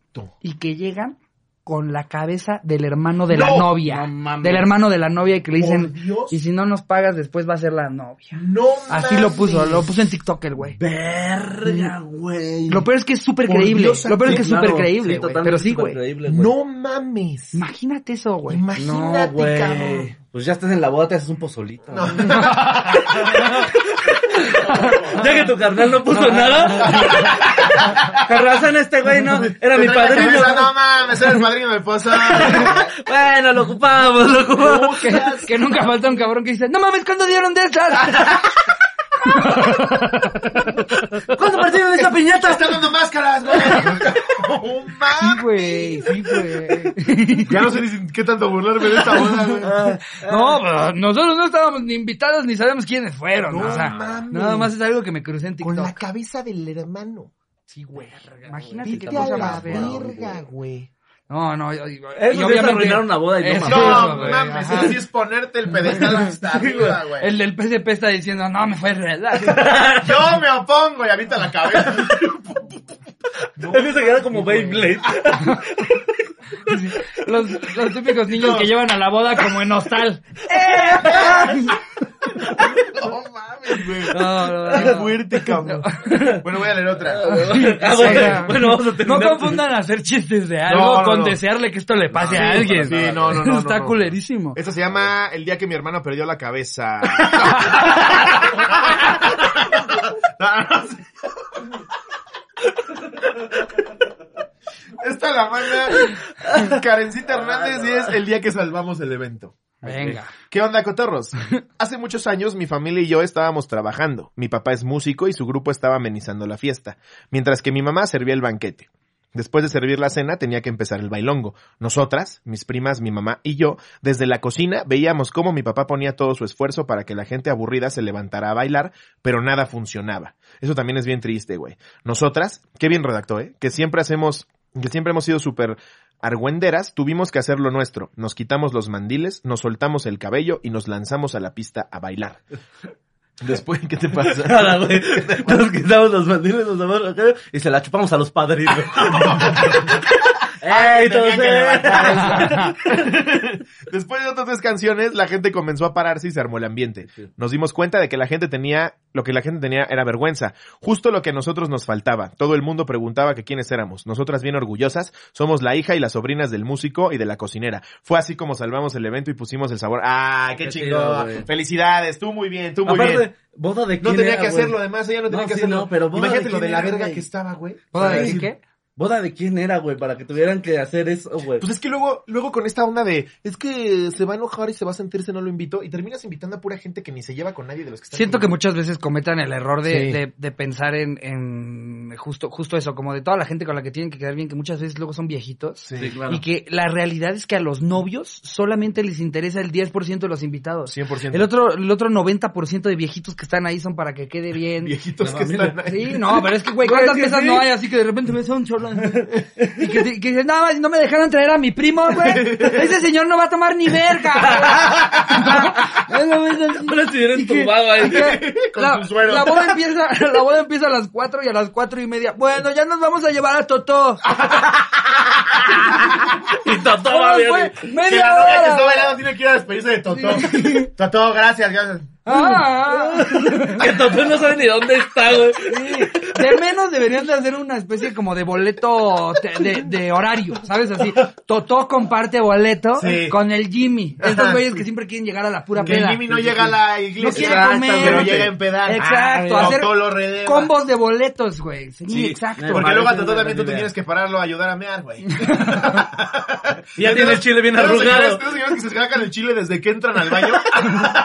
Speaker 2: y que llegan con la cabeza del hermano de la
Speaker 1: No,
Speaker 2: novia,
Speaker 3: no mames.
Speaker 2: del hermano de la novia y que le
Speaker 1: Por
Speaker 2: dicen,
Speaker 1: Dios.
Speaker 2: y si no nos pagas después va a ser la novia.
Speaker 1: No
Speaker 2: Así lo puso, lo puso en TikTok el güey.
Speaker 1: Verga, güey.
Speaker 2: Lo peor es que es súper
Speaker 1: Por
Speaker 2: creíble.
Speaker 1: Dios,
Speaker 2: Lo peor es que es
Speaker 3: Claro,
Speaker 2: súper creíble,
Speaker 3: sí,
Speaker 2: güey.
Speaker 3: totalmente
Speaker 2: Pero sí, güey.
Speaker 3: supercreíble, güey.
Speaker 1: No mames.
Speaker 2: Imagínate eso, güey.
Speaker 1: Imagínate,
Speaker 3: No, güey.
Speaker 1: cabrón.
Speaker 3: Pues ya estás en la boda, te haces un pozolito. ya que tu carnal no puso nada. Con razón este güey no. Era mi
Speaker 1: Te trae la
Speaker 3: padrino.
Speaker 1: cabeza, No mames, eres padrino del pozo.
Speaker 3: Bueno, lo ocupamos, lo ocupamos.
Speaker 2: Que, que nunca falta un cabrón que dice, no mames, ¿cuándo dieron de esas?
Speaker 3: ¿Cuándo partieron esta piñata?
Speaker 1: Están dando máscaras, güey. No
Speaker 2: Sí,
Speaker 1: mames.
Speaker 2: güey, sí, güey.
Speaker 1: Ya no sé ni qué tanto burlarme de esta boda,
Speaker 2: Ah,
Speaker 1: güey.
Speaker 2: No, pero nosotros no estábamos ni invitados ni sabemos quiénes fueron.
Speaker 1: No
Speaker 2: o sea,
Speaker 1: mames.
Speaker 2: nada más es algo que me crucé en
Speaker 1: Con la
Speaker 2: TikTok.
Speaker 1: cabeza del hermano.
Speaker 2: Sí, güey.
Speaker 3: güey.
Speaker 2: Imagínate qué
Speaker 1: Vete a
Speaker 2: cosa
Speaker 1: la
Speaker 2: más fea.
Speaker 1: verga, güey.
Speaker 2: No, no, yo,
Speaker 3: Eso sí es arruinar una boda y no mames.
Speaker 1: No,
Speaker 2: güey,
Speaker 1: mames,
Speaker 2: ajá.
Speaker 1: así es ponerte el pedestal hasta arriba, güey.
Speaker 2: El del PCP está diciendo, no, me fue relax.
Speaker 1: Yo me opongo y avienta la cabeza.
Speaker 3: Él se queda como Beyblade.
Speaker 2: Sí, Los, los típicos niños
Speaker 1: No.
Speaker 2: que llevan a la boda como en hostal.
Speaker 1: Eh. No mames, güey.
Speaker 2: No, no, no,
Speaker 1: Qué
Speaker 2: no.
Speaker 1: fuerte, cabrón. Bueno, voy a leer otra.
Speaker 3: Ah,
Speaker 2: O sea,
Speaker 3: bueno, bueno, vamos a terminar.
Speaker 2: No confundan hacer chistes de algo
Speaker 1: No, no,
Speaker 2: con
Speaker 1: no.
Speaker 2: desearle que esto le pase a alguien.
Speaker 1: Sí, no, no, no.
Speaker 2: Está
Speaker 1: no, no.
Speaker 2: culerísimo.
Speaker 1: Esta se llama El día que mi hermano perdió la cabeza. No, no sé. Esta la manda Karencita Hernández y es el día que salvamos el evento.
Speaker 2: Venga.
Speaker 1: ¿Qué onda, cotorros? Hace muchos años mi familia y yo estábamos trabajando. Mi papá es músico y su grupo estaba amenizando la fiesta, mientras que mi mamá servía el banquete. Después de servir la cena tenía que empezar el bailongo. Nosotras, mis primas, mi mamá y yo, desde la cocina veíamos cómo mi papá ponía todo su esfuerzo para que la gente aburrida se levantara a bailar, pero nada funcionaba. Eso también es bien triste, güey. Nosotras, qué bien redactó, ¿eh? Que siempre hacemos, que siempre hemos sido súper argüenderas, tuvimos que hacer lo nuestro. Nos quitamos los mandiles, nos soltamos el cabello y nos lanzamos a la pista a bailar. Después, ¿qué te pasa?
Speaker 3: Nada, güey. Nos quitamos los mandiles, nos damos los cabellos y se la chupamos a los padrinos. ¡Ey,
Speaker 1: Tenía que
Speaker 3: eh. entonces!
Speaker 1: levantar esa. Después de otras tres canciones, la gente comenzó a pararse y se armó el ambiente.
Speaker 3: Sí.
Speaker 1: Nos dimos cuenta de que la gente tenía, lo que la gente tenía era vergüenza. Justo lo que a nosotros nos faltaba. Todo el mundo preguntaba que quiénes éramos. Nosotras bien orgullosas, somos la hija y las sobrinas del músico y de la cocinera. Fue así como salvamos el evento y pusimos el sabor. ¡Ah, qué,
Speaker 3: Qué
Speaker 1: chingón!
Speaker 3: chido, güey.
Speaker 1: Felicidades, tú muy bien, tú muy
Speaker 3: Aparte,
Speaker 1: bien.
Speaker 3: boda de
Speaker 1: No
Speaker 3: quién
Speaker 1: tenía
Speaker 3: era,
Speaker 1: que
Speaker 3: güey?
Speaker 1: hacerlo, además ella no tenía
Speaker 3: eh, No,
Speaker 1: que
Speaker 3: sí,
Speaker 1: hacerlo.
Speaker 3: no, pero boda
Speaker 1: Imagínate
Speaker 3: de
Speaker 1: lo de
Speaker 3: quién
Speaker 1: la
Speaker 3: era,
Speaker 1: verga
Speaker 3: güey.
Speaker 1: que estaba, güey.
Speaker 2: ¿Boda de
Speaker 3: Sí.
Speaker 2: qué?
Speaker 3: ¿Boda de quién era, güey? Para que tuvieran que hacer eso, güey.
Speaker 1: Pues es que luego, luego con esta onda de, es que se va a enojar y se va a sentirse, no lo invito, y terminas invitando a pura gente que ni se lleva con nadie de los que están.
Speaker 2: Siento que
Speaker 1: conmigo.
Speaker 2: muchas veces cometan el error de,
Speaker 1: Sí.
Speaker 2: de- de pensar en, en justo, justo eso, como de toda la gente con la que tienen que quedar bien, que muchas veces luego son viejitos.
Speaker 1: Sí,
Speaker 3: Sí, claro.
Speaker 2: Y que la realidad es que a los novios solamente les interesa el 10% de los invitados.
Speaker 1: 100%.
Speaker 2: El otro, el otro 90% de viejitos que están ahí son para que quede bien.
Speaker 1: Viejitos
Speaker 3: No,
Speaker 1: que
Speaker 3: a mí me-
Speaker 1: están ahí.
Speaker 2: Sí, no, pero es que, güey,
Speaker 3: Güey,
Speaker 2: ¿cuántas
Speaker 3: es que
Speaker 2: mesas
Speaker 3: sí.
Speaker 2: no hay así que de repente me son cholo? Y que, que dicen, nada más, no me dejaron traer a mi primo, güey. Ese señor no va a tomar ni verga. Es lo mismo así.
Speaker 3: Ahora estuviera
Speaker 2: Y que-
Speaker 3: entubado ahí,
Speaker 2: y que
Speaker 3: con
Speaker 2: la,
Speaker 3: su suero.
Speaker 2: la boda empieza, la boda empieza a las 4 y a las cuatro y media. Bueno, ya nos vamos a llevar a Totó.
Speaker 3: Ah, Y Totó va
Speaker 2: ¿Cómo
Speaker 3: a ver-
Speaker 2: fue?
Speaker 1: Que
Speaker 2: Media
Speaker 1: la novia que
Speaker 2: hora.
Speaker 1: está bailando tiene que ir a despedirse de Totó. Totó, gracias, gracias.
Speaker 2: Ah, ah.
Speaker 3: Que Totó no sabe ni dónde está, güey.
Speaker 2: De menos deberían de hacer una especie como de boleto te- de, de horario, ¿sabes? Así, Totó comparte boleto
Speaker 1: Sí.
Speaker 2: con el Jimmy. Estos
Speaker 1: Ajá,
Speaker 2: güeyes
Speaker 1: sí.
Speaker 2: que siempre quieren llegar a la pura
Speaker 1: Que el
Speaker 2: peda.
Speaker 1: Jimmy no llega a la
Speaker 2: No
Speaker 1: iglesia,
Speaker 2: quiere comer.
Speaker 1: pero llega a empedar.
Speaker 2: Exacto,
Speaker 1: Ah,
Speaker 2: hacer
Speaker 1: Totó lo redema.
Speaker 2: combos de boletos, güey. Sí,
Speaker 3: Sí,
Speaker 2: exacto.
Speaker 1: Porque
Speaker 3: Parece
Speaker 1: luego a
Speaker 3: una
Speaker 1: Totó también tú te
Speaker 3: buena idea.
Speaker 1: tienes que pararlo a ayudar a mear, güey.
Speaker 3: Y ya tiene el chile bien arrugado.
Speaker 1: Los señores que se sacan el chile desde que entran al baño.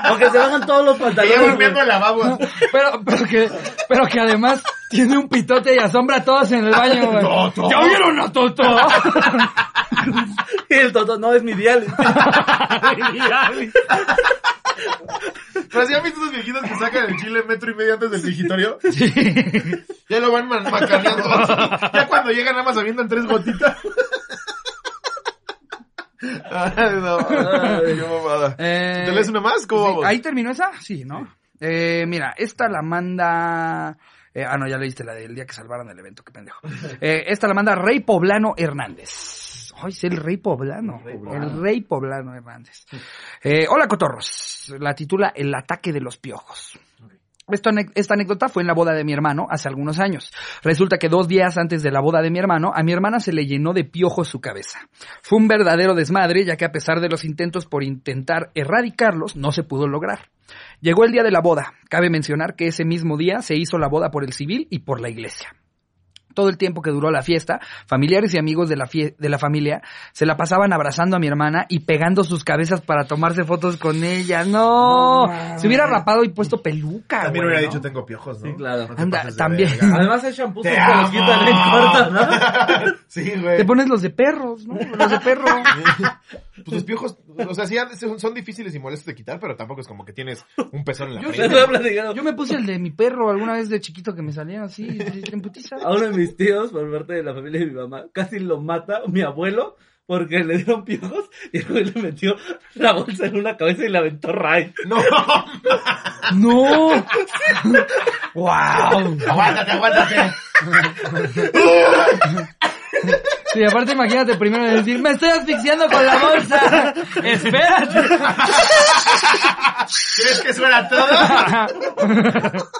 Speaker 3: Aunque se bajan todos los
Speaker 1: Te llevan
Speaker 3: pantalones. güey.
Speaker 1: viendo el lavabo.
Speaker 2: Pero, pero que, pero que además tiene un pitote y asombra a todos en el baño, güey.
Speaker 1: Totó.
Speaker 2: ¡Ya vieron a Toto!
Speaker 3: Y el Totó, no, es mi dial.
Speaker 1: Pero si han visto esos viejitos que sacan el chile metro y medio antes del vigitorio,
Speaker 2: Sí.
Speaker 1: ya lo van man- macaneando. así. Ya cuando llegan nada más avientan tres gotitas. Ay, no. Ay, qué mamada.
Speaker 2: Eh,
Speaker 1: ¿Te lees una más? ¿Cómo
Speaker 2: sí,
Speaker 1: vamos?
Speaker 2: ¿Ahí terminó esa? Sí, ¿no? Eh, mira, esta la manda... eh, ah, no, ya leíste la del día que salvaron el evento, qué pendejo. Eh, esta la manda Rey Poblano Hernández. Ay, es el Rey Poblano.
Speaker 3: Rey Poblano.
Speaker 2: El Rey Poblano Hernández. Eh, Hola, cotorros. La titula El ataque de los piojos. Esto ane- esta anécdota fue en la boda de mi hermano hace algunos años. Resulta que dos días antes de la boda de mi hermano, a mi hermana se le llenó de piojos su cabeza. Fue un verdadero desmadre, ya que a pesar de los intentos por intentar erradicarlos, no se pudo lograr. Llegó el día de la boda. Cabe mencionar que ese mismo día se hizo la boda por el civil y por la iglesia. Todo el tiempo que duró la fiesta, familiares y amigos de la, fie- de la familia se la pasaban abrazando a mi hermana y pegando sus cabezas para tomarse fotos con ella. ¡No! se hubiera rapado y puesto peluca.
Speaker 1: Ah, También
Speaker 2: güey,
Speaker 1: hubiera
Speaker 2: ¿no?
Speaker 1: dicho tengo piojos, ¿no?
Speaker 3: Sí, claro.
Speaker 1: te
Speaker 2: Anda,
Speaker 1: pases de
Speaker 2: también.
Speaker 1: verga.
Speaker 3: Además, hay shampoos
Speaker 1: Te
Speaker 3: que se los quitan en
Speaker 1: amo.
Speaker 3: corto, ¿no?
Speaker 1: Sí, güey.
Speaker 2: Te pones los de perros, ¿no? Los de perro.
Speaker 1: Pues los piojos, o sea, sí han- son son difíciles y molestos de quitar, pero tampoco es como que tienes un pezón en la
Speaker 2: Yo
Speaker 3: Les
Speaker 1: frente.
Speaker 3: voy a platicar.
Speaker 2: Yo me puse el de mi perro alguna vez de chiquito que me salían así, en putiza.
Speaker 3: A uno de mis tíos, por parte de la familia de mi mamá, casi lo mata mi abuelo porque le dieron piojos y el güey le metió la bolsa en una cabeza y la aventó Ray.
Speaker 1: No,
Speaker 2: ¡No! ¡Wow!
Speaker 1: aguántate, aguántate.
Speaker 2: Sí, aparte imagínate primero decir, me estoy asfixiando con la bolsa. Espérate.
Speaker 1: ¿Crees que suena todo?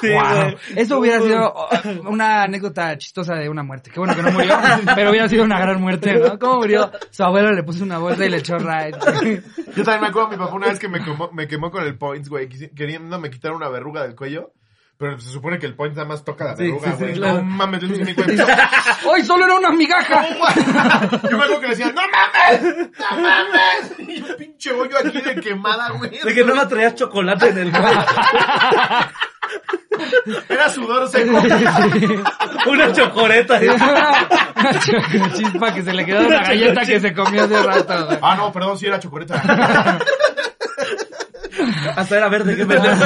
Speaker 3: Sí,
Speaker 2: Wow.
Speaker 3: güey.
Speaker 2: Eso hubiera sido oh, una anécdota chistosa de una muerte. Qué bueno que no murió, pero hubiera sido una gran muerte, ¿no? ¿Cómo murió? Su abuelo le puso una bolsa y le echó raid.
Speaker 1: Yo también me acuerdo de mi papá una vez que me quemó, me quemó con el points, güey, quisi- queriéndome quitar una verruga del cuello. Pero se supone que el points nada más toca la
Speaker 3: Sí,
Speaker 1: verruga,
Speaker 3: sí, sí,
Speaker 1: güey.
Speaker 3: claro.
Speaker 1: No mames, yo no sé ni cuenta.
Speaker 2: ¡Hoy solo era una migaja!
Speaker 1: Yo me acuerdo que le decían, ¡no mames! ¡No mames! Y un pinche hoyo aquí de quemada, güey.
Speaker 3: De que no me traía chocolate en el cuello.
Speaker 1: Era sudor seco.
Speaker 3: Una chocoreta.
Speaker 2: Una chispa que se le quedó de la galleta que se comió hace rato, güey.
Speaker 1: Ah, no, perdón, sí era chocoreta.
Speaker 3: Hasta era verde, qué pendejo.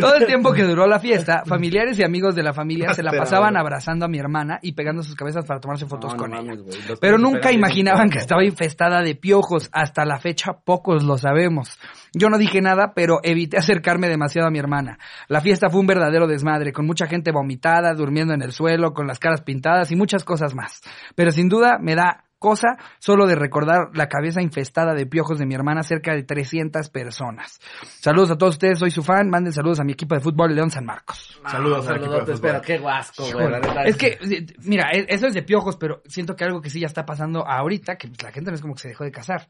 Speaker 2: Todo el tiempo que duró la fiesta, familiares y amigos de la familia se la
Speaker 1: Espera,
Speaker 2: pasaban
Speaker 1: güey.
Speaker 2: abrazando a mi hermana y pegando sus cabezas para tomarse fotos
Speaker 3: Ah, No, no
Speaker 2: con ella.
Speaker 3: mames, güey. Los
Speaker 2: Pero
Speaker 3: que
Speaker 2: nunca
Speaker 3: esperan
Speaker 2: imaginaban
Speaker 3: bien
Speaker 2: que
Speaker 3: poco.
Speaker 2: estaba infestada de piojos. Hasta la fecha pocos lo sabemos. Yo no dije nada, pero evité acercarme demasiado a mi hermana. La fiesta fue un verdadero desmadre, con mucha gente vomitada, durmiendo en el suelo, con las caras pintadas y muchas cosas más. Pero sin duda me da cosa solo de recordar la cabeza infestada de piojos de mi hermana cerca de 300 personas. Saludos a todos ustedes, soy su fan, manden saludos a mi equipo de fútbol León San Marcos.
Speaker 3: Ah,
Speaker 1: Saludos al equipo de
Speaker 3: saludotes,
Speaker 1: fútbol.
Speaker 3: pero qué guasco, güey. la neta.
Speaker 2: Es que, eh, mira, eh, eso es de piojos, pero siento que algo que sí ya está pasando ahorita, que pues, la gente no es como que se dejó de casar.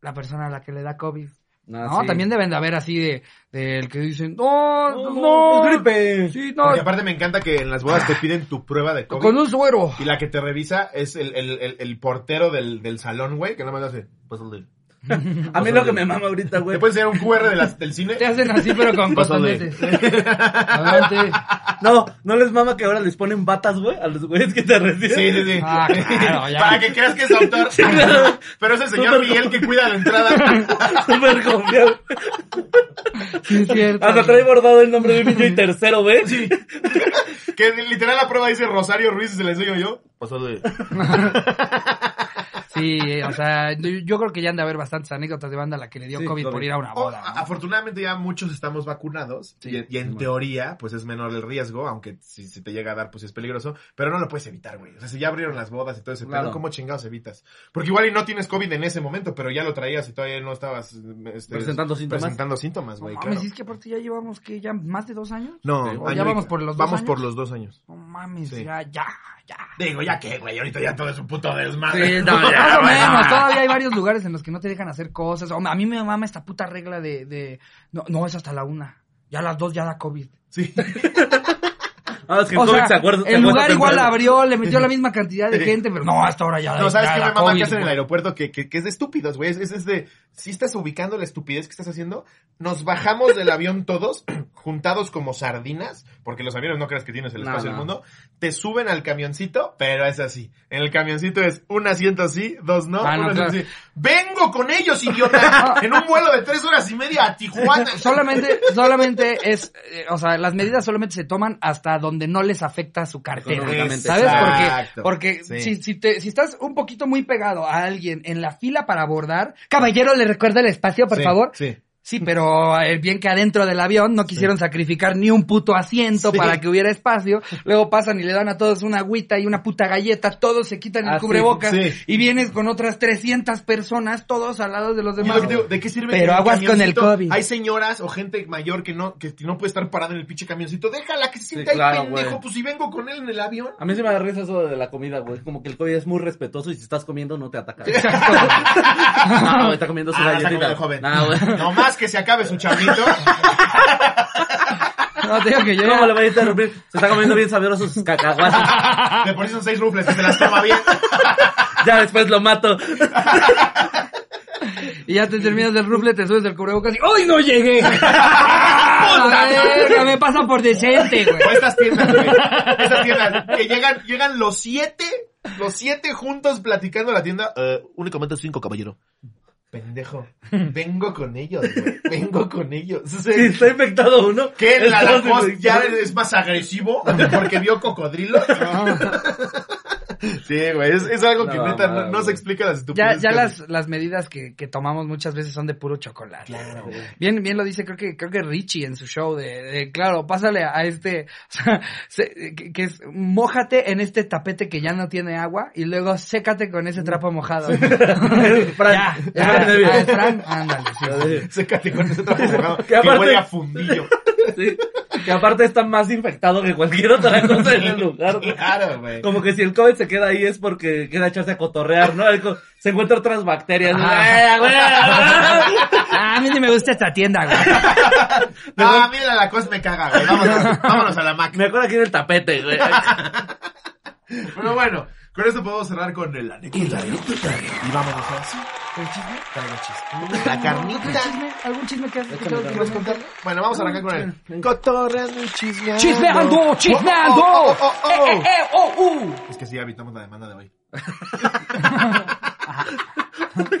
Speaker 2: La persona a la que le da COVID. no,
Speaker 3: Ah, sí.
Speaker 2: también deben de haber así de, del que dicen, no, no,
Speaker 3: es gripe.
Speaker 2: Sí, no,
Speaker 1: Porque aparte me encanta que en las bodas te piden tu prueba de COVID.
Speaker 2: con un suero.
Speaker 1: Y la que te revisa es el, el, el, el portero del, del salón, güey, que nada más le hace. "Pásale".
Speaker 3: A mí lo que me mama ahorita, güey.
Speaker 1: ¿Te puede ser un QR de las- del cine?
Speaker 2: Te hacen así, pero con
Speaker 1: Pásale.
Speaker 2: cotonetes. Adelante.
Speaker 3: Ah, No, no les mama que ahora les ponen batas, güey, a los güeyes que te reciben.
Speaker 1: Sí, sí, sí.
Speaker 2: Ah, claro, ya.
Speaker 1: Para que creas que es autor.
Speaker 3: claro.
Speaker 1: Pero es el señor
Speaker 3: Súper-
Speaker 1: Miguel que cuida la entrada.
Speaker 3: Súper confiado.
Speaker 2: Sí, es cierto.
Speaker 3: Hasta trae bordado el nombre de un niño y tercero, güey. Sí.
Speaker 1: Que literal la prueba dice Rosario Ruiz y se la enseño yo. Pásale.
Speaker 2: Sí, o sea, yo, yo creo que ya han de haber bastantes anécdotas de banda a la que le dio
Speaker 3: Sí,
Speaker 2: COVID, por
Speaker 3: COVID.
Speaker 2: ir a una
Speaker 1: O-
Speaker 2: boda.
Speaker 1: Oh, a-
Speaker 2: ¿no?
Speaker 1: afortunadamente ya muchos estamos vacunados
Speaker 2: Sí,
Speaker 1: y, y en teoría pues es menor el riesgo, aunque si, si te llega a dar pues es peligroso, pero no lo puedes evitar, güey. O sea, si ya abrieron las bodas y todo ese
Speaker 3: Claro.
Speaker 1: pedo, ¿cómo chingados evitas? Porque igual y no tienes COVID en ese momento, pero ya lo traías y todavía no estabas este,
Speaker 3: Presentando síntomas.
Speaker 1: presentando síntomas,
Speaker 2: No
Speaker 1: güey,
Speaker 2: mames,
Speaker 1: claro.
Speaker 2: es que aparte ya llevamos que ya más de dos años.
Speaker 1: No,
Speaker 3: Sí,
Speaker 2: ya
Speaker 1: año y-
Speaker 2: vamos por los dos
Speaker 1: vamos
Speaker 2: años.
Speaker 1: por los dos años.
Speaker 2: No mames,
Speaker 1: Sí.
Speaker 2: ya, ya, ya.
Speaker 1: Digo, ya que, güey, ahorita ya todo es un puto desmadre.
Speaker 2: Sí, no, más o menos. Todavía hay varios lugares en los que no te dejan hacer cosas. O- A mí me mama esta puta regla de, de no, no es hasta la una. Ya a las dos ya da COVID.
Speaker 1: Sí.
Speaker 3: Ah, es que
Speaker 2: O
Speaker 3: el
Speaker 2: sea,
Speaker 3: COVID se acuerda. se
Speaker 2: el
Speaker 3: acuerda
Speaker 2: lugar igual
Speaker 3: temprano.
Speaker 2: abrió, le metió la misma cantidad de gente, pero no, hasta ahora ya da
Speaker 1: No, ¿sabes
Speaker 2: ya
Speaker 1: qué
Speaker 2: da
Speaker 1: me mamá
Speaker 2: COVID,
Speaker 1: que hacen en el
Speaker 2: güey.
Speaker 1: aeropuerto? Que, que, que es de estúpidos, güey. Es, es de, si estás ubicando la estupidez que estás haciendo, nos bajamos del avión todos, juntados como sardinas, porque los aviones no creas que tienes el
Speaker 3: No,
Speaker 1: espacio del
Speaker 3: no.
Speaker 1: mundo, te suben al camioncito, pero es así. En el camioncito es un asiento así, dos no,
Speaker 2: Ah, no,
Speaker 1: uno asiento
Speaker 2: claro.
Speaker 1: así. ¡Vengo con ellos, idiota! en un vuelo de tres horas y media a Tijuana.
Speaker 2: Solamente, solamente es, eh, o sea, las medidas solamente se toman hasta donde no les afecta su cartera.
Speaker 3: Económicamente.
Speaker 2: ¿Sabes?
Speaker 1: Exacto.
Speaker 2: Porque, porque
Speaker 1: Sí.
Speaker 2: si, si, te, si estás un poquito muy pegado a alguien en la fila para abordar, caballero, le recuerda el espacio, por
Speaker 1: Sí,
Speaker 2: favor.
Speaker 1: Sí.
Speaker 2: Sí, pero el bien que adentro del avión no quisieron sacrificar ni un puto asiento
Speaker 1: Sí.
Speaker 2: para que hubiera espacio. Luego pasan y le dan a todos una agüita y una puta galleta. Todos se quitan el
Speaker 3: Ah, sí,
Speaker 2: cubrebocas
Speaker 1: sí.
Speaker 2: y vienes con otras 300 personas, todos al lado de los
Speaker 1: Y
Speaker 2: demás.
Speaker 1: lo que te digo, ¿de qué sirve
Speaker 2: Pero
Speaker 1: que en
Speaker 2: aguas con el
Speaker 1: camioncito
Speaker 2: COVID.
Speaker 1: Hay señoras o gente mayor que no, que no puede estar parada en el pinche camioncito. Déjala que se sienta
Speaker 3: claro,
Speaker 1: ahí, pendejo.
Speaker 3: güey.
Speaker 1: Pues si vengo con él en el avión.
Speaker 3: A mí se me da risa eso de la comida, güey. Como que el COVID es muy respetuoso y si estás comiendo no te ataca. no, güey, está comiendo su
Speaker 1: Ah, está
Speaker 3: galletita.
Speaker 1: comiendo joven.
Speaker 3: No, güey.
Speaker 1: No más que se acabe su chavito.
Speaker 2: No, te digo que yo ya-
Speaker 3: ¿Cómo le voy a interrumpir? Se está comiendo bien sabroso sus cacahuates.
Speaker 1: De por sí son seis rufles que se las toma bien.
Speaker 3: Ya después lo mato.
Speaker 2: Y ya te terminas del rufle, te subes del cubrebocas y ¡Ay, no llegué! que me pasa por decente, güey.
Speaker 1: O estas tiendas, güey. Estas tiendas. Que llegan, llegan los siete, los siete juntos platicando a la tienda. Eh, únicamente cinco, caballero. Pendejo. Vengo con ellos, güey. Vengo con ellos. O sea,
Speaker 3: Si está infectado uno.
Speaker 1: ¿Qué? ¿La
Speaker 3: estamos
Speaker 1: Lacoste ya
Speaker 3: infectados.
Speaker 1: es más agresivo porque vio cocodrilo? Sí, güey, es, es algo que
Speaker 3: No,
Speaker 1: neta no,
Speaker 3: mames.
Speaker 1: no se explica las
Speaker 2: Ya,
Speaker 1: estupideces.
Speaker 2: ya
Speaker 1: que-
Speaker 2: las, las medidas que, que tomamos muchas veces son de puro chocolate.
Speaker 1: Claro, güey.
Speaker 2: Bien, bien lo dice, creo que, creo que Richie en su show de, de, claro, pásale a este, o sea, se- que, que es, mójate en este tapete que ya no tiene agua y luego sécate con ese trapo mojado.
Speaker 3: Fran,
Speaker 2: ya, ya,
Speaker 3: Fran Evia.
Speaker 2: ah, es Fran, ándale, sí.
Speaker 1: Sécate con ese trapo mojado
Speaker 3: Que
Speaker 1: que
Speaker 3: aparte-
Speaker 1: huele a fundillo.
Speaker 3: Sí. Que aparte está más infectado que cualquier otra cosa en el lugar. güey.
Speaker 1: Claro, güey.
Speaker 3: Como que si el COVID se queda ahí es porque queda echarse a cotorrear, ¿no? El co- Se encuentra otras bacterias.
Speaker 2: Ah.
Speaker 3: güey, güey.
Speaker 2: Ah, a mí ni me gusta esta tienda, güey.
Speaker 1: No, a mí la Lacoste me caga, güey. Vámonos, vámonos a la Mac.
Speaker 3: Me acuerdo aquí en el tapete, güey.
Speaker 1: Pero bueno, con esto podemos cerrar con el anécdota. Y vámonos ahora sí,
Speaker 2: ¿El chisme?
Speaker 1: traigo chisme. La carnita.
Speaker 2: ¿Otro chisme? ¿Algún chisme que has escuchado
Speaker 3: Échamelo.
Speaker 1: ¿Quieres
Speaker 2: últimamente?
Speaker 1: contarlo? Bueno, vamos a arrancar con él. Cotorreando y chismeando.
Speaker 2: ¡Chismeando! ¡Chismeando!
Speaker 1: Oh, oh, oh, oh, oh.
Speaker 2: ¡Eh, eh, eh! ¡Oh, uh!
Speaker 1: Es que sí, evitamos la demanda de hoy.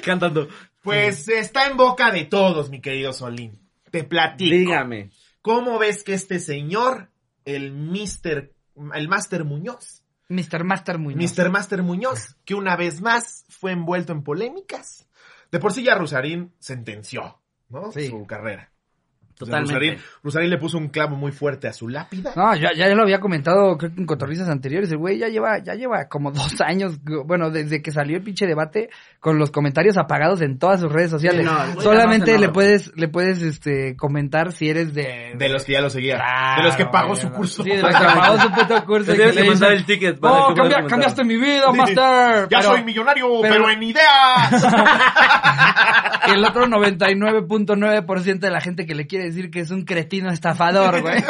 Speaker 3: Cantando.
Speaker 1: Pues está en boca de todos, mi querido Solín. Te platico.
Speaker 3: Dígame.
Speaker 1: ¿Cómo ves que este señor, el Mister, el Master Muñoz,
Speaker 2: Mr. Master Muñoz.
Speaker 1: Mr. Master Muñoz, que una vez más fue envuelto en polémicas? De por sí ya Rusarín sentenció, ¿no?
Speaker 2: Sí.
Speaker 1: Su carrera. O sea,
Speaker 3: Totalmente.
Speaker 1: Rusarín, Rusarín le puso un clavo muy fuerte a su lápida.
Speaker 2: No, ya, ya lo había comentado, creo que en cotorrizas anteriores, el güey ya lleva, ya lleva como dos años, bueno, desde que salió el pinche debate, con los comentarios apagados en todas sus redes sociales.
Speaker 3: Sí, no, el güey
Speaker 2: Solamente
Speaker 3: ya no hace
Speaker 2: le
Speaker 3: nada.
Speaker 2: puedes, le puedes, este, comentar si eres de...
Speaker 1: De los que ya lo seguía. de los que
Speaker 2: Claro,
Speaker 1: pagó
Speaker 2: güey,
Speaker 1: su curso.
Speaker 2: Sí, de los que pagó su puto curso.
Speaker 3: Te
Speaker 2: y
Speaker 3: tienes
Speaker 2: le
Speaker 3: que mandar
Speaker 2: dicen,
Speaker 3: el ticket para
Speaker 2: No,
Speaker 3: que puedas
Speaker 2: cambia-
Speaker 3: comentar".
Speaker 2: cambiaste mi vida, Master.
Speaker 1: Ya
Speaker 2: Pero-
Speaker 1: soy millonario, pero,
Speaker 2: pero-
Speaker 1: en ideas.
Speaker 2: Y el otro 99.9% de la gente que le quiere decir que es un cretino estafador, güey.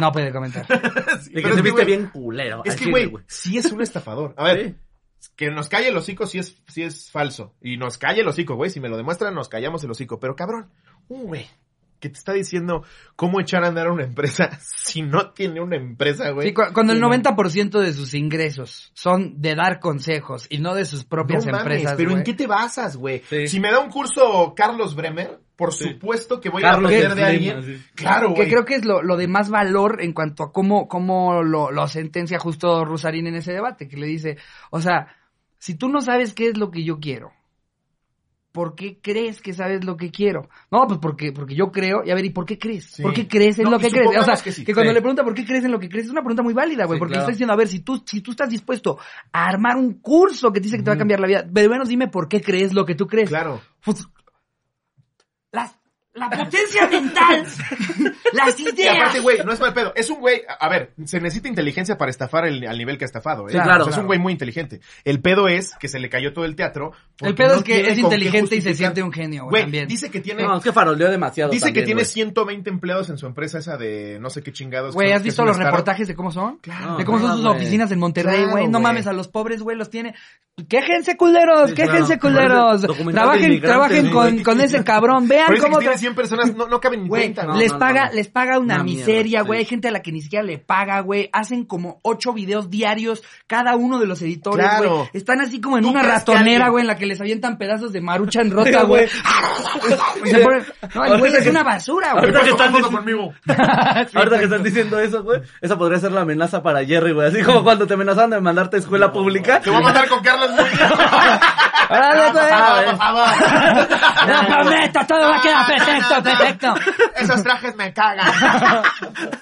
Speaker 2: No puede comentar.
Speaker 1: Sí,
Speaker 3: De
Speaker 1: pero
Speaker 3: que
Speaker 1: es
Speaker 3: te
Speaker 1: que,
Speaker 3: viste
Speaker 1: güey,
Speaker 3: bien culero.
Speaker 1: Es
Speaker 3: al
Speaker 1: que,
Speaker 3: chile,
Speaker 1: güey, sí es un estafador. A ver,
Speaker 3: Sí.
Speaker 1: que nos calle el hocico si es, si es falso. Y nos calle el hocico, güey. Si me lo demuestran, nos callamos el hocico. Pero cabrón, un güey que te está diciendo cómo echar a andar una empresa si no tiene una empresa, güey.
Speaker 2: Sí, cu- cuando el 90% de sus ingresos son de dar consejos y no de sus propias
Speaker 1: No mames,
Speaker 2: empresas,
Speaker 1: pero ¿en
Speaker 2: güey.
Speaker 1: qué te basas, güey?
Speaker 3: Sí.
Speaker 1: Si me da un curso Carlos Bremer, por
Speaker 3: Sí.
Speaker 1: supuesto que voy
Speaker 3: Carlos
Speaker 1: a aprender de
Speaker 3: Slim,
Speaker 1: alguien.
Speaker 3: así.
Speaker 1: Claro,
Speaker 2: Que
Speaker 1: güey.
Speaker 2: creo que es lo, lo de más valor en cuanto a cómo, cómo lo, lo sentencia justo Rusarín en ese debate, que le dice, o sea, si tú no sabes qué es lo que yo quiero, ¿por qué crees que sabes lo que quiero? No, pues porque, porque yo creo, y a ver, ¿y por qué crees?
Speaker 1: Sí.
Speaker 2: ¿Por qué crees en
Speaker 1: No,
Speaker 2: lo
Speaker 1: y
Speaker 2: que crees? O sea,
Speaker 1: supongamos que
Speaker 2: que,
Speaker 1: sí,
Speaker 2: cuando
Speaker 3: sí.
Speaker 2: le pregunta por qué crees en lo que crees, es una pregunta muy válida, güey,
Speaker 3: Sí,
Speaker 2: porque
Speaker 3: claro.
Speaker 2: le está diciendo, a ver, si tú, si tú estás dispuesto a armar un curso que te dice que te va a cambiar la vida, pero menos dime por qué crees lo que tú crees.
Speaker 1: Claro.
Speaker 2: Pues, las- la potencia mental, las
Speaker 1: Y
Speaker 2: ideas.
Speaker 1: aparte, güey, no es mal pedo. Es un güey, a a ver, se necesita inteligencia para estafar el- al nivel que ha estafado, ¿eh?
Speaker 2: Sí, claro,
Speaker 1: O sea, es un
Speaker 2: claro.
Speaker 1: güey muy inteligente. El pedo es que se le cayó todo el teatro. porque
Speaker 2: el pedo
Speaker 1: no
Speaker 2: es que
Speaker 1: tiene
Speaker 2: es
Speaker 1: con qué
Speaker 2: inteligente y se
Speaker 1: justificar.
Speaker 2: siente un genio, güey,
Speaker 1: Güey,
Speaker 2: también.
Speaker 1: dice que tiene,
Speaker 3: No, es que faroleó demasiado.
Speaker 1: dice que
Speaker 3: también,
Speaker 1: tiene
Speaker 3: güey.
Speaker 1: 120 empleados en su empresa esa de no sé qué chingados.
Speaker 2: Güey,
Speaker 1: que-
Speaker 2: ¿has
Speaker 1: que es
Speaker 2: visto
Speaker 1: una
Speaker 2: los
Speaker 1: startup?
Speaker 2: reportajes de cómo son?
Speaker 1: Claro.
Speaker 2: de cómo son sus
Speaker 3: güey.
Speaker 2: oficinas en Monterrey,
Speaker 1: Claro,
Speaker 2: güey. no
Speaker 1: güey.
Speaker 2: mames, a los pobres, güey, los tiene. Quéjense, culeros,
Speaker 3: Sí,
Speaker 2: quéjense,
Speaker 3: claro.
Speaker 2: culeros.
Speaker 3: Documental de
Speaker 2: Trabajen,
Speaker 3: inmigrantes,
Speaker 2: trabajen
Speaker 3: ¿no?
Speaker 2: con, con ese cabrón.
Speaker 1: Pero
Speaker 2: Vean
Speaker 1: dice que
Speaker 2: cómo.
Speaker 1: tiene
Speaker 2: tra-
Speaker 1: 100 personas, no, no caben ni
Speaker 2: Güey,
Speaker 1: 30.
Speaker 3: no,
Speaker 2: les paga, les paga una,
Speaker 3: Una mierda,
Speaker 2: miseria, güey.
Speaker 3: sí.
Speaker 2: Hay gente a la que ni siquiera le paga, güey. Hacen como ocho videos diarios, cada uno de los editores, güey.
Speaker 1: Claro.
Speaker 2: Están así como en
Speaker 1: ¿Tú
Speaker 2: una
Speaker 1: crees que
Speaker 2: ratonera,
Speaker 1: alguien-
Speaker 2: güey, en la que les avientan pedazos de marucha en rota, güey. Y se ponen- No, el güey
Speaker 3: Ahorita
Speaker 2: es
Speaker 3: que-
Speaker 2: una basura, Ah, güey.
Speaker 1: ¿Qué pasó?
Speaker 3: que están
Speaker 1: Foto
Speaker 3: diciendo-
Speaker 1: conmigo.
Speaker 3: Ahorita que están diciendo eso, güey, esa podría ser la amenaza para Jerry, güey. Así como cuando te amenazaban de mandarte a escuela pública.
Speaker 1: Te voy a mandar con Carlos Muñoz.
Speaker 2: Órale, güey.
Speaker 1: Ah, por favor.
Speaker 2: No prometo, todo va a quedar perfecto, perfecto.
Speaker 1: Esos trajes me cagan.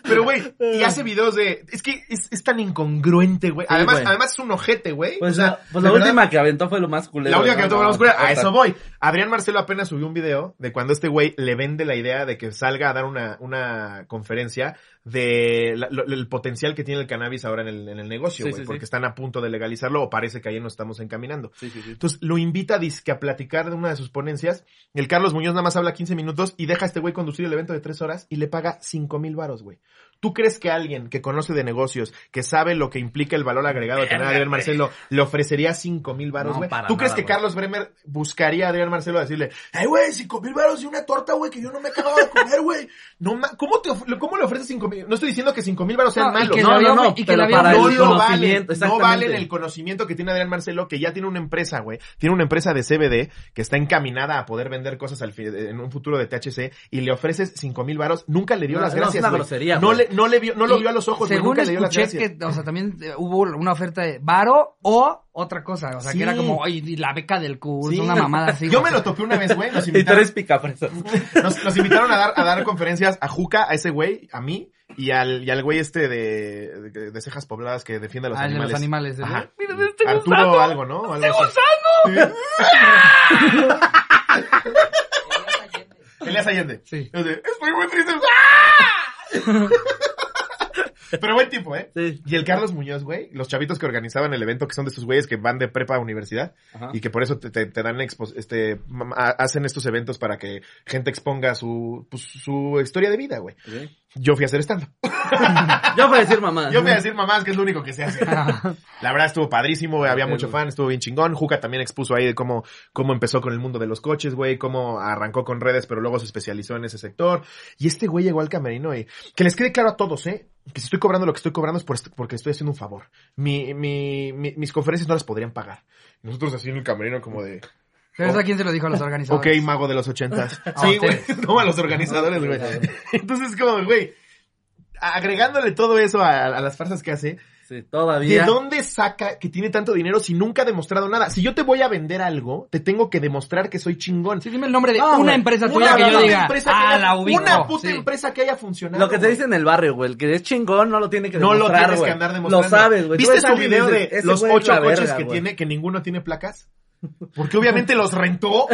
Speaker 1: Pero, güey, y hace videos de... Es que es, es tan incongruente, güey.
Speaker 3: Eh. Sí,
Speaker 1: además,
Speaker 3: güey.
Speaker 1: además es un ojete, güey.
Speaker 3: Pues,
Speaker 1: O sea,
Speaker 3: la- pues la
Speaker 1: de verdad,
Speaker 3: última que aventó fue lo más culero.
Speaker 1: La única que
Speaker 3: ¿no?
Speaker 1: no tomamos cura, a Ah, eso
Speaker 3: Exacto.
Speaker 1: voy. Adrián Marcelo apenas subió un video de cuando este güey le vende la idea de que salga a dar una, una conferencia de la- lo- el potencial que tiene el cannabis ahora en el, en el negocio,
Speaker 3: Sí,
Speaker 1: güey,
Speaker 3: sí, sí.
Speaker 1: porque están a punto de legalizarlo o parece que ahí nos estamos encaminando.
Speaker 3: Sí, sí, sí.
Speaker 1: Entonces lo invita dizque, a platicar de una de sus ponencias. El Carlos Muñoz nada más habla 15 minutos y deja a este güey conducir el evento de 3 horas y le paga 5 mil varos, güey. ¿Tú crees que alguien que conoce de negocios, que sabe lo que implica el valor agregado de tener a Adrián Marcelo, le ofrecería 5 mil varos,
Speaker 3: No,
Speaker 1: güey?
Speaker 3: para
Speaker 1: ¿Tú crees
Speaker 3: nada,
Speaker 1: que
Speaker 3: güey.
Speaker 1: Carlos Bremer buscaría a Adrián Marcelo a decirle, ay, güey, 5 mil varos y una torta, güey, que yo no me acababa de comer, güey? No, ma- ¿cómo, te of- ¿Cómo le ofreces 5 mil? No estoy diciendo que 5 mil varos sean
Speaker 2: No, y
Speaker 1: malos.
Speaker 2: que
Speaker 1: No,
Speaker 2: la
Speaker 3: No,
Speaker 2: vio-
Speaker 3: no, no,
Speaker 2: y que
Speaker 3: pero
Speaker 2: la vio-
Speaker 3: para
Speaker 1: no
Speaker 3: el
Speaker 1: lo valen,
Speaker 3: conocimiento,
Speaker 1: no
Speaker 3: exactamente.
Speaker 1: valen el conocimiento que tiene Adrián Marcelo, que ya tiene una empresa, güey. Tiene una empresa de CBD que está encaminada a poder vender cosas al fi- en un futuro de THC y le ofreces cinco mil varos. Nunca le dio
Speaker 3: No,
Speaker 1: las
Speaker 3: no, es
Speaker 1: gracias,
Speaker 3: una
Speaker 1: güey.
Speaker 3: grosería,
Speaker 1: no
Speaker 3: güey.
Speaker 1: le, no le vio, no lo
Speaker 2: Y
Speaker 1: vio a los ojos, güey.
Speaker 2: Según
Speaker 1: Nunca le dio las
Speaker 2: escuché
Speaker 1: gracias.
Speaker 2: que, o sea, también eh, hubo una oferta de varo o otra cosa, o sea,
Speaker 1: Sí.
Speaker 2: que era como, ay, y la beca del curso,
Speaker 1: Sí.
Speaker 2: una mamada así.
Speaker 1: Yo
Speaker 2: güey.
Speaker 1: me lo topé una vez, güey. Nos
Speaker 3: Y
Speaker 1: invitaron,
Speaker 3: tres picafresas.
Speaker 1: nos, nos invitaron a dar, a dar conferencias a Juca, a ese güey, a mí, y al, y al güey este de, de, de cejas pobladas que defiende a los
Speaker 2: Ah, el de
Speaker 1: animales.
Speaker 2: los animales. ¿eh?
Speaker 1: Ajá.
Speaker 2: Mira, Este me estoy
Speaker 1: Arturo
Speaker 2: gustando.
Speaker 1: algo, ¿no? O algo así. Elías Allende.
Speaker 2: Sí.
Speaker 1: Yo de, Estoy muy triste. ¡Ah! Pero buen tipo, ¿eh?
Speaker 3: Sí.
Speaker 1: Y el Carlos Muñoz, güey, los chavitos que organizaban el evento, que son de estos güeyes que van de prepa a universidad
Speaker 3: Ajá.
Speaker 1: y que por eso te, te- te dan expo- este, ma- a- hacen estos eventos para que gente exponga su, pues, su historia de vida, güey.
Speaker 3: Ok.
Speaker 1: Yo fui a hacer stand
Speaker 3: Yo voy a decir mamá.
Speaker 1: Yo voy a decir mamás que es lo único que se hace. La verdad estuvo padrísimo, güey, había mucho fan, estuvo bien chingón. Juca también expuso ahí de cómo, cómo empezó con el mundo de los coches, güey, cómo arrancó con redes, pero luego se especializó en ese sector. Y este güey llegó al camerino y que les quede claro a todos, ¿eh? Que si estoy cobrando lo que estoy cobrando es por est- porque estoy haciendo un favor. Mi, mi, mi- mis conferencias no las podrían pagar. Nosotros así en el camerino como de,
Speaker 2: Pero eso a quién se lo dijo a los
Speaker 1: ok,
Speaker 2: organizadores.
Speaker 1: mago de los ochentas.
Speaker 2: A
Speaker 1: Sí, güey,
Speaker 2: ustedes.
Speaker 1: toma a los organizadores, güey. Entonces como, güey, agregándole todo eso a, a las farsas que hace,
Speaker 3: Sí,
Speaker 1: ¿De
Speaker 3: todavía.
Speaker 1: dónde saca que tiene tanto dinero si nunca ha demostrado nada? Si yo te voy a vender algo, te tengo que demostrar que soy chingón. Ah,
Speaker 2: Sí, dime el nombre de
Speaker 3: No,
Speaker 2: una
Speaker 3: güey.
Speaker 2: empresa
Speaker 1: Una
Speaker 2: tuya que yo
Speaker 1: puta
Speaker 2: diga.
Speaker 1: empresa que
Speaker 2: Ah,
Speaker 1: haya-
Speaker 2: la ubico.
Speaker 1: Una puta
Speaker 2: sí.
Speaker 1: empresa que haya funcionado.
Speaker 3: Lo que te
Speaker 1: güey.
Speaker 3: dice en el barrio, güey. El que es chingón no lo tiene que
Speaker 1: No lo
Speaker 3: demostrar,
Speaker 1: tienes
Speaker 3: güey.
Speaker 1: que andar demostrando.
Speaker 3: Lo sabes, güey. Tú
Speaker 1: ¿Viste
Speaker 3: ves a
Speaker 1: su
Speaker 3: alguien y
Speaker 1: video
Speaker 3: dices,
Speaker 1: de
Speaker 3: "Ese
Speaker 1: los
Speaker 3: güey es
Speaker 1: ocho
Speaker 3: la
Speaker 1: coches
Speaker 3: verga,
Speaker 1: que
Speaker 3: güey".
Speaker 1: tiene, que ninguno tiene placas? Porque obviamente los rentó.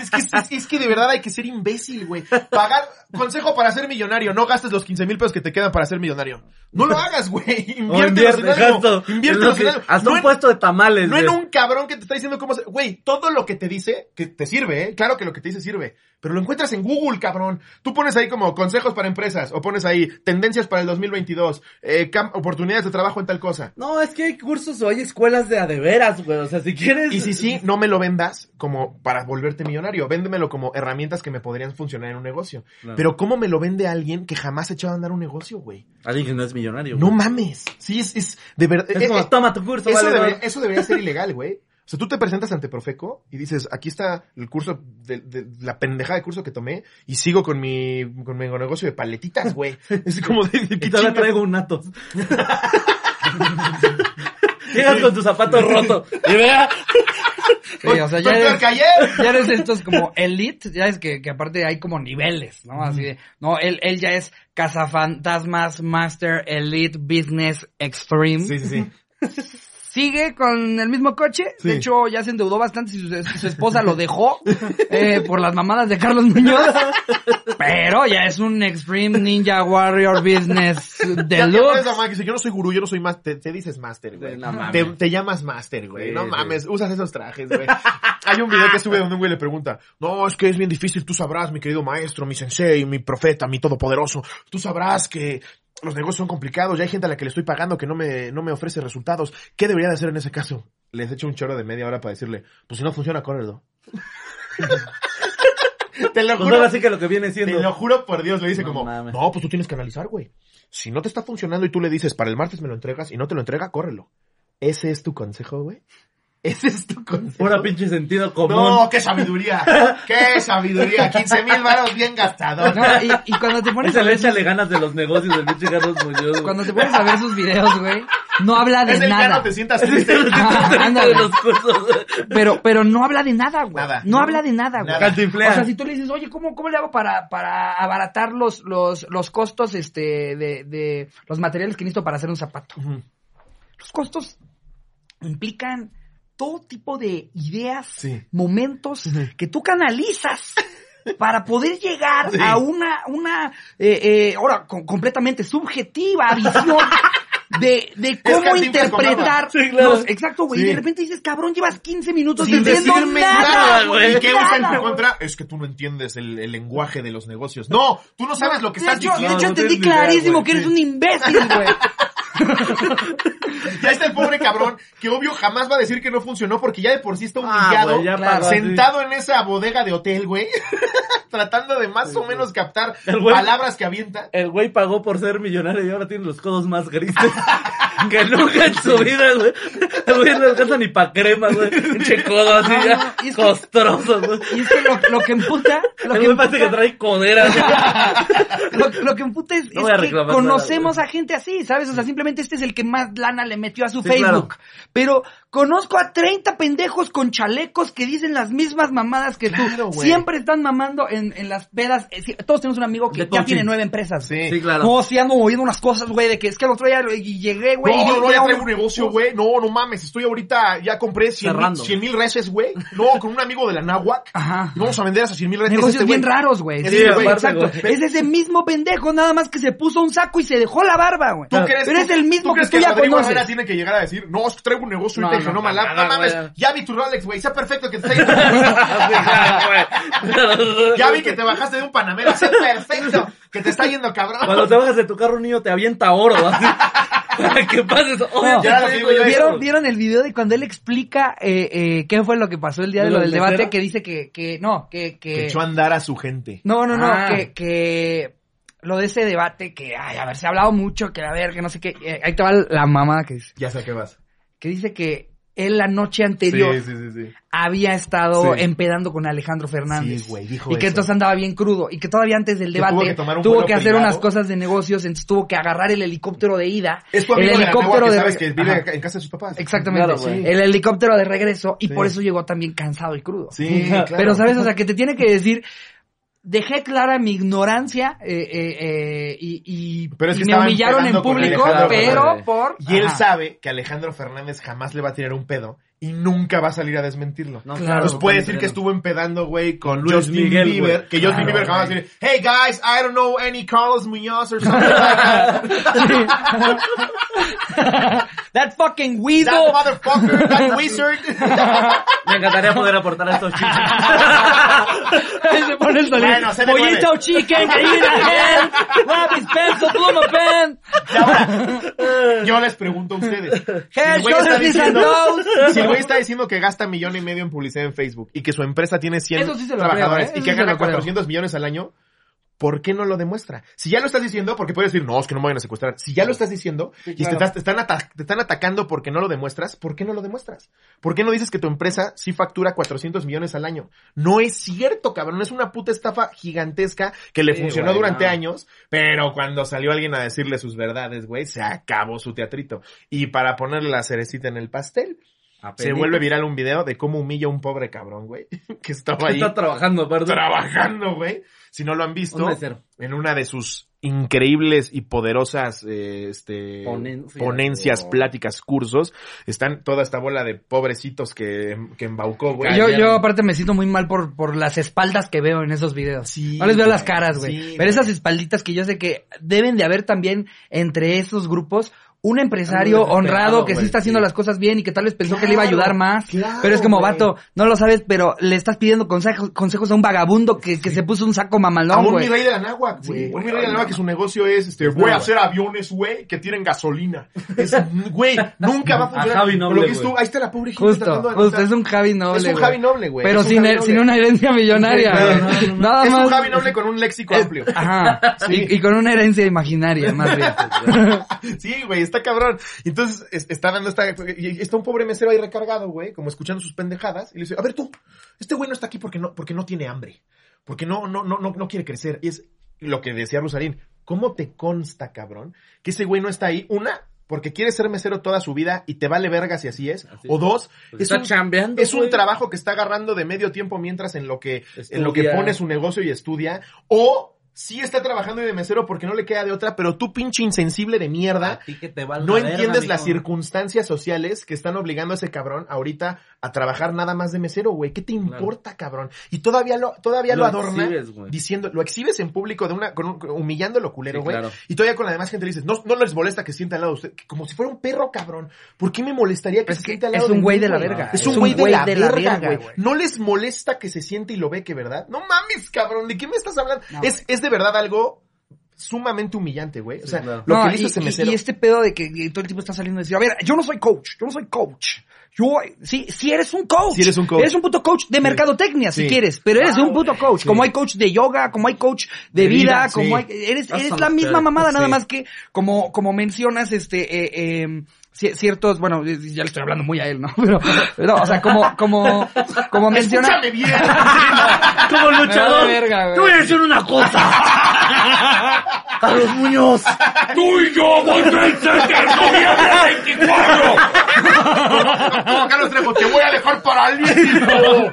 Speaker 1: Es que, es, es que de verdad hay que ser imbécil, güey. Pagar, consejo para ser millonario, no gastes los 15 mil pesos que te quedan para ser millonario. No lo hagas, güey.
Speaker 3: O
Speaker 1: Inviértelos en algo.
Speaker 3: exacto.
Speaker 1: Inviértelos
Speaker 3: Es lo
Speaker 1: en
Speaker 3: que-
Speaker 1: algo.
Speaker 3: Hasta
Speaker 1: No
Speaker 3: un
Speaker 1: en-
Speaker 3: puesto de tamales,
Speaker 1: no en
Speaker 3: güey.
Speaker 1: un cabrón que te está diciendo cómo hacer. Güey, todo lo que te dice, que te sirve, ¿eh? Claro que lo que te dice sirve. Pero lo encuentras en Google, cabrón. Tú pones ahí como consejos para empresas, o pones ahí tendencias para el 2022, eh, cam- oportunidades de trabajo en tal cosa.
Speaker 3: No, es que hay cursos o hay escuelas de a de veras, güey. O sea, si quieres.
Speaker 1: Y si sí, no me lo vendas como para volverte millonario. Véndemelo como herramientas que me podrían funcionar en un negocio.
Speaker 3: Claro.
Speaker 1: Pero ¿cómo me lo vende alguien que jamás ha echado a andar un negocio, güey?
Speaker 3: Alguien que no es millonario.
Speaker 1: No
Speaker 3: güey.
Speaker 1: mames. Sí, es, es, de verdad. eh,
Speaker 3: Es como, toma tu curso,
Speaker 1: Eso,
Speaker 3: vale.
Speaker 1: debería,
Speaker 3: güey.
Speaker 1: eso debería ser ilegal, güey. O sea, tú te presentas ante Profeco y dices, aquí está el curso, de, de- la pendeja de curso que tomé y sigo con mi, con mi negocio de paletitas, güey. Es como de, de-
Speaker 3: Y
Speaker 1: ¿qué
Speaker 3: todavía
Speaker 1: chingas?
Speaker 3: traigo un Atos. Llegas con tus zapatos rotos. Y vea.
Speaker 2: Sí, o sea, ya
Speaker 1: Soy peor
Speaker 2: eres,
Speaker 1: que ayer.
Speaker 2: ya eres de estos como elite, ya es que, que aparte hay como niveles, ¿no? Así de, no, él, él ya es cazafantasmas, master, elite, business, extreme.
Speaker 1: Sí, sí, sí.
Speaker 2: Sigue con el mismo coche,
Speaker 1: Sí.
Speaker 2: de hecho ya se endeudó bastante y su, su esposa lo dejó eh, por las mamadas de Carlos Muñoz, pero ya es un extreme ninja warrior business
Speaker 1: Ya te pones
Speaker 2: deluxe.
Speaker 1: la madre que dice, yo no soy gurú, yo no soy más, te, te dices máster, güey.
Speaker 3: Sí, no mames.
Speaker 1: te, te llamas máster, güey.
Speaker 3: Sí,
Speaker 1: no
Speaker 3: sí.
Speaker 1: mames, usas esos trajes, güey. Hay un video que sube donde un güey le pregunta, no, es que es bien difícil, tú sabrás, mi querido maestro, mi sensei, mi profeta, mi todopoderoso, tú sabrás que los negocios son complicados, ya hay gente a la que le estoy pagando que no me, no me ofrece resultados. ¿Qué debería de hacer en ese caso? Les echo un choro de media hora para decirle, pues si no funciona, córrelo. te lo
Speaker 3: Pues ahora sí que lo que viene
Speaker 1: te lo
Speaker 3: siendo.
Speaker 1: juro por Dios, le dice
Speaker 3: No
Speaker 1: como,
Speaker 3: mames.
Speaker 1: no, pues tú tienes que analizar, güey. Si no te está funcionando y tú le dices, para el martes me lo entregas y no te lo entrega, córrelo. ¿Ese es tu consejo, güey? ¿Ese es tu consejo?
Speaker 3: Pura pinche sentido común.
Speaker 1: no, qué sabiduría, qué sabiduría. 15 mil varos bien gastados.
Speaker 2: No, y, y cuando te pones
Speaker 3: Ese
Speaker 2: a
Speaker 3: le
Speaker 2: ver
Speaker 3: échale ganas de los negocios del pinche Carlos Muñoz. güey.
Speaker 2: Cuando te pones a ver sus videos, güey, no habla de
Speaker 1: es el
Speaker 2: nada.
Speaker 1: ya no te sientas triste.
Speaker 2: Ah, ándale.
Speaker 3: de los cursos.
Speaker 2: Pero, pero no habla de nada, güey.
Speaker 1: Nada.
Speaker 2: No habla de nada, güey.
Speaker 1: Nada.
Speaker 3: Cantinflea.
Speaker 2: O sea, si tú le dices, oye, ¿cómo, cómo le hago para, para abaratar los, los, los costos, este, de, de los materiales que necesito para hacer un zapato?
Speaker 1: Ujú.
Speaker 2: Los costos implican todo tipo de ideas,
Speaker 1: Sí.
Speaker 2: momentos
Speaker 1: Ujú.
Speaker 2: que tú canalizas para poder llegar
Speaker 1: Sí.
Speaker 2: a una, una, eh, eh, ahora, con- completamente subjetiva visión de, de
Speaker 1: Cantinflas
Speaker 2: cómo
Speaker 1: con
Speaker 2: interpretar.
Speaker 1: barba.
Speaker 3: Sí, claro.
Speaker 2: los- exacto, güey. Y
Speaker 1: Sí.
Speaker 2: de repente dices, cabrón, llevas 15 minutos
Speaker 1: Sin
Speaker 2: diciendo
Speaker 1: decirme
Speaker 2: nada,
Speaker 1: nada,
Speaker 2: güey.
Speaker 1: ¿Y qué usa en
Speaker 2: nada,
Speaker 1: tu
Speaker 2: güey.
Speaker 1: contra? Es que tú no entiendes el, el lenguaje de los negocios. No, tú no sabes lo que
Speaker 2: de
Speaker 1: estás
Speaker 2: hecho, de
Speaker 1: diciendo.
Speaker 2: hecho,
Speaker 3: no
Speaker 2: entendí
Speaker 3: tienes ni idea,
Speaker 2: clarísimo
Speaker 3: güey,
Speaker 2: que eres
Speaker 3: sí.
Speaker 2: un imbécil, güey.
Speaker 1: Ya está el pobre cabrón que obvio jamás va a decir que no funcionó porque ya de por sí está
Speaker 3: Ah,
Speaker 1: humillado.
Speaker 3: güey, ya
Speaker 2: claro,
Speaker 3: pagó así.
Speaker 1: sentado en esa bodega de hotel, güey, tratando de más o menos captar
Speaker 3: El güey-
Speaker 1: palabras que avienta.
Speaker 3: El güey pagó por ser millonario y ahora tiene los codos más grises que nunca en su vida, güey. El güey no alcanza ni pa' crema, güey. Pinche codo
Speaker 1: Ah,
Speaker 3: así
Speaker 2: No,
Speaker 3: ya,
Speaker 2: no, y es que-
Speaker 3: costroso, güey.
Speaker 2: Y es que lo, lo que emputa, lo
Speaker 3: El
Speaker 2: que
Speaker 3: güey parece que
Speaker 2: emputa,
Speaker 3: trae codera, güey.
Speaker 2: lo, lo que emputa es,
Speaker 3: No
Speaker 2: es
Speaker 3: voy a
Speaker 2: que
Speaker 3: reclamar
Speaker 2: conocemos
Speaker 3: nada,
Speaker 2: a gente así, ¿sabes? O sea, simplemente este es el que más lana le metió a su
Speaker 3: Sí,
Speaker 2: Facebook.
Speaker 3: claro.
Speaker 2: Pero conozco a 30 pendejos con chalecos que dicen las mismas mamadas que
Speaker 1: Claro,
Speaker 2: tú.
Speaker 1: güey.
Speaker 2: Siempre están mamando en, en las pedas. Eh, sí, Todos tenemos un amigo que
Speaker 3: De
Speaker 2: ya
Speaker 3: coaching.
Speaker 2: tiene nueve empresas.
Speaker 1: Sí.
Speaker 3: Sí, claro.
Speaker 2: No, sí ando moviendo unas cosas, güey, de que es que el otro día eh, llegué, güey,
Speaker 1: No, yo, no,
Speaker 2: voy
Speaker 1: ya
Speaker 2: a
Speaker 1: traigo un negocio, güey. No, no mames, estoy ahorita, ya compré 100 mil,
Speaker 3: Cerrando.
Speaker 1: 100 mil reses, güey. No, con un amigo de la náhuac.
Speaker 2: Ajá.
Speaker 1: Y vamos a vender esas 100 mil reses.
Speaker 2: Negocios
Speaker 1: este,
Speaker 2: bien
Speaker 1: güey.
Speaker 2: raros, güey.
Speaker 1: Ese
Speaker 2: Sí,
Speaker 1: güey,
Speaker 2: güey,
Speaker 3: aparte,
Speaker 2: exacto.
Speaker 3: güey.
Speaker 2: Es ese mismo pendejo, nada más que se puso un saco y se dejó la barba, güey.
Speaker 1: ¿Tú crees,
Speaker 2: Pero
Speaker 1: tú-
Speaker 2: es el mismo
Speaker 1: ¿tú crees
Speaker 2: que tú ya
Speaker 1: Rodrigo
Speaker 2: conoces.
Speaker 1: Herrera tiene que llegar a decir, no, es que traigo un negocio
Speaker 3: No,
Speaker 1: y te
Speaker 3: no,
Speaker 1: no, no,
Speaker 3: para nada,
Speaker 1: mames,
Speaker 3: güey.
Speaker 1: ya vi tu Rolex, güey, sea perfecto que te está yendo
Speaker 3: Ah,
Speaker 1: Ya vi que te bajaste de un Panamera, sé perfecto, que te está yendo
Speaker 3: Cuando
Speaker 1: cabrón.
Speaker 3: te bajas de tu carro, un niño te avienta oro, así. Para que pases. oh, Oye,
Speaker 1: Ya lo digo yo.
Speaker 2: ¿Vieron, ¿Vieron el video de cuando él explica eh, eh, qué fue lo que pasó el día de lo del debate?
Speaker 3: mesero?
Speaker 2: Que dice que, que no, que...
Speaker 1: Que
Speaker 2: que
Speaker 1: echó a andar a su gente.
Speaker 2: no, no, no,
Speaker 3: Ah.
Speaker 2: que, que lo de ese debate que, ay, a ver, se ha hablado mucho, que a ver, que no sé qué. Eh, ahí te va la mamada que dice.
Speaker 1: Ya sé a qué vas.
Speaker 2: Que dice que él la noche anterior
Speaker 1: sí, sí, sí.
Speaker 2: había estado
Speaker 1: Sí.
Speaker 2: empedando con Alejandro Fernández.
Speaker 1: Sí, güey, dijo
Speaker 2: y que
Speaker 1: eso.
Speaker 2: entonces andaba bien crudo. Y que todavía antes del
Speaker 1: Que tuvo
Speaker 2: debate
Speaker 1: que tomar un
Speaker 2: tuvo
Speaker 1: vuelo
Speaker 2: que hacer
Speaker 1: privado.
Speaker 2: unas cosas de negocios, entonces tuvo que agarrar el helicóptero de ida.
Speaker 1: Es tu
Speaker 2: el
Speaker 1: amigo de la náhuac,
Speaker 2: helicóptero
Speaker 1: que sabes
Speaker 2: reg-
Speaker 1: que vive
Speaker 2: Ajá.
Speaker 1: acá en casa de sus papás.
Speaker 2: Exactamente.
Speaker 3: Claro, güey.
Speaker 2: el helicóptero de regreso y
Speaker 1: Sí.
Speaker 2: por eso llegó también cansado y crudo.
Speaker 1: Sí, claro.
Speaker 2: Pero sabes, o sea, que te tiene que decir, dejé clara mi ignorancia eh, eh, eh, y, y-
Speaker 1: Pero es
Speaker 2: y
Speaker 1: que
Speaker 2: me
Speaker 1: estaba
Speaker 2: humillaron en
Speaker 1: empedando con
Speaker 2: público,
Speaker 1: Alejandro
Speaker 2: pero
Speaker 3: Fernández.
Speaker 2: por...
Speaker 1: Y él
Speaker 2: Ajá.
Speaker 1: sabe que Alejandro Fernández jamás le va a tirar un pedo y nunca va a salir a desmentirlo.
Speaker 3: No,
Speaker 2: Pues
Speaker 1: Pues
Speaker 2: no
Speaker 1: puede decir que estuvo empedando, güey, con
Speaker 3: Luis
Speaker 1: Justin
Speaker 3: Miguel,
Speaker 1: Bieber.
Speaker 3: güey.
Speaker 1: Que Justin
Speaker 2: Claro,
Speaker 1: Bieber jamás
Speaker 2: güey.
Speaker 1: dice, hey guys, I don't know any Carlos Muñoz or something like that.
Speaker 2: That fucking weasel.
Speaker 1: That motherfucker, that wizard.
Speaker 3: Me encantaría poder aportar a estos chistes.
Speaker 2: Ahí se pone el solito.
Speaker 1: Bueno, se le
Speaker 2: Pollito
Speaker 1: mueve.
Speaker 2: o chicken, que ir a hell. Lápiz, pencil, pluma, pen.
Speaker 1: Y ahora, yo les pregunto a ustedes. si el
Speaker 2: Head,
Speaker 1: güey está
Speaker 2: shoulders, knees and
Speaker 1: diciendo-
Speaker 2: toes.
Speaker 1: Si el güey está diciendo que gasta millón y medio en publicidad en Facebook y que su empresa tiene 100
Speaker 2: Eso sí se lo
Speaker 1: trabajadores y
Speaker 2: creo, ¿eh? Eso
Speaker 1: que
Speaker 2: sí se
Speaker 1: gana
Speaker 2: lo creo.
Speaker 1: 400 millones al año, ¿por qué no lo demuestra? Si ya lo estás diciendo, porque puedes decir, no, es que no me vayan a secuestrar. Si ya lo estás diciendo y te,
Speaker 3: claro.
Speaker 1: estás- te están ata- te están atacando porque no lo demuestras, ¿por qué no lo demuestras? ¿Por qué no dices que tu empresa sí factura 400 millones al año? No es cierto, cabrón. Es una puta estafa gigantesca que le
Speaker 3: Sí,
Speaker 1: funcionó
Speaker 3: güey,
Speaker 1: durante
Speaker 3: no.
Speaker 1: años, pero cuando salió alguien a decirle sus verdades, güey, se acabó su teatrito. Y para ponerle la cerecita en el pastel, se vuelve viral un video de cómo humilla a un pobre cabrón, güey, que estaba ahí
Speaker 3: Está trabajando, perdón.
Speaker 1: trabajando, güey. Si no lo han
Speaker 3: Un
Speaker 1: visto,
Speaker 3: mesero.
Speaker 1: en una de sus increíbles y poderosas eh, este,
Speaker 3: Ponencias.
Speaker 1: ponencias,
Speaker 3: Oh.
Speaker 1: pláticas, cursos, están toda esta bola de pobrecitos que, que embaucó, güey.
Speaker 2: Yo,
Speaker 3: Ayer.
Speaker 2: yo aparte me siento muy mal por, por las espaldas que veo en esos videos.
Speaker 1: Sí,
Speaker 2: no les veo
Speaker 1: güey.
Speaker 2: las caras, güey.
Speaker 1: Sí, güey.
Speaker 2: Pero esas espalditas que yo sé que deben de haber también entre esos grupos un empresario
Speaker 3: Algo desesperado,
Speaker 2: honrado que sí
Speaker 3: güey,
Speaker 2: está haciendo
Speaker 3: sí.
Speaker 2: las cosas bien y que tal vez pensó que le iba a ayudar
Speaker 1: Claro,
Speaker 2: más.
Speaker 1: claro,
Speaker 2: pero es como,
Speaker 1: güey.
Speaker 2: vato, no lo sabes, pero le estás pidiendo consejos, consejos a un vagabundo que, que se puso un saco
Speaker 1: A
Speaker 2: mamalón,
Speaker 1: un mi
Speaker 2: güey.
Speaker 1: rey de la náhuac, güey.
Speaker 2: Sí,
Speaker 1: un
Speaker 2: güey,
Speaker 1: mi rey de
Speaker 2: ay,
Speaker 1: la náhuac que su negocio es, este, voy a
Speaker 3: náhuac.
Speaker 1: hacer aviones, güey, que tienen gasolina. Es, güey, nunca va a funcionar.
Speaker 3: Javi
Speaker 1: Por
Speaker 3: Noble,
Speaker 1: lo que es
Speaker 3: güey.
Speaker 1: tú, ahí está la pobre gente
Speaker 2: Justo,
Speaker 1: tratando de
Speaker 2: justo,
Speaker 1: avanzar.
Speaker 2: es un Javi Noble,
Speaker 1: Es un
Speaker 2: güey.
Speaker 1: Javi Noble, güey.
Speaker 2: Pero
Speaker 1: Es un
Speaker 2: sin,
Speaker 1: Javi
Speaker 2: el-
Speaker 1: Noble.
Speaker 2: sin una herencia millonaria,
Speaker 1: Sí,
Speaker 2: güey.
Speaker 1: claro, no,
Speaker 2: Nada
Speaker 1: es
Speaker 2: más.
Speaker 1: un Javi Noble con un léxico amplio.
Speaker 2: Ajá.
Speaker 1: Sí.
Speaker 2: Y, y con una herencia imaginaria, más bien.
Speaker 1: Sí, güey, está cabrón. Entonces es- está dando esta... y- y Está un pobre mesero ahí recargado, güey, como escuchando sus pendejadas. Y le dice, a ver tú, este güey no está aquí porque no, porque no tiene hambre. Porque no, no, no, no, no quiere crecer. Y es lo que decía Rosarín. ¿Cómo te consta, cabrón, que ese güey no está ahí? Una, porque quiere ser mesero toda su vida y te vale verga si así es.
Speaker 3: Así es.
Speaker 1: o dos, es
Speaker 3: Está
Speaker 1: un,
Speaker 3: chambeando.
Speaker 1: es un
Speaker 3: güey.
Speaker 1: trabajo que está agarrando de medio tiempo mientras en lo que en lo que
Speaker 3: Estudia.
Speaker 1: pone su negocio y estudia o sí está trabajando de mesero porque no le queda de otra, pero tú pinche insensible de mierda
Speaker 3: Ah, A ti que te valga
Speaker 1: no
Speaker 3: verga,
Speaker 1: entiendes
Speaker 3: mijo.
Speaker 1: las circunstancias sociales que están obligando a ese cabrón ahorita a trabajar nada más de mesero, güey. ¿Qué te importa, cabrón? Y todavía lo, todavía lo,
Speaker 3: Lo
Speaker 1: adorna
Speaker 3: exhibes, güey.
Speaker 1: diciendo, lo exhibes en público de una, con un- humillándolo culero,
Speaker 3: Sí,
Speaker 1: güey.
Speaker 3: claro.
Speaker 1: Y todavía con la demás gente le dices, no, no les molesta que se sienta al lado de usted, como si fuera un perro, cabrón. ¿Por qué me molestaría que
Speaker 2: Es
Speaker 1: se
Speaker 2: que
Speaker 1: sienta al
Speaker 2: es
Speaker 1: lado
Speaker 2: un
Speaker 1: mí,
Speaker 2: güey de la verga.
Speaker 1: Es un güey de, la verga, güey.
Speaker 2: güey.
Speaker 1: No les molesta que se siente y lo ve que, ¿verdad? No mames, cabrón, ¿de qué me estás hablando?
Speaker 2: No,
Speaker 1: es, es de verdad algo sumamente humillante, güey. O
Speaker 3: Sí,
Speaker 1: sea,
Speaker 3: claro.
Speaker 1: lo
Speaker 2: No,
Speaker 1: que le
Speaker 2: y,
Speaker 1: hizo ese
Speaker 2: y-
Speaker 1: mesero.
Speaker 2: y este pedo de que todo el tiempo está saliendo a decir, a ver, yo no soy coach, yo no soy coach. Yo, sí, sí eres un coach.
Speaker 1: Sí eres un coach.
Speaker 2: puto coach de mercadotecnia, si
Speaker 1: Sí.
Speaker 2: quieres, pero eres un puto coach. Como hay coach de yoga, como hay coach de,
Speaker 1: De
Speaker 2: vida,
Speaker 1: vida,
Speaker 2: como hay,
Speaker 1: sí.
Speaker 2: eres,
Speaker 3: Hasta
Speaker 2: eres
Speaker 3: los
Speaker 2: la misma
Speaker 3: peores.
Speaker 2: mamada, nada
Speaker 1: Sí.
Speaker 2: más que, como, como mencionas, este, eh, eh, ci- ciertos, bueno, eh, ya le estoy hablando muy a él, ¿no? Pero, pero, o sea, como, como, como mencionas,
Speaker 1: Escúchame bien.
Speaker 3: Como
Speaker 2: Me
Speaker 3: luchador.
Speaker 2: vale verga, güey.
Speaker 3: Te voy a decir una cosa. Carlos Muñoz. Tú y yo contra el Center noviembre 24.
Speaker 1: Como Carlos Trejo, te voy a dejar paralítico.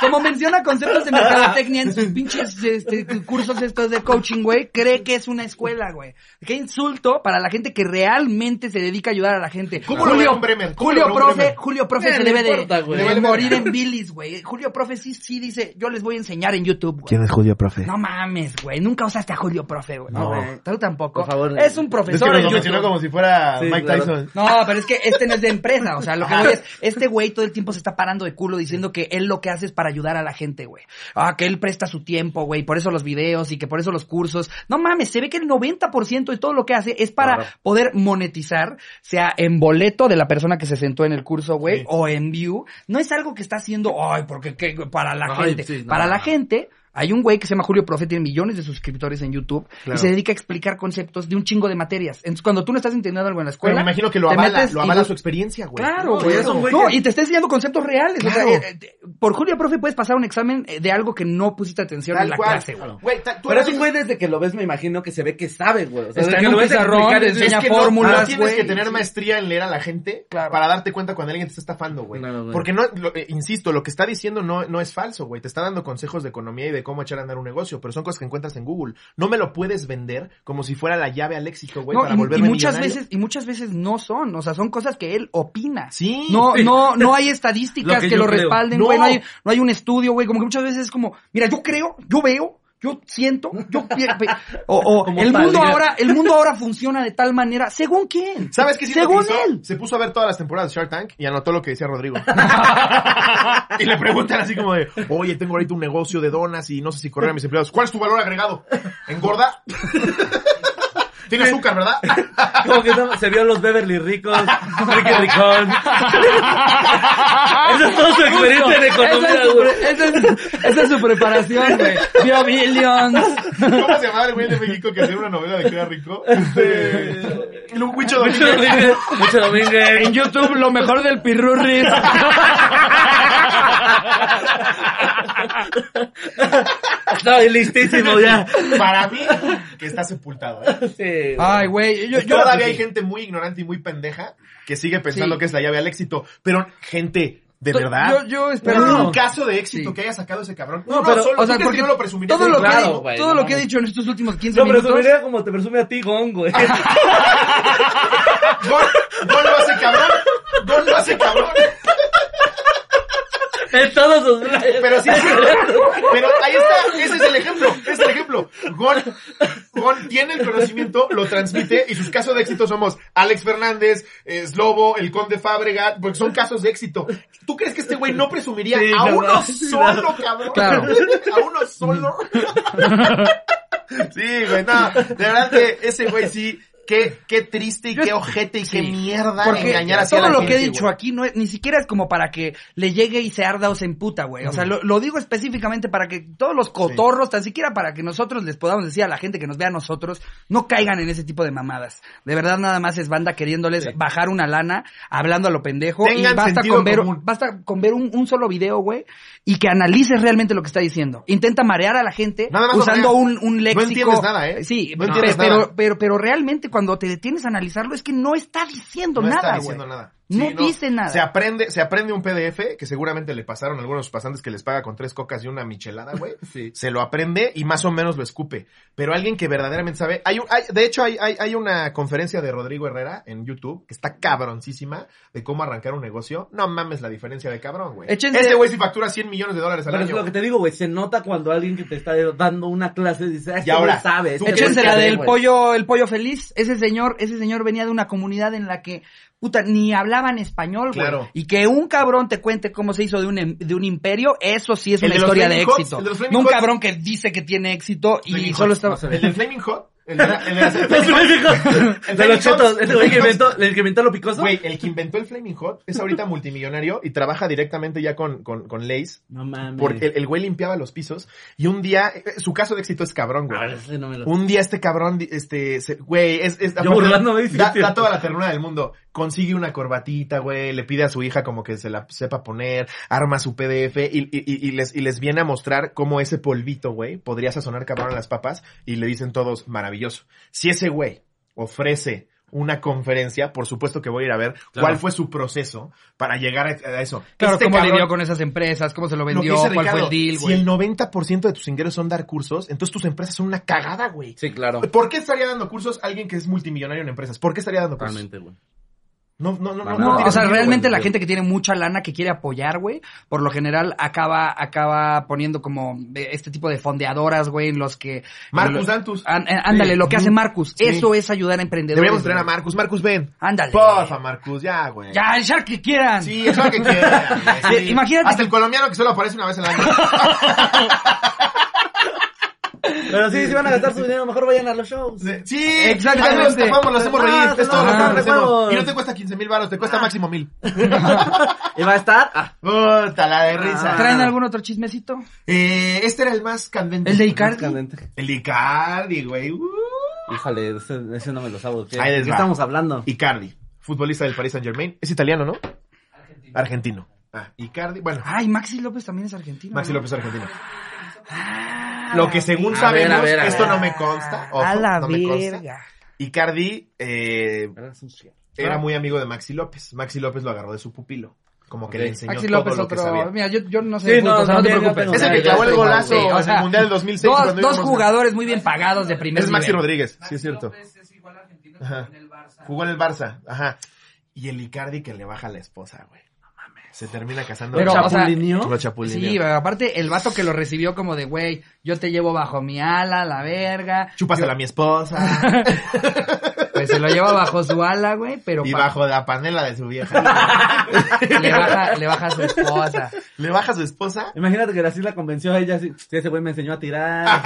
Speaker 2: como menciona conceptos de mercadotecnia en sus pinches este, cursos estos de coaching, güey, cree que es una escuela, güey. Qué insulto para la gente que realmente se dedica a ayudar a la gente.
Speaker 1: ¿Cómo lo ve un Bremer? ¿Cómo
Speaker 2: Julio
Speaker 1: lo ve un
Speaker 2: Profe,
Speaker 1: Bremer?
Speaker 2: Julio Profe
Speaker 3: Eh,
Speaker 2: se
Speaker 3: no
Speaker 2: debe de-
Speaker 3: importa,
Speaker 2: de,
Speaker 3: güey. Vale,
Speaker 2: morir en bilis, güey. Julio Profe sí, sí dice, yo les voy a enseñar en YouTube, güey.
Speaker 1: es Julio, profe?
Speaker 2: No mames, güey. Nunca usaste a Julio Profe, güey.
Speaker 3: No.
Speaker 2: güey. Tú tampoco.
Speaker 3: Por favor,
Speaker 2: es
Speaker 1: Es
Speaker 2: un
Speaker 1: que
Speaker 2: profesor
Speaker 1: nos
Speaker 2: en
Speaker 1: lo
Speaker 2: YouTube.
Speaker 1: mencionó como si fuera
Speaker 3: Sí,
Speaker 1: Mike
Speaker 3: claro.
Speaker 1: Tyson.
Speaker 2: No, pero es que este no es de empresa, o sea, lo que voy es, este güey todo el tiempo se está parando de culo diciendo que él lo que hace es para ayudar a la gente, güey. Ah, que él presta su tiempo, güey, por eso los videos y que por eso los cursos. No mames, se ve que el 90% de todo lo que hace es para
Speaker 3: Claro.
Speaker 2: poder monetizar, sea en boleto de la persona que se sentó en el curso, güey,
Speaker 1: Sí.
Speaker 2: o en view. No es algo que está haciendo, ay, porque qué, para la
Speaker 3: Ay,
Speaker 2: gente,
Speaker 3: sí, no,
Speaker 2: para la
Speaker 3: no.
Speaker 2: gente. Hay un güey que se llama Julio Profe, tiene millones de suscriptores en YouTube
Speaker 1: Claro.
Speaker 2: y se dedica a explicar conceptos de un chingo de materias. Entonces, cuando tú no estás entendiendo algo en la escuela,
Speaker 1: Pero me imagino que lo
Speaker 2: te
Speaker 1: avala,
Speaker 2: metes
Speaker 1: lo
Speaker 2: y
Speaker 1: avala
Speaker 2: bus-
Speaker 1: su experiencia, güey.
Speaker 2: Claro,
Speaker 3: No,
Speaker 2: güey.
Speaker 3: y es un güey
Speaker 2: No,
Speaker 3: que-
Speaker 2: y te está enseñando conceptos reales. o sea,
Speaker 1: Claro.
Speaker 2: eh, eh, por Julio Profe puedes pasar un examen eh, de algo que no pusiste atención en
Speaker 1: Tal
Speaker 2: la
Speaker 1: cual.
Speaker 2: clase, güey.
Speaker 1: Güey, ta- tú
Speaker 3: Pero es
Speaker 1: eres-
Speaker 3: un güey desde que lo ves, me imagino que se ve que sabe, güey. O
Speaker 2: Está
Speaker 3: sea, desde
Speaker 2: en
Speaker 3: que
Speaker 2: un
Speaker 3: lo ves
Speaker 2: pizarrón,
Speaker 3: explicar,
Speaker 2: te
Speaker 3: es-
Speaker 2: enseña
Speaker 3: es que no-
Speaker 2: fórmulas,
Speaker 1: No ah, tienes
Speaker 2: güey.
Speaker 1: que tener maestría en leer a la gente
Speaker 2: Claro.
Speaker 1: para darte cuenta cuando alguien te está estafando, güey.
Speaker 3: Claro, güey.
Speaker 1: Porque no, lo- eh, insisto, lo que está diciendo no, no es falso, güey. Te está dando consejos de economía y de cómo echar a andar un negocio, pero son cosas que encuentras en Google. No me lo puedes vender como si fuera la llave al éxito, güey,
Speaker 2: No,
Speaker 1: para
Speaker 2: y- y,
Speaker 1: volverme
Speaker 2: muchas
Speaker 1: millonario.
Speaker 2: veces y muchas veces no son, o sea, son cosas que él opina.
Speaker 1: Sí.
Speaker 2: No,
Speaker 3: Sí.
Speaker 2: no, no hay
Speaker 3: Lo
Speaker 2: estadísticas
Speaker 3: que
Speaker 2: que,
Speaker 3: yo
Speaker 2: lo
Speaker 3: creo.
Speaker 2: respalden,
Speaker 1: No.
Speaker 2: güey. No. hay, no hay un estudio, güey. Como que muchas veces es como, mira, yo creo, yo veo, yo siento, yo pi- pi- o, o
Speaker 3: Como
Speaker 2: el
Speaker 3: tal,
Speaker 2: mundo
Speaker 3: diga.
Speaker 2: ahora, el mundo ahora funciona de tal manera, según quién.
Speaker 1: ¿Sabes qué? siento que
Speaker 2: Según
Speaker 1: hizo?
Speaker 2: él.
Speaker 1: Se puso a ver todas las temporadas de Shark Tank y anotó lo que decía Rodrigo. y le preguntan así como de, oye, tengo ahorita un negocio de donas y no sé si correr a mis empleados. ¿Cuál es tu valor agregado? ¿Engorda? Tiene azúcar, ¿verdad?
Speaker 3: Como que no- se vio los Beverly Ricos, Ricky Ricón. Esa es toda su experiencia en
Speaker 2: Esa es
Speaker 3: economía,
Speaker 2: su,
Speaker 3: güey.
Speaker 2: pre- esa es- esa es su preparación, güey. Vio Billions.
Speaker 1: ¿Cómo se llamaba el güey de México que hacía una novela de que era rico? Este... El Huicho
Speaker 3: Mucho
Speaker 1: Domínguez.
Speaker 3: Domínguez, mucho Domínguez.
Speaker 2: En YouTube, lo mejor del pirurris.
Speaker 3: Estaba listísimo ya.
Speaker 1: Para mí, que está sepultado. ¿eh?
Speaker 3: Sí,
Speaker 2: Ay, güey. Yo, yo-
Speaker 1: Todavía hay gente muy ignorante y muy pendeja que sigue pensando
Speaker 2: Sí.
Speaker 1: que es la llave al éxito. Pero, gente, de
Speaker 2: yo-
Speaker 1: verdad...
Speaker 2: Yo, yo espero.
Speaker 1: Pero
Speaker 3: No.
Speaker 1: un caso de éxito
Speaker 2: Sí.
Speaker 1: que haya sacado ese cabrón.
Speaker 3: No, pero,
Speaker 1: solo,
Speaker 2: o sea, porque
Speaker 1: no lo presumiría.
Speaker 2: todo lo, que,
Speaker 3: Claro,
Speaker 2: he-
Speaker 3: güey,
Speaker 2: todo
Speaker 3: no
Speaker 2: lo que he
Speaker 3: mames.
Speaker 2: dicho en estos últimos 15
Speaker 3: Lo
Speaker 2: minutos.
Speaker 3: presumiría como te presume a ti, Gon, güey.
Speaker 1: Gol, gol lo hace cabrón. Gol lo hace cabrón.
Speaker 3: En todos sus playas.
Speaker 1: Pero sí es Pero ahí está. Ese es el ejemplo. Ese es el ejemplo. Gol, Gol tiene el conocimiento, lo transmite y sus casos de éxito somos Alex Fernández, eh, Slobo, el Conde Fábrega, porque son casos de éxito. ¿Tú crees que este güey no presumiría
Speaker 3: Sí,
Speaker 1: a
Speaker 3: no,
Speaker 1: uno
Speaker 3: no.
Speaker 1: solo, cabrón?
Speaker 2: Claro.
Speaker 1: A uno solo. Sí, güey, no. De verdad que ese güey sí, qué, qué triste y
Speaker 2: Yo-
Speaker 1: qué ojete y qué mierda
Speaker 2: Porque
Speaker 1: engañar así a
Speaker 2: todo
Speaker 1: la
Speaker 2: lo
Speaker 1: gente,
Speaker 2: que he dicho
Speaker 1: güey.
Speaker 2: aquí no es, ni siquiera es como para que le llegue y se arda o se emputa, güey. O sea, lo, lo digo específicamente para que todos los cotorros, tan siquiera para que nosotros les podamos decir a la gente que nos vea a nosotros, no caigan en ese tipo de mamadas. De verdad nada más es banda queriéndoles bajar una lana, hablando a lo pendejo.
Speaker 1: Tengan
Speaker 2: y basta
Speaker 1: sentido
Speaker 2: con ver,
Speaker 1: común.
Speaker 2: basta con ver un, un solo video, güey, y que analices realmente lo que está diciendo. Intenta marear a la gente
Speaker 1: Nada más lo
Speaker 2: usando un,
Speaker 1: mareas.
Speaker 2: un
Speaker 1: No
Speaker 2: léxico.
Speaker 1: entiendes nada, ¿eh?
Speaker 2: Sí,
Speaker 1: No entiendes
Speaker 2: pero,
Speaker 1: nada.
Speaker 2: pero, pero realmente cuando te detienes a analizarlo es que no está diciendo
Speaker 1: No
Speaker 2: nada,
Speaker 1: está
Speaker 2: güey.
Speaker 1: diciendo nada.
Speaker 2: No
Speaker 1: Sí,
Speaker 2: dice nada.
Speaker 1: Se aprende, se aprende un PDF que seguramente le pasaron a algunos pasantes que les paga con tres cocas y una michelada, güey.
Speaker 3: Sí.
Speaker 1: Se lo aprende y más o menos lo escupe. Pero alguien que verdaderamente sabe, hay, un- hay- de hecho hay, hay, hay una conferencia de Rodrigo Herrera en YouTube que está cabroncísima de cómo arrancar un negocio. No mames la diferencia de cabrón, güey.
Speaker 2: Échense-
Speaker 1: Ese güey sí factura 100 millones de dólares al
Speaker 3: Pero es
Speaker 1: año.
Speaker 3: lo que te digo, güey. Se nota cuando alguien que te está dando una clase dice, ah,
Speaker 1: Y
Speaker 3: este
Speaker 1: ahora,
Speaker 3: güey sabe. este
Speaker 1: ¿tú
Speaker 3: güey
Speaker 2: Échense
Speaker 1: crees
Speaker 2: la
Speaker 3: sabe,
Speaker 2: del
Speaker 3: güey".
Speaker 2: pollo, el pollo feliz. Ese señor, ese señor venía de una comunidad en la que, puta, ni hablaban español, güey.
Speaker 1: Claro.
Speaker 2: Y que un cabrón te cuente cómo se hizo de un, em- de un imperio, eso sí es
Speaker 1: El
Speaker 2: una
Speaker 1: de los
Speaker 2: historia de
Speaker 1: Flaming Hots,
Speaker 2: éxito.
Speaker 1: el de los Flaming
Speaker 2: No un
Speaker 1: Hots.
Speaker 2: cabrón que dice que tiene éxito y
Speaker 1: Flaming
Speaker 2: solo
Speaker 1: Hots,
Speaker 2: estaba...
Speaker 3: no se
Speaker 1: El del Flaming Hot. El de, la- el de las-
Speaker 3: Los médicos.
Speaker 1: El
Speaker 3: De
Speaker 1: Flaming Hot.
Speaker 3: los chetos. Ese güey que inventó, el que inventó lo picoso.
Speaker 1: Güey, el que inventó el Flaming Hot es ahorita multimillonario y trabaja directamente ya con, con, con Lays.
Speaker 3: No mames.
Speaker 1: Porque el, el güey limpiaba los pisos y un día, eh, su caso de éxito es cabrón,
Speaker 3: A ver,
Speaker 1: güey.
Speaker 3: Ah, ese no me lo
Speaker 1: Un día este cabrón, di- este, se- güey, es, es aparte,
Speaker 3: burlándome, sí,
Speaker 1: da,
Speaker 3: sí.
Speaker 1: da toda la ternura del mundo. Consigue una corbatita, güey, le pide a su hija como que se la sepa poner, arma su PDF y, y- y- y les, y les viene a mostrar cómo ese polvito, güey, podría sazonar cabrón a las papas y le dicen todos, maravilloso. Si ese güey ofrece una conferencia, por supuesto que voy a ir a ver cuál fue su proceso para llegar a, a eso.
Speaker 2: Claro,
Speaker 1: Este
Speaker 2: cómo
Speaker 1: cabrón-
Speaker 2: lidió con esas empresas, cómo se lo
Speaker 1: lo que
Speaker 2: vendió,
Speaker 1: dice
Speaker 2: Pues cuál fue
Speaker 1: Ricardo,
Speaker 2: el deal,
Speaker 1: si
Speaker 2: güey.
Speaker 1: el 90% de tus ingresos son dar cursos, entonces tus empresas son una cagada, güey.
Speaker 3: Sí, claro.
Speaker 1: ¿Por qué estaría dando cursos alguien que es multimillonario en empresas? ¿Por qué estaría dando cursos?
Speaker 3: Totalmente, güey.
Speaker 1: No, no, no, no, no
Speaker 3: No,
Speaker 2: No,
Speaker 1: tiene
Speaker 2: o sea,
Speaker 1: sentido,
Speaker 2: realmente
Speaker 1: güey.
Speaker 2: la gente que tiene mucha lana que quiere apoyar, güey, por lo general acaba, acaba poniendo como eh, este tipo de fondeadoras, güey, en los que... en
Speaker 1: Marcus
Speaker 2: lo-
Speaker 1: Santos.
Speaker 2: An- an- ándale,
Speaker 1: Sí.
Speaker 2: lo que hace Marcus.
Speaker 1: Sí.
Speaker 2: Eso es ayudar a emprendedores.
Speaker 1: Deberíamos traer a
Speaker 2: güey.
Speaker 1: Marcus. Marcus, ven.
Speaker 2: Ándale.
Speaker 1: Porfa, Marcus, ya, güey.
Speaker 2: Ya, el Shark que quieran.
Speaker 1: Sí, es lo que quiera. güey, sí.
Speaker 2: Imagínate
Speaker 1: Hasta
Speaker 2: que-
Speaker 1: el colombiano que solo aparece una vez al año.
Speaker 3: Pero sí, si van a gastar su dinero, mejor vayan a los shows.
Speaker 1: Sí,
Speaker 2: Exactamente.
Speaker 1: ahí Los tapamos, los hacemos reír.
Speaker 3: Ah,
Speaker 1: es todo
Speaker 3: ah,
Speaker 1: lo que
Speaker 3: ah,
Speaker 1: ofrecemos.
Speaker 3: vamos.
Speaker 1: Y no te cuesta 15 mil baros, te
Speaker 2: Ah.
Speaker 1: cuesta máximo mil.
Speaker 3: Y va a estar. Ah,
Speaker 1: Puta, la de risa.
Speaker 2: Ah. ¿Traen algún otro chismecito?
Speaker 1: Eh, este era el más candente.
Speaker 2: ¿El de Icardi?
Speaker 3: candente.
Speaker 1: El de Icardi, güey. Uh.
Speaker 3: Híjole, ese, ese no me lo sabo. ¿Qué,
Speaker 1: Ahí les
Speaker 3: ¿qué
Speaker 1: va.
Speaker 3: estamos hablando?
Speaker 1: Icardi, futbolista del Paris Saint Germain. Es italiano, ¿no? Argentino. Ah, Icardi, bueno,
Speaker 2: Ay, Maxi López también es argentino.
Speaker 1: Maxi
Speaker 2: ¿no?
Speaker 1: López argentino.
Speaker 2: Ah,
Speaker 1: Lo que según
Speaker 2: la
Speaker 1: sabemos,
Speaker 3: ver, a ver, a
Speaker 1: esto
Speaker 3: ver.
Speaker 1: no me consta. ojo,
Speaker 2: a la
Speaker 1: no me consta.
Speaker 2: verga.
Speaker 1: Icardi eh, era
Speaker 3: Ah.
Speaker 1: muy amigo de Maxi López. Maxi López lo agarró de su pupilo. Como que
Speaker 3: Ok.
Speaker 1: le enseñó
Speaker 2: Maxi
Speaker 1: todo
Speaker 2: López
Speaker 1: lo que
Speaker 2: otro.
Speaker 1: sabía.
Speaker 2: Mira, yo, yo no sé
Speaker 3: Sí,
Speaker 2: de fútbol,
Speaker 3: no,
Speaker 2: o sea, no te
Speaker 3: también, yo
Speaker 2: preocupes.
Speaker 3: tengo-
Speaker 1: Ese
Speaker 3: Ya,
Speaker 1: que
Speaker 3: ya
Speaker 1: clavó el
Speaker 3: estoy mal,
Speaker 1: golazo
Speaker 2: sí, o
Speaker 1: en el
Speaker 2: sea,
Speaker 1: Mundial del 2006.
Speaker 2: Dos,
Speaker 1: cuando íbamos
Speaker 2: dos
Speaker 1: a-
Speaker 2: jugadores muy bien pagados de primer
Speaker 1: Es Maxi
Speaker 2: nivel.
Speaker 1: Rodríguez, sí es cierto.
Speaker 4: es igual argentino
Speaker 1: Ajá.
Speaker 4: que en el Barça.
Speaker 1: Jugó en el Barça, ajá. Y el Icardi que le baja a la esposa, güey. Se termina casando
Speaker 2: Pero,
Speaker 1: con
Speaker 2: o sea,
Speaker 3: ¿Chapulineó?
Speaker 1: Lo chapulineó.
Speaker 2: Sí, aparte el vato que lo recibió como de, güey, yo te llevo bajo mi ala, la verga.
Speaker 1: Chúpasela a mi esposa
Speaker 2: Pues se lo lleva bajo su ala, güey, pero
Speaker 1: y
Speaker 2: pa-
Speaker 1: bajo la panela de su vieja.
Speaker 2: le, baja, le baja a su esposa.
Speaker 1: Le baja a su esposa.
Speaker 3: Imagínate que así la convenció a ella. así, "Sí, Ese güey me enseñó a tirar.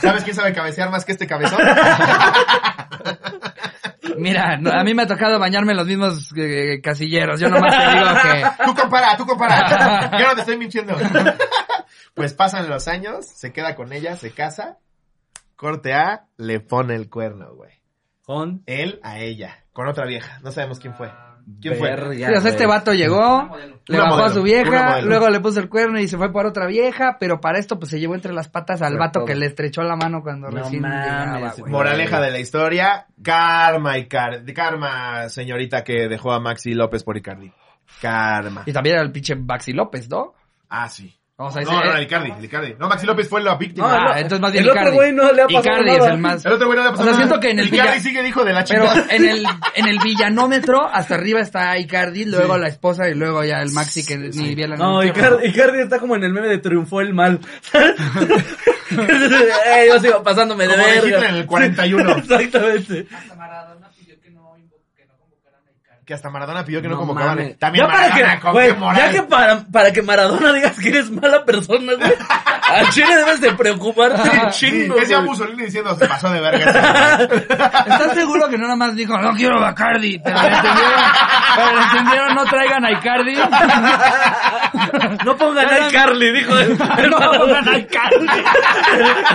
Speaker 1: ¿Sabes quién sabe cabecear más que este cabezón?
Speaker 2: Mira, no, a mí me ha tocado bañarme en los mismos eh, casilleros. Yo nomás te digo que...
Speaker 1: Tú compara, tú compara. Yo no te estoy mintiendo. Pues pasan los años, se queda con ella, se casa. Corte A, le pone el cuerno, güey.
Speaker 3: Con.
Speaker 1: Él a ella, con otra vieja. No sabemos quién fue. ¿Quién fue?
Speaker 3: verga,
Speaker 2: Sí, o sea, este
Speaker 3: güey.
Speaker 2: vato llegó, le
Speaker 1: Una
Speaker 2: bajó a
Speaker 1: modelo,
Speaker 2: su
Speaker 1: una
Speaker 2: vieja,
Speaker 1: modelo.
Speaker 2: luego le puso el cuerno y se fue por otra vieja, pero para esto pues se llevó entre las patas al
Speaker 3: Por
Speaker 2: vato
Speaker 3: todo.
Speaker 2: que le estrechó la mano cuando
Speaker 3: No
Speaker 2: recién
Speaker 3: mames,
Speaker 2: llegaba, güey.
Speaker 1: Moraleja de la historia, karma Icardi, karma señorita que dejó a Maxi López por Icardi. Karma.
Speaker 2: Y también era el pinche Baxi López, ¿no?
Speaker 1: Ah, sí.
Speaker 2: O
Speaker 3: Pues
Speaker 2: sea, ese-
Speaker 1: No, no, Icardi, Icardi. No, Maxi López fue la víctima.
Speaker 3: No,
Speaker 2: Ah,
Speaker 3: el-
Speaker 2: entonces más bien
Speaker 3: el otro
Speaker 2: Icardi.
Speaker 3: güey no le ha pasado
Speaker 2: Icardi
Speaker 3: nada.
Speaker 2: es el más.
Speaker 1: El otro güey no le ha
Speaker 2: O
Speaker 1: pasado
Speaker 2: sea,
Speaker 1: nada.
Speaker 2: siento que en el
Speaker 1: Icardi
Speaker 2: Villa-
Speaker 1: sigue de hijo de la
Speaker 2: Pero
Speaker 1: chingada.
Speaker 2: en el, en el villanómetro, hasta arriba está Icardi, luego la esposa y luego ya el Maxi que ni bien la
Speaker 3: No,
Speaker 2: ni-
Speaker 3: Icardi, Icardi está como en el meme de triunfó el mal. eh, yo sigo pasándome de
Speaker 1: Como de Hitler
Speaker 3: verga.
Speaker 1: en el 41.
Speaker 3: Exactamente.
Speaker 4: Hasta Maradona pidió que no, invo- que no convocaran a Icardi.
Speaker 1: Que hasta Maradona pidió que no,
Speaker 3: No
Speaker 1: convocaban.
Speaker 3: mames.
Speaker 1: También
Speaker 3: Ya para
Speaker 1: Maradona,
Speaker 3: que-
Speaker 1: con
Speaker 3: güey,
Speaker 1: qué moral.
Speaker 3: Ya que para, para que Maradona digas que eres mala persona, güey. Al Chile debes de preocuparte un
Speaker 1: Sí,
Speaker 3: chingo.
Speaker 1: es ya
Speaker 3: güey.
Speaker 1: Mussolini diciendo, se pasó de verga. este güey".
Speaker 2: ¿Estás seguro que no nada más dijo, no quiero Bacardi? Pero le entendieron, pero le entendieron, no traigan a Icardi.
Speaker 3: No pongan a Carly, dijo. el- el
Speaker 2: No
Speaker 3: Maradona.
Speaker 2: pongan a Icardi.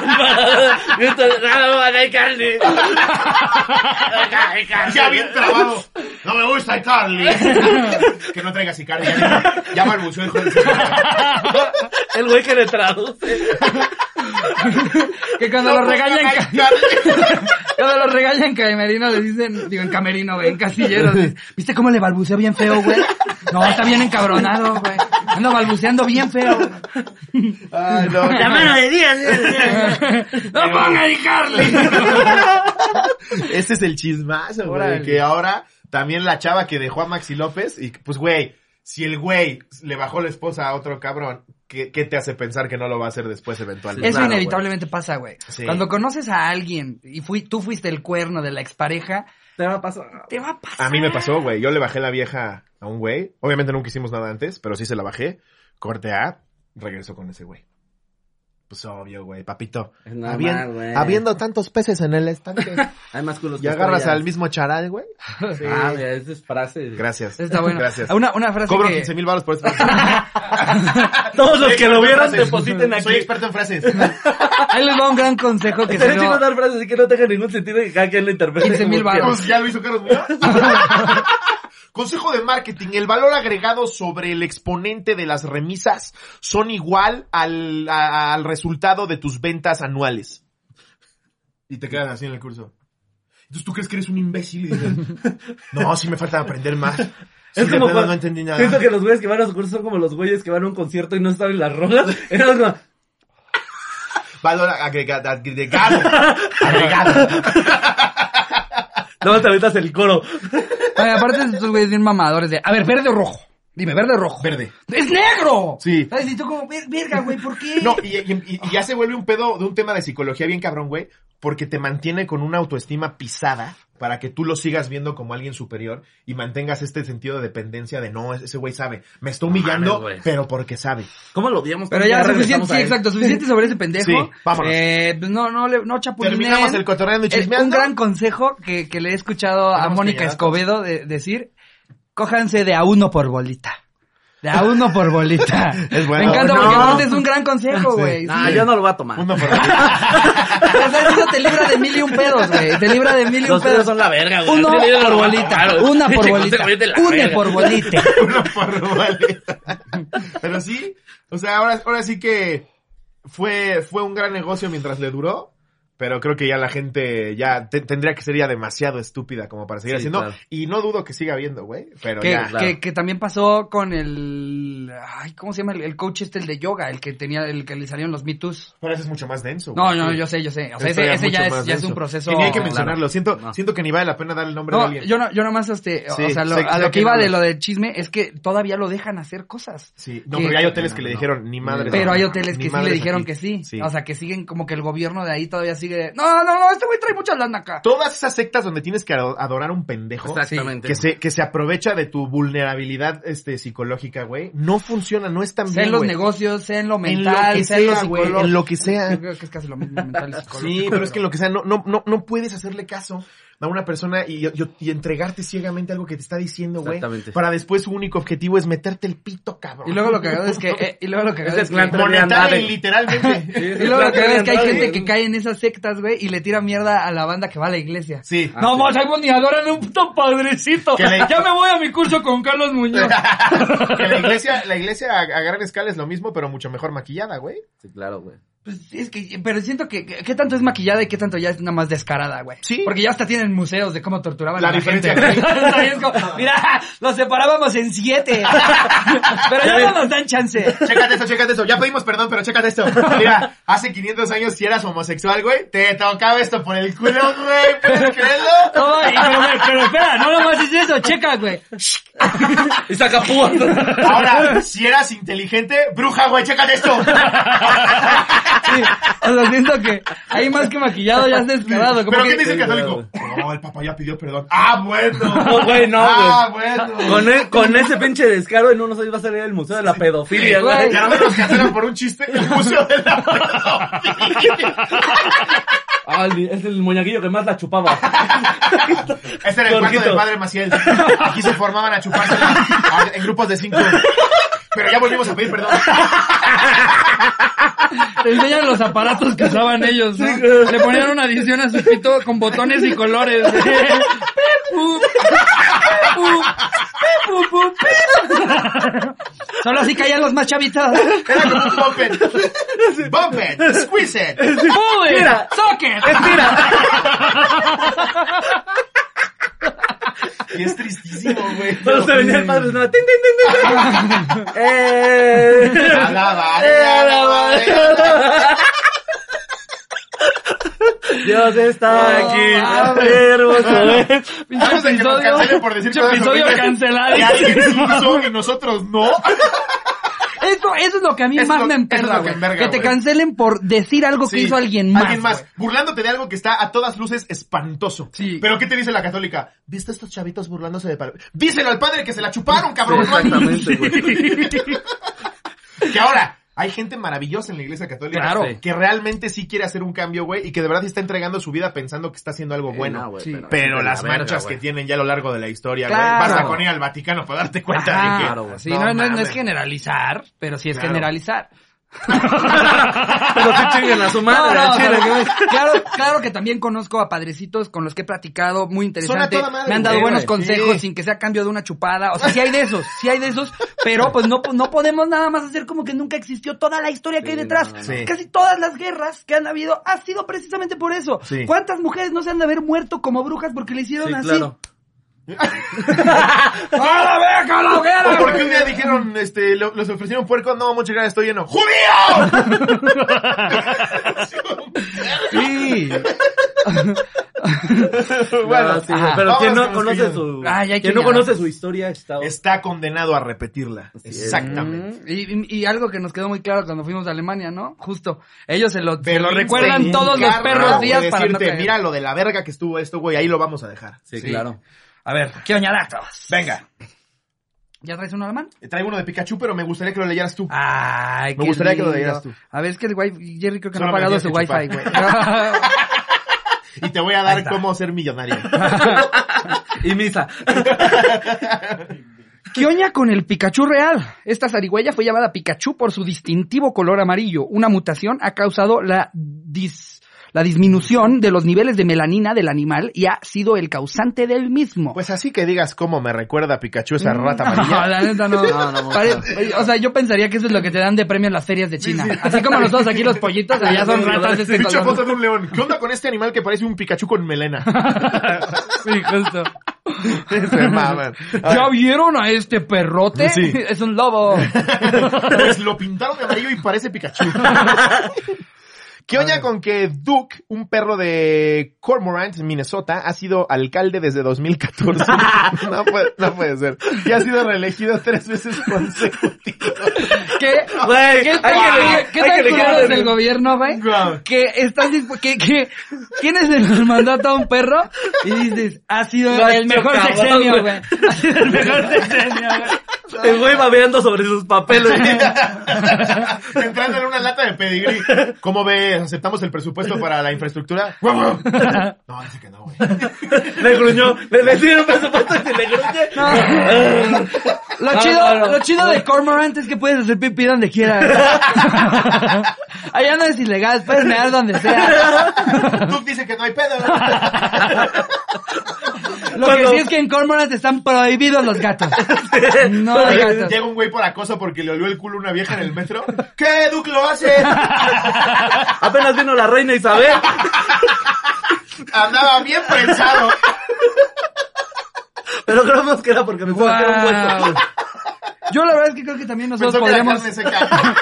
Speaker 3: Maradona. Y esto, No pongan a Carly.
Speaker 1: ya bien trabado. No me gusta Icardi. que no traigas Icardi. Ya, ya balbuceó el joven.
Speaker 3: El güey que le traduce.
Speaker 2: Que cuando lo regañan, ca- cuando lo regañan en Camerino le dicen, digo en Camerino, güey, en Casilleros. les- ¿Viste cómo le balbuceó bien feo, güey? No, está bien encabronado, güey. Ando balbuceando bien feo.
Speaker 1: Ay, no.
Speaker 3: La mano de Dios.
Speaker 2: ¡No pongan a Icardi!
Speaker 1: Este es el chismazo, güey.
Speaker 2: Órale.
Speaker 1: Que ahora también la chava que dejó a Maxi López. Y pues, güey, si el güey le bajó la esposa a otro cabrón, ¿qué, qué te hace pensar que no lo va a hacer después eventualmente?
Speaker 2: Eso
Speaker 3: Claro,
Speaker 2: inevitablemente pasa, güey.
Speaker 1: Sí.
Speaker 2: Cuando conoces a alguien y fui, tú fuiste el cuerno de la expareja,
Speaker 3: Te va a pasar.
Speaker 2: te va a pasar.
Speaker 1: A mí me pasó, güey. Yo le bajé la vieja a un güey. Obviamente nunca hicimos nada antes, pero sí se la bajé. Corte A, regresó con ese güey. Pues obvio, güey, papito.
Speaker 3: No
Speaker 1: Habien-
Speaker 3: más, güey.
Speaker 1: habiendo tantos peces en el estanque.
Speaker 3: Hay más
Speaker 1: y
Speaker 3: culos que
Speaker 1: agarras
Speaker 3: estrellas.
Speaker 1: al mismo charal, güey. Sí.
Speaker 3: Ah, mira, esa es frase.
Speaker 1: Gracias.
Speaker 2: Está bueno.
Speaker 1: Gracias.
Speaker 2: Una, una frase
Speaker 1: Cobro
Speaker 2: que...
Speaker 1: 15 mil baros por esto.
Speaker 3: Todos los que lo vieron
Speaker 1: Frases.
Speaker 3: depositen aquí.
Speaker 1: Soy experto en frases.
Speaker 2: Ahí les va un gran consejo que se
Speaker 3: Estaría chido
Speaker 2: dio...
Speaker 3: dar frases así que no tengan ningún sentido y cada quien lo interprete.
Speaker 2: 15,000
Speaker 3: como
Speaker 2: varos.
Speaker 3: quiera.
Speaker 1: Vamos, Pues, ya lo hizo Carlos Muñoz. Consejo de marketing. El valor agregado sobre el exponente de las remisas son igual al, a- al resultado de tus ventas anuales. Y te quedas así en el curso. Entonces tú crees que eres un imbécil y dices, no, sí me falta aprender más. Sí,
Speaker 3: Es
Speaker 1: de
Speaker 3: como
Speaker 1: plano
Speaker 3: cuando-
Speaker 1: no entendí nada.
Speaker 3: Siento que los güeyes que van a su curso son como los güeyes que van a un concierto y no saben las rolas. Era como,
Speaker 1: Valor agrega- agregado. agregado.
Speaker 3: no más te aventas el coro.
Speaker 2: Oye, aparte estos güeyes bien mamadores de, a ver, verde o rojo. Dime, verde o rojo.
Speaker 1: Verde.
Speaker 2: ¡Es negro!
Speaker 1: Sí.
Speaker 2: ¿Sabes? Y tú como, "Ver- verga, güey, ¿por qué?
Speaker 1: No, y, y- y- y ya se vuelve un pedo de un tema de psicología bien cabrón, güey, porque te mantiene con una autoestima pisada para que tú lo sigas viendo como alguien superior y mantengas este sentido de dependencia de no, ese güey sabe, me está humillando,
Speaker 3: mames, güey.
Speaker 1: pero porque sabe.
Speaker 3: ¿Cómo lo odiamos?
Speaker 2: Pero
Speaker 3: tanto?
Speaker 2: ya, suficiente,
Speaker 3: regresamos
Speaker 2: sí,
Speaker 3: a él.
Speaker 2: exacto, suficiente sobre ese pendejo.
Speaker 1: Sí, vámonos.
Speaker 2: Eh, pues no, no, le- no chapulinen.
Speaker 1: Terminamos el cotorreando y
Speaker 2: Eh, Un
Speaker 1: chismeando.
Speaker 2: gran consejo que, que le he escuchado a
Speaker 1: Tenemos que
Speaker 2: Mónica
Speaker 1: llegar a-
Speaker 2: Escobedo de- decir, cójanse de a uno por bolita. De a uno por bolita.
Speaker 1: Es bueno.
Speaker 2: Me encanta
Speaker 1: No.
Speaker 2: porque aparte es un gran consejo,
Speaker 1: Sí.
Speaker 2: güey.
Speaker 3: Ah,
Speaker 2: sí.
Speaker 3: yo no lo voy a tomar.
Speaker 1: Uno por bolita.
Speaker 2: O sea, eso te libra de mil y un pedos, güey. Te libra de mil y un
Speaker 3: Los pedos
Speaker 2: pedos.
Speaker 3: son la verga, güey.
Speaker 2: Uno
Speaker 3: Así le digo,
Speaker 2: por
Speaker 3: lo voy a
Speaker 2: bolita.
Speaker 3: tomar, güey.
Speaker 2: Una por
Speaker 3: Pinche
Speaker 2: bolita.
Speaker 3: consejo bien de la
Speaker 2: Une
Speaker 3: verga.
Speaker 2: por bolita.
Speaker 1: uno por bolita. Pero sí, o sea, ahora, ahora sí que fue, fue un gran negocio mientras le duró. Pero creo que ya la gente ya te- tendría que ser ya demasiado estúpida como para seguir
Speaker 3: Sí,
Speaker 1: haciendo.
Speaker 3: claro.
Speaker 1: Y no dudo que siga habiendo, güey. Pero
Speaker 2: Que,
Speaker 1: ya.
Speaker 3: claro.
Speaker 2: que, que también pasó con el... Ay, ¿cómo se llama? El, el coach este, el de yoga, el que tenía, el que le salieron los Me Too's.
Speaker 1: Pero eso es mucho más denso.
Speaker 2: No,
Speaker 1: güey.
Speaker 2: no, yo sé, yo sé. O sea,
Speaker 1: Esto
Speaker 2: ese, ese
Speaker 1: mucho
Speaker 2: ya, es,
Speaker 1: más
Speaker 2: ya es
Speaker 1: denso.
Speaker 2: un proceso...
Speaker 1: Y ni hay que
Speaker 2: Claro.
Speaker 1: mencionarlo. Siento,
Speaker 3: No.
Speaker 1: siento que ni vale la pena dar el nombre de
Speaker 2: No,
Speaker 1: alguien.
Speaker 2: yo no, yo nomás, este, o-
Speaker 1: Sí,
Speaker 2: o sea, lo-
Speaker 1: sé-
Speaker 2: a
Speaker 1: sé
Speaker 2: lo que
Speaker 1: que
Speaker 2: iba
Speaker 1: no
Speaker 2: de
Speaker 1: lo-
Speaker 2: lo del chisme es que todavía lo dejan hacer cosas.
Speaker 1: Sí, no,
Speaker 2: que-
Speaker 1: pero hay hoteles que le
Speaker 3: no, no.
Speaker 1: dijeron ni madre.
Speaker 2: Pero hay hoteles
Speaker 1: Ni
Speaker 2: que sí le
Speaker 1: madres
Speaker 2: dijeron
Speaker 1: aquí.
Speaker 2: que sí.
Speaker 1: Sí.
Speaker 2: O sea, que siguen como que el gobierno de ahí todavía sigue. No, no, no, este güey trae mucha lana acá.
Speaker 1: Todas esas sectas donde tienes que ado- adorar a un pendejo.
Speaker 3: Exactamente.
Speaker 1: que se, que se aprovecha de tu vulnerabilidad este, psicolológica, güey, no funciona, no es tan
Speaker 2: Sea
Speaker 1: bien,
Speaker 2: en los
Speaker 1: güey.
Speaker 2: negocios, sea en lo
Speaker 1: En
Speaker 2: mental,
Speaker 1: lo que
Speaker 2: sea en lo
Speaker 1: sea, güey,
Speaker 2: psicológico.
Speaker 1: en lo que sea.
Speaker 2: Yo creo que es casi lo mismo mental y psicológico.
Speaker 1: Sí, pero es que en lo que sea, no, no, no, no puedes hacerle caso a una persona y, y- y entregarte ciegamente algo que te está diciendo, güey.
Speaker 3: Exactamente.
Speaker 1: Para después su único objetivo es meterte el pito, cabrón.
Speaker 2: Y luego lo que hago es que, eh, y luego lo que hago
Speaker 3: Ese
Speaker 2: es que,
Speaker 3: plan
Speaker 1: Monetario,
Speaker 3: Andrade.
Speaker 1: literalmente.
Speaker 2: y luego lo que hago es que hay
Speaker 3: Andrade.
Speaker 2: gente que cae en esas sectas, güey, y le tira mierda a la banda que va a la iglesia.
Speaker 1: Ah, Sí.
Speaker 2: no, vos, ahí vos ni adoran un puto padrecito.
Speaker 1: Que le-
Speaker 2: Ya me voy a mi curso con Carlos Muñoz.
Speaker 1: Que la iglesia, la iglesia a, a gran escala es lo mismo, pero mucho mejor maquillada, güey.
Speaker 3: Sí, claro, güey.
Speaker 2: Pues es que, pero siento que, que- ¿qué tanto es maquillada y qué tanto ya es nada más descarada, güey?
Speaker 1: Sí.
Speaker 2: Porque ya hasta tienen museos de cómo torturaban
Speaker 1: La
Speaker 2: a la gente.
Speaker 1: diferencia
Speaker 2: güey. Es como, Mira, los separábamos en siete. pero ya no nos dan chance.
Speaker 1: Chécate esto, chécate esto. Ya pedimos perdón, pero chécate esto. Mira, hace 500 años si eras homosexual, güey, te tocaba esto por el culo, güey. ¿Puedes creerlo?
Speaker 2: No, y- pero, güey, pero espera, no nomás es eso, checa, güey.
Speaker 3: Y saca púas.
Speaker 1: Ahora, si eras inteligente, bruja, güey, chécate esto.
Speaker 2: Sí, o sea, siento que hay más que maquillado, ya es descarado. como
Speaker 1: ¿Pero
Speaker 2: que-
Speaker 1: qué dice el católico? No, el papá ya pidió perdón. ¡Ah, bueno!
Speaker 3: No, güey, no,
Speaker 1: ¡Ah, bueno!
Speaker 3: Con, e- con ese pinche descaro en unos años va a salir el Museo de la Pedofilia,
Speaker 2: Güey.
Speaker 3: güey.
Speaker 1: Ya no me los cancelan por un chiste el museo de la pedofilia.
Speaker 3: Ah, el- es el moñaguillo que más la chupaba.
Speaker 1: Este era el cuarto
Speaker 3: Jorgito.
Speaker 1: del padre Maciel. Aquí se formaban a chupársela a- en grupos de cinco. Pero ya volvimos a pedir perdón.
Speaker 2: Te enseñan los aparatos que usaban ellos, ¿no? Le ponían una adición a su pito con botones y colores. Pe, pu, pe, pu, pe, pu, pu, pe. Solo así caían los más chavitos.
Speaker 1: Era como un bump it. Bump it, squeeze it.
Speaker 2: ¡Sube!
Speaker 3: Mira.
Speaker 2: ¡Socket!
Speaker 1: Y es tristísimo, güey.
Speaker 3: Solo se venía el padre, no, tin, tin, tin, tin, tin. Eh.
Speaker 1: A la madre, a la madre.
Speaker 3: Dios está
Speaker 2: No,
Speaker 3: aquí. Ah,
Speaker 2: mames.
Speaker 3: Hermoso. ¿eh?
Speaker 2: Pinche
Speaker 1: Antes de que nos cancelen por decir
Speaker 2: pinche
Speaker 1: cosas
Speaker 2: episodio
Speaker 1: horribles.
Speaker 2: cancelado.
Speaker 1: Y alguien sí hizo y nosotros no.
Speaker 2: Eso, eso es lo que a mí
Speaker 1: Eso es
Speaker 2: más
Speaker 1: lo-
Speaker 2: me
Speaker 1: eso es
Speaker 2: emperra,
Speaker 1: lo que
Speaker 2: güey.
Speaker 1: enverga,
Speaker 2: Que te
Speaker 1: güey.
Speaker 2: cancelen por decir algo que
Speaker 1: Sí,
Speaker 2: hizo alguien más. güey.
Speaker 1: burlándote de algo que está a todas luces espantoso.
Speaker 2: Sí.
Speaker 1: Pero ¿qué te dice la católica? ¿Viste a estos chavitos burlándose de pal- Díselo al padre que se la chuparon, cabrón.
Speaker 3: Sí, exactamente,
Speaker 1: que ahora hay gente maravillosa en la iglesia católica
Speaker 2: Claro.
Speaker 1: que realmente sí quiere hacer un cambio, güey, y que de verdad sí está entregando su vida pensando que está haciendo algo bueno.
Speaker 3: Eh, No, güey,
Speaker 2: sí.
Speaker 1: Pero
Speaker 3: la
Speaker 1: las
Speaker 3: verga,
Speaker 1: manchas
Speaker 3: güey.
Speaker 1: que tienen ya a lo largo de la historia, güey.
Speaker 2: Claro.
Speaker 1: Basta con ir al Vaticano para darte cuenta
Speaker 2: Ajá,
Speaker 1: de que...
Speaker 3: claro, güey.
Speaker 2: sí, no, no, no
Speaker 1: mames.
Speaker 2: es generalizar, pero sí es
Speaker 1: Claro.
Speaker 2: generalizar.
Speaker 3: Pero que chinguen a su
Speaker 2: No,
Speaker 3: madre.
Speaker 2: no,
Speaker 3: al
Speaker 2: o sea,
Speaker 3: chile.
Speaker 2: lo que voy es- claro, claro que también conozco a padrecitos con los que he platicado, muy interesante.
Speaker 1: Son a toda madre,
Speaker 2: Me han dado
Speaker 1: güey,
Speaker 2: buenos
Speaker 1: sí.
Speaker 2: consejos sin que sea a cambio de una chupada. O sea, sí hay de esos, sí hay de esos, pero pues no, no podemos nada más hacer como que nunca existió toda la historia que hay
Speaker 3: Sí,
Speaker 2: detrás.
Speaker 3: no,
Speaker 1: no, no.
Speaker 2: Casi todas las guerras que han habido ha sido precisamente por eso.
Speaker 1: Sí.
Speaker 2: ¿Cuántas mujeres no se han de haber muerto como brujas porque le hicieron
Speaker 3: Sí,
Speaker 2: así?
Speaker 3: claro.
Speaker 2: ¡A la verga, a la hoguera!
Speaker 1: Pues Porque un día dijeron, este, lo- los ofrecieron puerco, no, muchas gracias, estoy lleno. ¡Judío!
Speaker 2: Sí.
Speaker 1: bueno,
Speaker 3: No, sí,
Speaker 2: ajá.
Speaker 3: pero quien
Speaker 1: Vámonos
Speaker 3: no
Speaker 1: con los
Speaker 3: conoce
Speaker 1: siguientes.
Speaker 3: su,
Speaker 2: Ah, ya hay
Speaker 3: quien
Speaker 2: que
Speaker 3: no
Speaker 2: ya.
Speaker 3: conoce su historia está.
Speaker 1: está condenado a repetirla.
Speaker 3: Así es.
Speaker 1: Exactamente.
Speaker 2: Mm. Y, y- y algo que nos quedó muy claro cuando fuimos a Alemania, ¿no? Justo. Ellos se lo, se lo
Speaker 1: Berlín
Speaker 2: recuerdan
Speaker 1: se
Speaker 2: todos los
Speaker 1: encarga
Speaker 2: perros
Speaker 1: de
Speaker 2: días para no
Speaker 1: decirte,
Speaker 2: caer.
Speaker 1: Mira lo de la verga que estuvo esto, güey, ahí lo vamos a dejar.
Speaker 3: Sí,
Speaker 2: Sí.
Speaker 3: claro.
Speaker 2: A ver, quiero ñadatos.
Speaker 1: Venga, eh,
Speaker 2: ¿Ya traes uno a la mano?
Speaker 1: traigo uno de Pikachu, pero me gustaría que lo leyeras tú.
Speaker 2: Ay,
Speaker 1: Me
Speaker 2: qué
Speaker 1: gustaría que lo
Speaker 2: lindo.
Speaker 1: leyeras tú.
Speaker 2: A ver, es que el wifi, Jerry creo que no
Speaker 1: Solo
Speaker 2: ha
Speaker 1: me
Speaker 2: pagado su
Speaker 1: tienes que
Speaker 2: wifi, güey.
Speaker 1: Y te voy a
Speaker 2: Ahí
Speaker 1: dar
Speaker 2: está.
Speaker 1: cómo ser millonario.
Speaker 3: Y misa.
Speaker 2: ¿Qué oña con el Pikachu real? Esta zarigüeya fue llamada Pikachu por su distintivo color amarillo. Una mutación ha causado la dis- la disminución de los niveles de melanina del animal y ha sido el causante del mismo.
Speaker 1: Pues así que digas cómo me recuerda a Pikachu esa rata amarilla.
Speaker 2: No, la neta no.
Speaker 3: No, no, no.
Speaker 2: Pare- o sea, yo pensaría que eso es lo que te dan de premio en las ferias de China.
Speaker 1: Sí, sí.
Speaker 2: Así como nosotros aquí los pollitos, allá son ratas de este
Speaker 1: Pinche
Speaker 2: color.
Speaker 1: foto de un león. ¿Qué onda con este animal que parece un Pikachu con melena?
Speaker 2: Sí, justo.
Speaker 1: Se maman.
Speaker 3: Ah.
Speaker 1: A ver,
Speaker 2: ¿Ya vieron a este perrote?
Speaker 1: Sí.
Speaker 2: Es un lobo.
Speaker 1: Pues lo pintaron de amarillo y parece Pikachu. ¿Qué oña con que Duke, un perro de Cormorant, Minnesota, ha sido alcalde desde 2014? No puede, no puede ser. Y ha sido reelegido tres veces consecutivas.
Speaker 2: ¿Qué,
Speaker 3: Güey,
Speaker 2: ¿qué
Speaker 3: hay
Speaker 2: tal,
Speaker 3: que
Speaker 2: qué-
Speaker 3: elegir-
Speaker 2: qué
Speaker 3: hay
Speaker 2: tal
Speaker 3: que elegir
Speaker 2: corrupto
Speaker 3: a
Speaker 2: es el
Speaker 3: Berlín.
Speaker 2: gobierno, güey?
Speaker 1: Guau.
Speaker 2: Que estás dispu- que, que tienes el mandato a un perro y dices, ha sido
Speaker 3: Lo has
Speaker 2: el mejor
Speaker 3: hecho, cabrón,
Speaker 2: sexenio,
Speaker 3: güey.
Speaker 2: güey. Ha sido el mejor sexenio, güey.
Speaker 3: El güey babeando sobre sus papeles.
Speaker 1: Entrando en una lata de pedigrí. ¿Cómo ves? ¿Aceptamos el presupuesto para la infraestructura? No, dice que no, güey.
Speaker 3: Le gruñó. Le, le dieron presupuesto y le gruñe.
Speaker 2: No. Lo
Speaker 3: No,
Speaker 2: chido,
Speaker 3: no, no.
Speaker 2: lo chido de Cormorant es que puedes hacer pipí donde quieras. Allá no es ilegal, puedes mear donde sea.
Speaker 1: Duke dice que no hay pedo. ¿no?
Speaker 2: Lo que
Speaker 3: Cuando-
Speaker 2: sí es que en Cormorant están prohibidos los gatos. No hay gatos.
Speaker 1: Llega un güey por acoso porque le olió el culo a una vieja en el metro. ¿Qué, Duke lo hace?
Speaker 3: Apenas vino la reina Isabel.
Speaker 1: Andaba bien pensado.
Speaker 3: Pero creemos que era porque me
Speaker 2: Wow.
Speaker 3: que era un hueso.
Speaker 2: Yo la verdad es que creo que también nosotros
Speaker 1: Pensó que la
Speaker 2: podríamos,
Speaker 1: carne seca.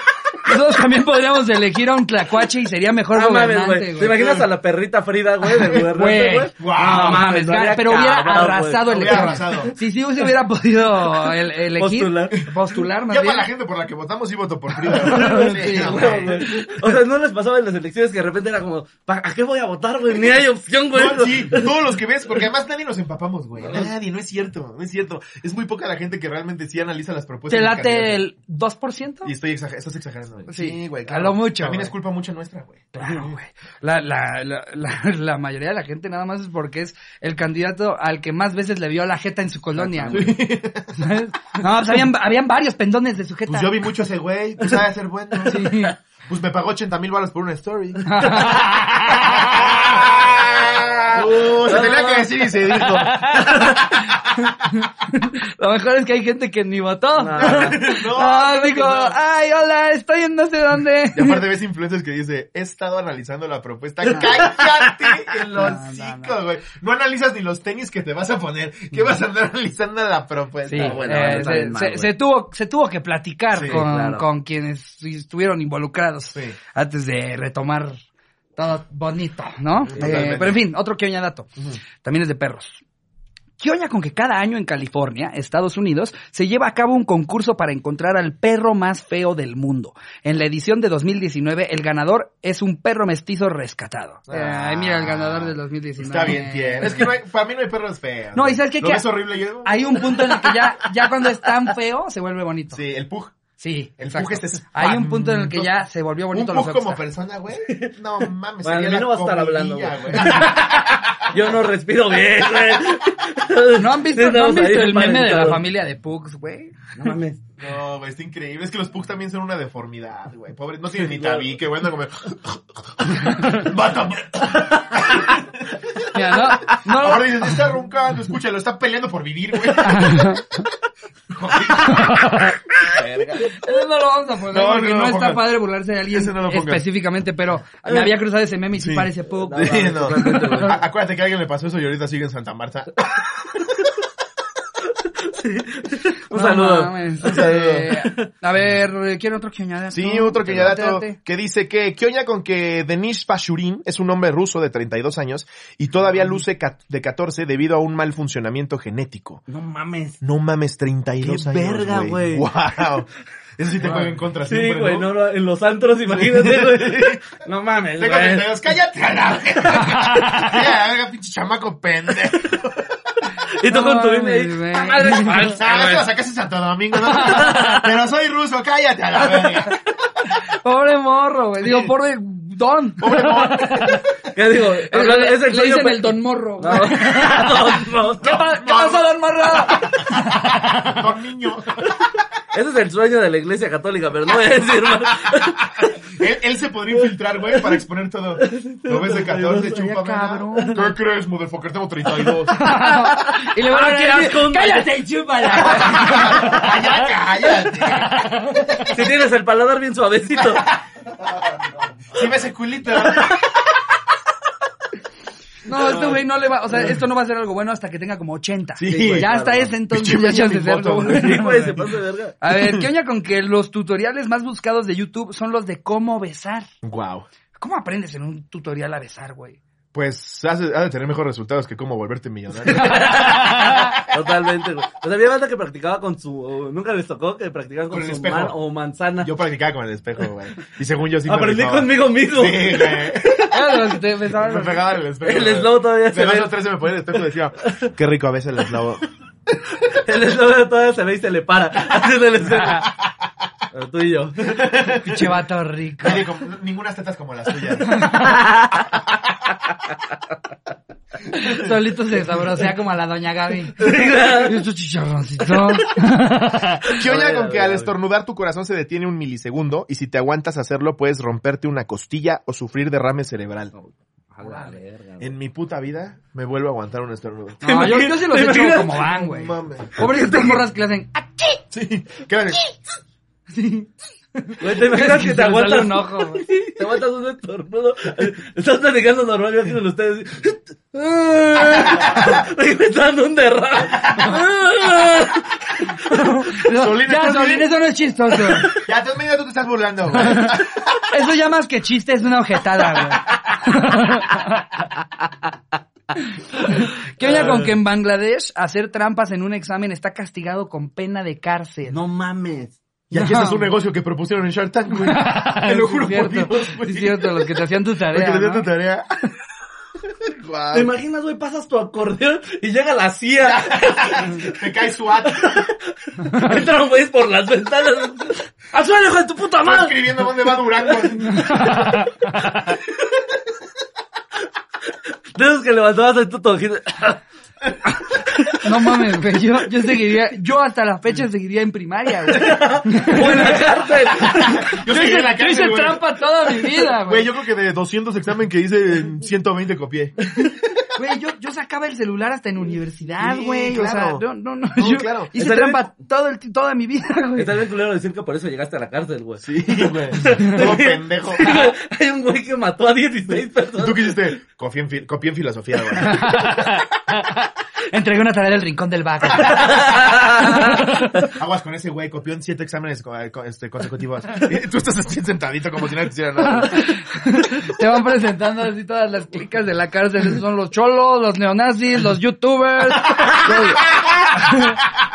Speaker 2: nosotros también podríamos elegir a un tlacuache y sería mejor
Speaker 3: No mames,
Speaker 2: gobernante,
Speaker 3: güey. ¿Te
Speaker 2: güey.
Speaker 3: imaginas a la perrita Frida, güey, del gobernante,
Speaker 2: Güey,
Speaker 3: güey?
Speaker 2: no mames,
Speaker 3: estaría
Speaker 2: gar- pero hubiera
Speaker 3: cabrón, güey.
Speaker 2: arrasado el
Speaker 1: Hubiera
Speaker 2: tema.
Speaker 1: arrasado.
Speaker 2: Si sí se hubiera podido el- elegir,
Speaker 3: Postular.
Speaker 2: postular más
Speaker 1: Ya
Speaker 2: bien.
Speaker 1: para la gente por la que votamos sí voto por Frida.
Speaker 2: Sí,
Speaker 1: no,
Speaker 2: güey.
Speaker 1: güey.
Speaker 3: O sea, no les pasaba en las elecciones que de repente era como, ¿pa- ¿a qué voy a votar, güey? Ni hay opción, güey.
Speaker 1: No, sí, todos los que ves, porque además nadie nos empapamos, güey. Nadie, no es cierto, no es cierto. Es muy poca la gente que realmente sí analiza las
Speaker 3: pues,
Speaker 1: propuestas.
Speaker 2: ¿Te
Speaker 1: del
Speaker 2: late
Speaker 1: candidato.
Speaker 2: el 2%?
Speaker 1: Y estoy exagerando, estás exagerando. güey.
Speaker 2: Sí, a
Speaker 1: claro.
Speaker 2: lo mucho,
Speaker 1: También
Speaker 2: güey.
Speaker 1: es culpa mucho nuestra, güey.
Speaker 2: Claro, güey. La, la, la, la, la mayoría de la gente nada más es porque es el candidato al que más veces le vio la jeta en su colonia. güey. ¿Sabes? No, pues habían, habían varios pendones de su jeta.
Speaker 1: Pues yo vi mucho a ese güey, pues sabe hacer bueno.
Speaker 2: Sí.
Speaker 1: Pues me pagó 80 mil balas por una story. Uh, se tenía que decir y se dijo.
Speaker 2: Lo mejor es que hay gente que ni votó.
Speaker 3: No,
Speaker 2: No,
Speaker 3: no,
Speaker 1: claro que
Speaker 2: digo,
Speaker 1: no.
Speaker 2: ay, hola, estoy en no sé dónde.
Speaker 1: Y aparte ves influencers que dice, he estado analizando la propuesta. Cállate el
Speaker 2: No, no,
Speaker 1: hocico, güey. No analizas ni los tenis que te vas a poner. ¿Qué vas a andar analizando la propuesta?
Speaker 2: Sí,
Speaker 3: bueno,
Speaker 2: eh,
Speaker 3: bueno, está
Speaker 2: se,
Speaker 3: bien mal,
Speaker 2: se-
Speaker 3: güey.
Speaker 2: se tuvo, se tuvo que platicar
Speaker 1: Sí,
Speaker 2: con,
Speaker 3: claro.
Speaker 2: con quienes estuvieron involucrados
Speaker 1: Sí.
Speaker 2: antes de retomar todo bonito, ¿no? Eh,
Speaker 1: totalmente.
Speaker 2: pero en fin, otro que oña dato. También es de perros. ¿Qué oña con que cada año en California, Estados Unidos, se lleva a cabo un concurso para encontrar al perro más feo del mundo? En la edición de 2019, el ganador es un perro mestizo rescatado.
Speaker 1: Ah.
Speaker 2: Ay, mira, el ganador del 2019.
Speaker 1: Está bien, tierno. Es que no hay- para mí no hay perros feos.
Speaker 2: No, ¿y sabes qué?
Speaker 1: Lo
Speaker 2: Que
Speaker 1: ves horrible yo.
Speaker 2: Hay un punto en el que ya, ya cuando es tan feo, se vuelve bonito.
Speaker 1: Sí, el pug.
Speaker 2: Sí,
Speaker 1: El
Speaker 2: exacto.
Speaker 1: pug es
Speaker 2: Hay un punto en el que ya se volvió
Speaker 1: Un
Speaker 2: bonito
Speaker 1: pug como
Speaker 2: Oxxar.
Speaker 1: persona, güey. No mames.
Speaker 3: Bueno,
Speaker 1: sería
Speaker 3: a mí no
Speaker 1: la
Speaker 3: va a estar hablando,
Speaker 1: comidilla,
Speaker 3: güey. Yo no respiro bien, güey.
Speaker 2: ¿No han visto, ¿no han
Speaker 3: Estamos ahí
Speaker 2: visto el meme de la
Speaker 3: emparentados.
Speaker 2: familia de Pugs, güey?
Speaker 3: No mames.
Speaker 1: No, güey, está increíble. Es que los pugs también son una deformidad, güey. Pobre, no tienen ni tabique, güey. Andan como... Bata,
Speaker 2: Mira, no, no,
Speaker 1: Ahora dices, está roncando, escúchalo, está peleando por vivir, güey. Verga.
Speaker 2: Eso no lo vamos a poner
Speaker 1: No,
Speaker 2: porque
Speaker 1: no
Speaker 2: no,
Speaker 1: lo
Speaker 2: está
Speaker 1: pongas.
Speaker 2: padre burlarse de alguien
Speaker 1: Ese no lo pongas.
Speaker 2: específicamente, pero me había cruzado ese meme y sí,
Speaker 1: Sí.
Speaker 2: parece Pug.
Speaker 1: Sí,
Speaker 3: no,
Speaker 1: no.
Speaker 3: totalmente, güey.
Speaker 1: A- Acuérdate que alguien le pasó eso y ahorita sigue en Santa Marta.
Speaker 3: Un
Speaker 2: No
Speaker 3: saludo.
Speaker 2: mames,
Speaker 1: Un saludo.
Speaker 2: este, a ver, quiero otro que añadas.
Speaker 1: Sí,
Speaker 2: tú?
Speaker 1: otro que ya
Speaker 2: Date,
Speaker 1: dato
Speaker 2: date.
Speaker 1: que dice que ¿qué oña con que Denis Pashurin es un hombre ruso de 32 años y todavía luce cat- de 14 debido a un mal funcionamiento genético?
Speaker 3: No mames.
Speaker 1: No mames, 32
Speaker 3: ¡Qué
Speaker 1: años.
Speaker 3: verga, güey!
Speaker 1: Wow. Eso sí te
Speaker 2: Wow.
Speaker 1: juega en contra
Speaker 3: Sí,
Speaker 1: siempre,
Speaker 3: güey,
Speaker 1: ¿no?
Speaker 3: no, no, en los antros, imagínate, güey. No mames,
Speaker 1: Tengo
Speaker 3: güey.
Speaker 1: 32, cállate a la verga. Ya, verga, pinche chamaco pendejo.
Speaker 3: Y tú
Speaker 2: No
Speaker 3: con tu
Speaker 2: mames,
Speaker 3: bimbo ahí.
Speaker 2: güey.
Speaker 3: ¡Ah, madre es
Speaker 1: Ah,
Speaker 3: falsa,
Speaker 1: eso
Speaker 3: güey!
Speaker 1: lo sacaste en Santo Domingo, ¿no? Pero soy ruso, cállate a la verga.
Speaker 2: Pobre morro, güey. Digo, pobre don.
Speaker 1: Pobre mon-
Speaker 3: ¿Qué digo?
Speaker 2: Le-
Speaker 3: Es el
Speaker 2: le
Speaker 3: sueño
Speaker 2: dicen
Speaker 3: pe-
Speaker 2: el don morro.
Speaker 3: No,
Speaker 2: güey.
Speaker 3: no,
Speaker 2: ¿Qué,
Speaker 3: no.
Speaker 2: pa- qué pasó, don morro?
Speaker 1: Don niño.
Speaker 3: Ese es el sueño de la iglesia católica, pero no voy a decir más.
Speaker 1: Él, él se podría infiltrar, güey, para exponer todo. Lo ves de 14,
Speaker 2: Estaría
Speaker 1: chúpame. ¿no?
Speaker 2: cabrón.
Speaker 1: ¿Qué crees, motherfucker? Tengo 32.
Speaker 2: y le van a
Speaker 3: Ah, qué
Speaker 2: decir,
Speaker 3: asco.
Speaker 2: cállate y chúpala.
Speaker 1: Allá, cállate.
Speaker 3: Si tienes el paladar bien suavecito.
Speaker 1: Sí me ese culito.
Speaker 2: No, este güey no le va, o sea, esto no va a ser algo bueno hasta que tenga como 80.
Speaker 1: Sí,
Speaker 2: ya
Speaker 1: güey,
Speaker 2: hasta ese entonces
Speaker 1: Pinche
Speaker 2: ya hay chance de
Speaker 1: Benjamin
Speaker 2: serlo,
Speaker 1: Button,
Speaker 2: güey.
Speaker 3: Sí, güey, se pasa de verga.
Speaker 2: A ver, ¿qué oña con que los tutoriales más buscados de YouTube son los de cómo besar?
Speaker 1: Wow.
Speaker 2: ¿Cómo aprendes en un tutorial a besar, güey?
Speaker 1: Pues has, de- has de tener mejores resultados que cómo volverte millonario.
Speaker 3: Totalmente, güey. O sea, había banda que practicaba con su. o nunca les tocó que practicaban con,
Speaker 1: Con el
Speaker 3: su
Speaker 1: espejo.
Speaker 3: man o manzana.
Speaker 1: Yo practicaba con el espejo, güey. Y según yo sí me
Speaker 3: Aprendí
Speaker 1: rifaba.
Speaker 3: conmigo mismo.
Speaker 1: Sí, güey.
Speaker 2: Era de los que te besaban
Speaker 1: Me
Speaker 2: los-
Speaker 1: pegaba en el espejo.
Speaker 3: El
Speaker 1: güey.
Speaker 3: slow todavía se
Speaker 1: De
Speaker 3: ve.
Speaker 1: dos a tres se me ponía el espejo y decía, qué rico a veces el slow.
Speaker 3: El eslogan todavía se ve y se le para. Así se le espera. Pero tú y yo.
Speaker 2: Pinche vato rico.
Speaker 1: Oye, como- ninguna tetas como las tuyas.
Speaker 2: Solito se sabrosea como a la doña Gaby. Esto chicharroncito.
Speaker 1: ¿Qué
Speaker 3: A
Speaker 1: oña
Speaker 3: ver, a
Speaker 1: con que
Speaker 3: ver, a
Speaker 1: al
Speaker 3: ver.
Speaker 1: estornudar tu corazón se detiene un milisegundo y si te aguantas a hacerlo puedes romperte una costilla o sufrir derrame cerebral?
Speaker 3: A la verga.
Speaker 1: En mi puta vida me vuelvo a aguantar un estornudo.
Speaker 2: No, yo, yo sí los
Speaker 3: ¿Te
Speaker 2: echo
Speaker 3: imaginas?
Speaker 2: como van, güey.
Speaker 1: Mames.
Speaker 2: Pobres estas morras que le hacen. ¡ah!
Speaker 1: Sí, claro.
Speaker 3: Güey, te imaginas que
Speaker 2: Se le
Speaker 3: te
Speaker 2: sale
Speaker 3: aguantas
Speaker 2: un ojo, güey.
Speaker 3: Te aguantas un estornudo. Estás platicando normal, yo aquí con ustedes. Y me está dando un derrame.
Speaker 2: No,
Speaker 1: Solín,
Speaker 2: ya,
Speaker 1: estás
Speaker 2: Solín,
Speaker 1: bien.
Speaker 2: eso no es chistoso.
Speaker 1: Ya, tú medio tú te estás burlando, güey.
Speaker 2: Eso ya más que chiste es una ojetada, güey. ¿Qué oña con que en Bangladesh hacer trampas en un examen está castigado con pena de cárcel?
Speaker 3: No mames.
Speaker 1: Y aquí
Speaker 2: No.
Speaker 1: este es un negocio que propusieron en Shark Tank, güey. Te lo
Speaker 2: Sí,
Speaker 1: juro
Speaker 2: es
Speaker 1: por
Speaker 2: cierto.
Speaker 1: Dios, güey.
Speaker 2: Sí, Es cierto, los que te hacían tu
Speaker 1: Porque
Speaker 2: tarea.
Speaker 1: le dio tu
Speaker 2: ¿no?
Speaker 1: tarea.
Speaker 3: ¿Te
Speaker 1: Guau.
Speaker 3: imaginas, güey? Pasas tu acordeón y llega la CIA.
Speaker 1: Te cae SWAT.
Speaker 3: Entran güeyes por las ventanas. ¡Al suelo, hijo de tu puta
Speaker 1: Está
Speaker 3: madre!
Speaker 1: escribiendo dónde va Durango.
Speaker 3: De esos que levantabas ahí tu tojito.
Speaker 2: No mames, güey. Yo, yo seguiría, yo hasta la fecha seguiría en primaria, güey.
Speaker 3: ¡Buena cárcel!
Speaker 1: Yo
Speaker 2: Yo
Speaker 1: seguí
Speaker 2: hice,
Speaker 1: en la
Speaker 2: yo hice
Speaker 1: cárcel, güey.
Speaker 2: trampa toda mi vida,
Speaker 1: Güey,
Speaker 2: güey.
Speaker 1: yo creo que de 200 examen que hice, 120 copié.
Speaker 2: Güey, yo, yo sacaba el celular hasta en universidad,
Speaker 1: Sí,
Speaker 2: güey.
Speaker 1: claro.
Speaker 2: O sea, no, no, no.
Speaker 1: No,
Speaker 2: yo
Speaker 1: claro.
Speaker 2: hice
Speaker 3: Estaría-
Speaker 2: trampa todo el, toda mi vida, güey.
Speaker 3: Está bien culero decir que por eso llegaste a la cárcel, güey.
Speaker 1: Sí, güey. Todo pendejo.
Speaker 3: Hay un güey que mató a 16
Speaker 1: ¿Y
Speaker 3: personas.
Speaker 1: tú qué hiciste? Copié en, fi- copié en filosofía, güey.
Speaker 2: Entregué una tarea del rincón del vago.
Speaker 1: Aguas con ese güey, copió en siete exámenes co- co- este, consecutivos. Y tú estás así sentadito como si no te hiciera nada.
Speaker 2: Te van presentando así todas las clicas de la cárcel. Esos son los cholos, los neonazis, los youtubers. los-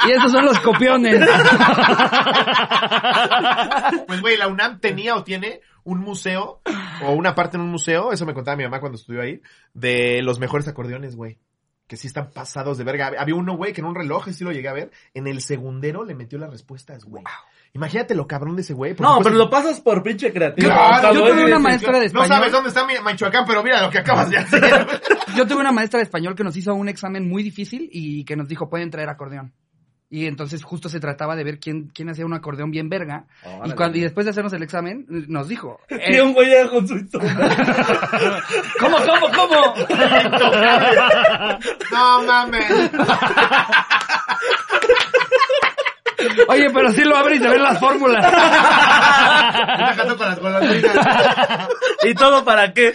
Speaker 2: Y esos son los copiones.
Speaker 1: Pues güey, la UNAM tenía o tiene un museo, o una parte en un museo, eso me contaba mi mamá cuando estudió ahí, de los mejores acordeones, güey. Que sí están pasados de verga. Había uno, güey, que en un reloj, y sí lo llegué a ver, en el segundero le metió las respuestas, güey. Imagínate lo cabrón de ese güey. porque
Speaker 3: No,
Speaker 1: pues-
Speaker 3: pero lo pasas por pinche creativo.
Speaker 1: Claro,
Speaker 3: Cuando
Speaker 2: yo tuve
Speaker 3: eres-
Speaker 2: una maestra de
Speaker 1: No
Speaker 2: español.
Speaker 1: sabes dónde está mi Michoacán, pero mira lo que acabas de hacer.
Speaker 2: Yo tuve una maestra de español que nos hizo un examen muy difícil y que nos dijo, pueden traer acordeón. Y entonces justo se trataba de ver quién, quién hacía un acordeón bien verga.
Speaker 3: Órale.
Speaker 2: Y, cuando, y después de hacernos el examen, nos dijo, eh,
Speaker 3: Tiene un güey allá con su instrumento.
Speaker 2: ¿cómo, cómo, cómo?
Speaker 1: No mames.
Speaker 2: Oye, pero sí lo abre y se ven las fórmulas.
Speaker 1: Estoy con las golondrinas.
Speaker 3: ¿Y todo para qué?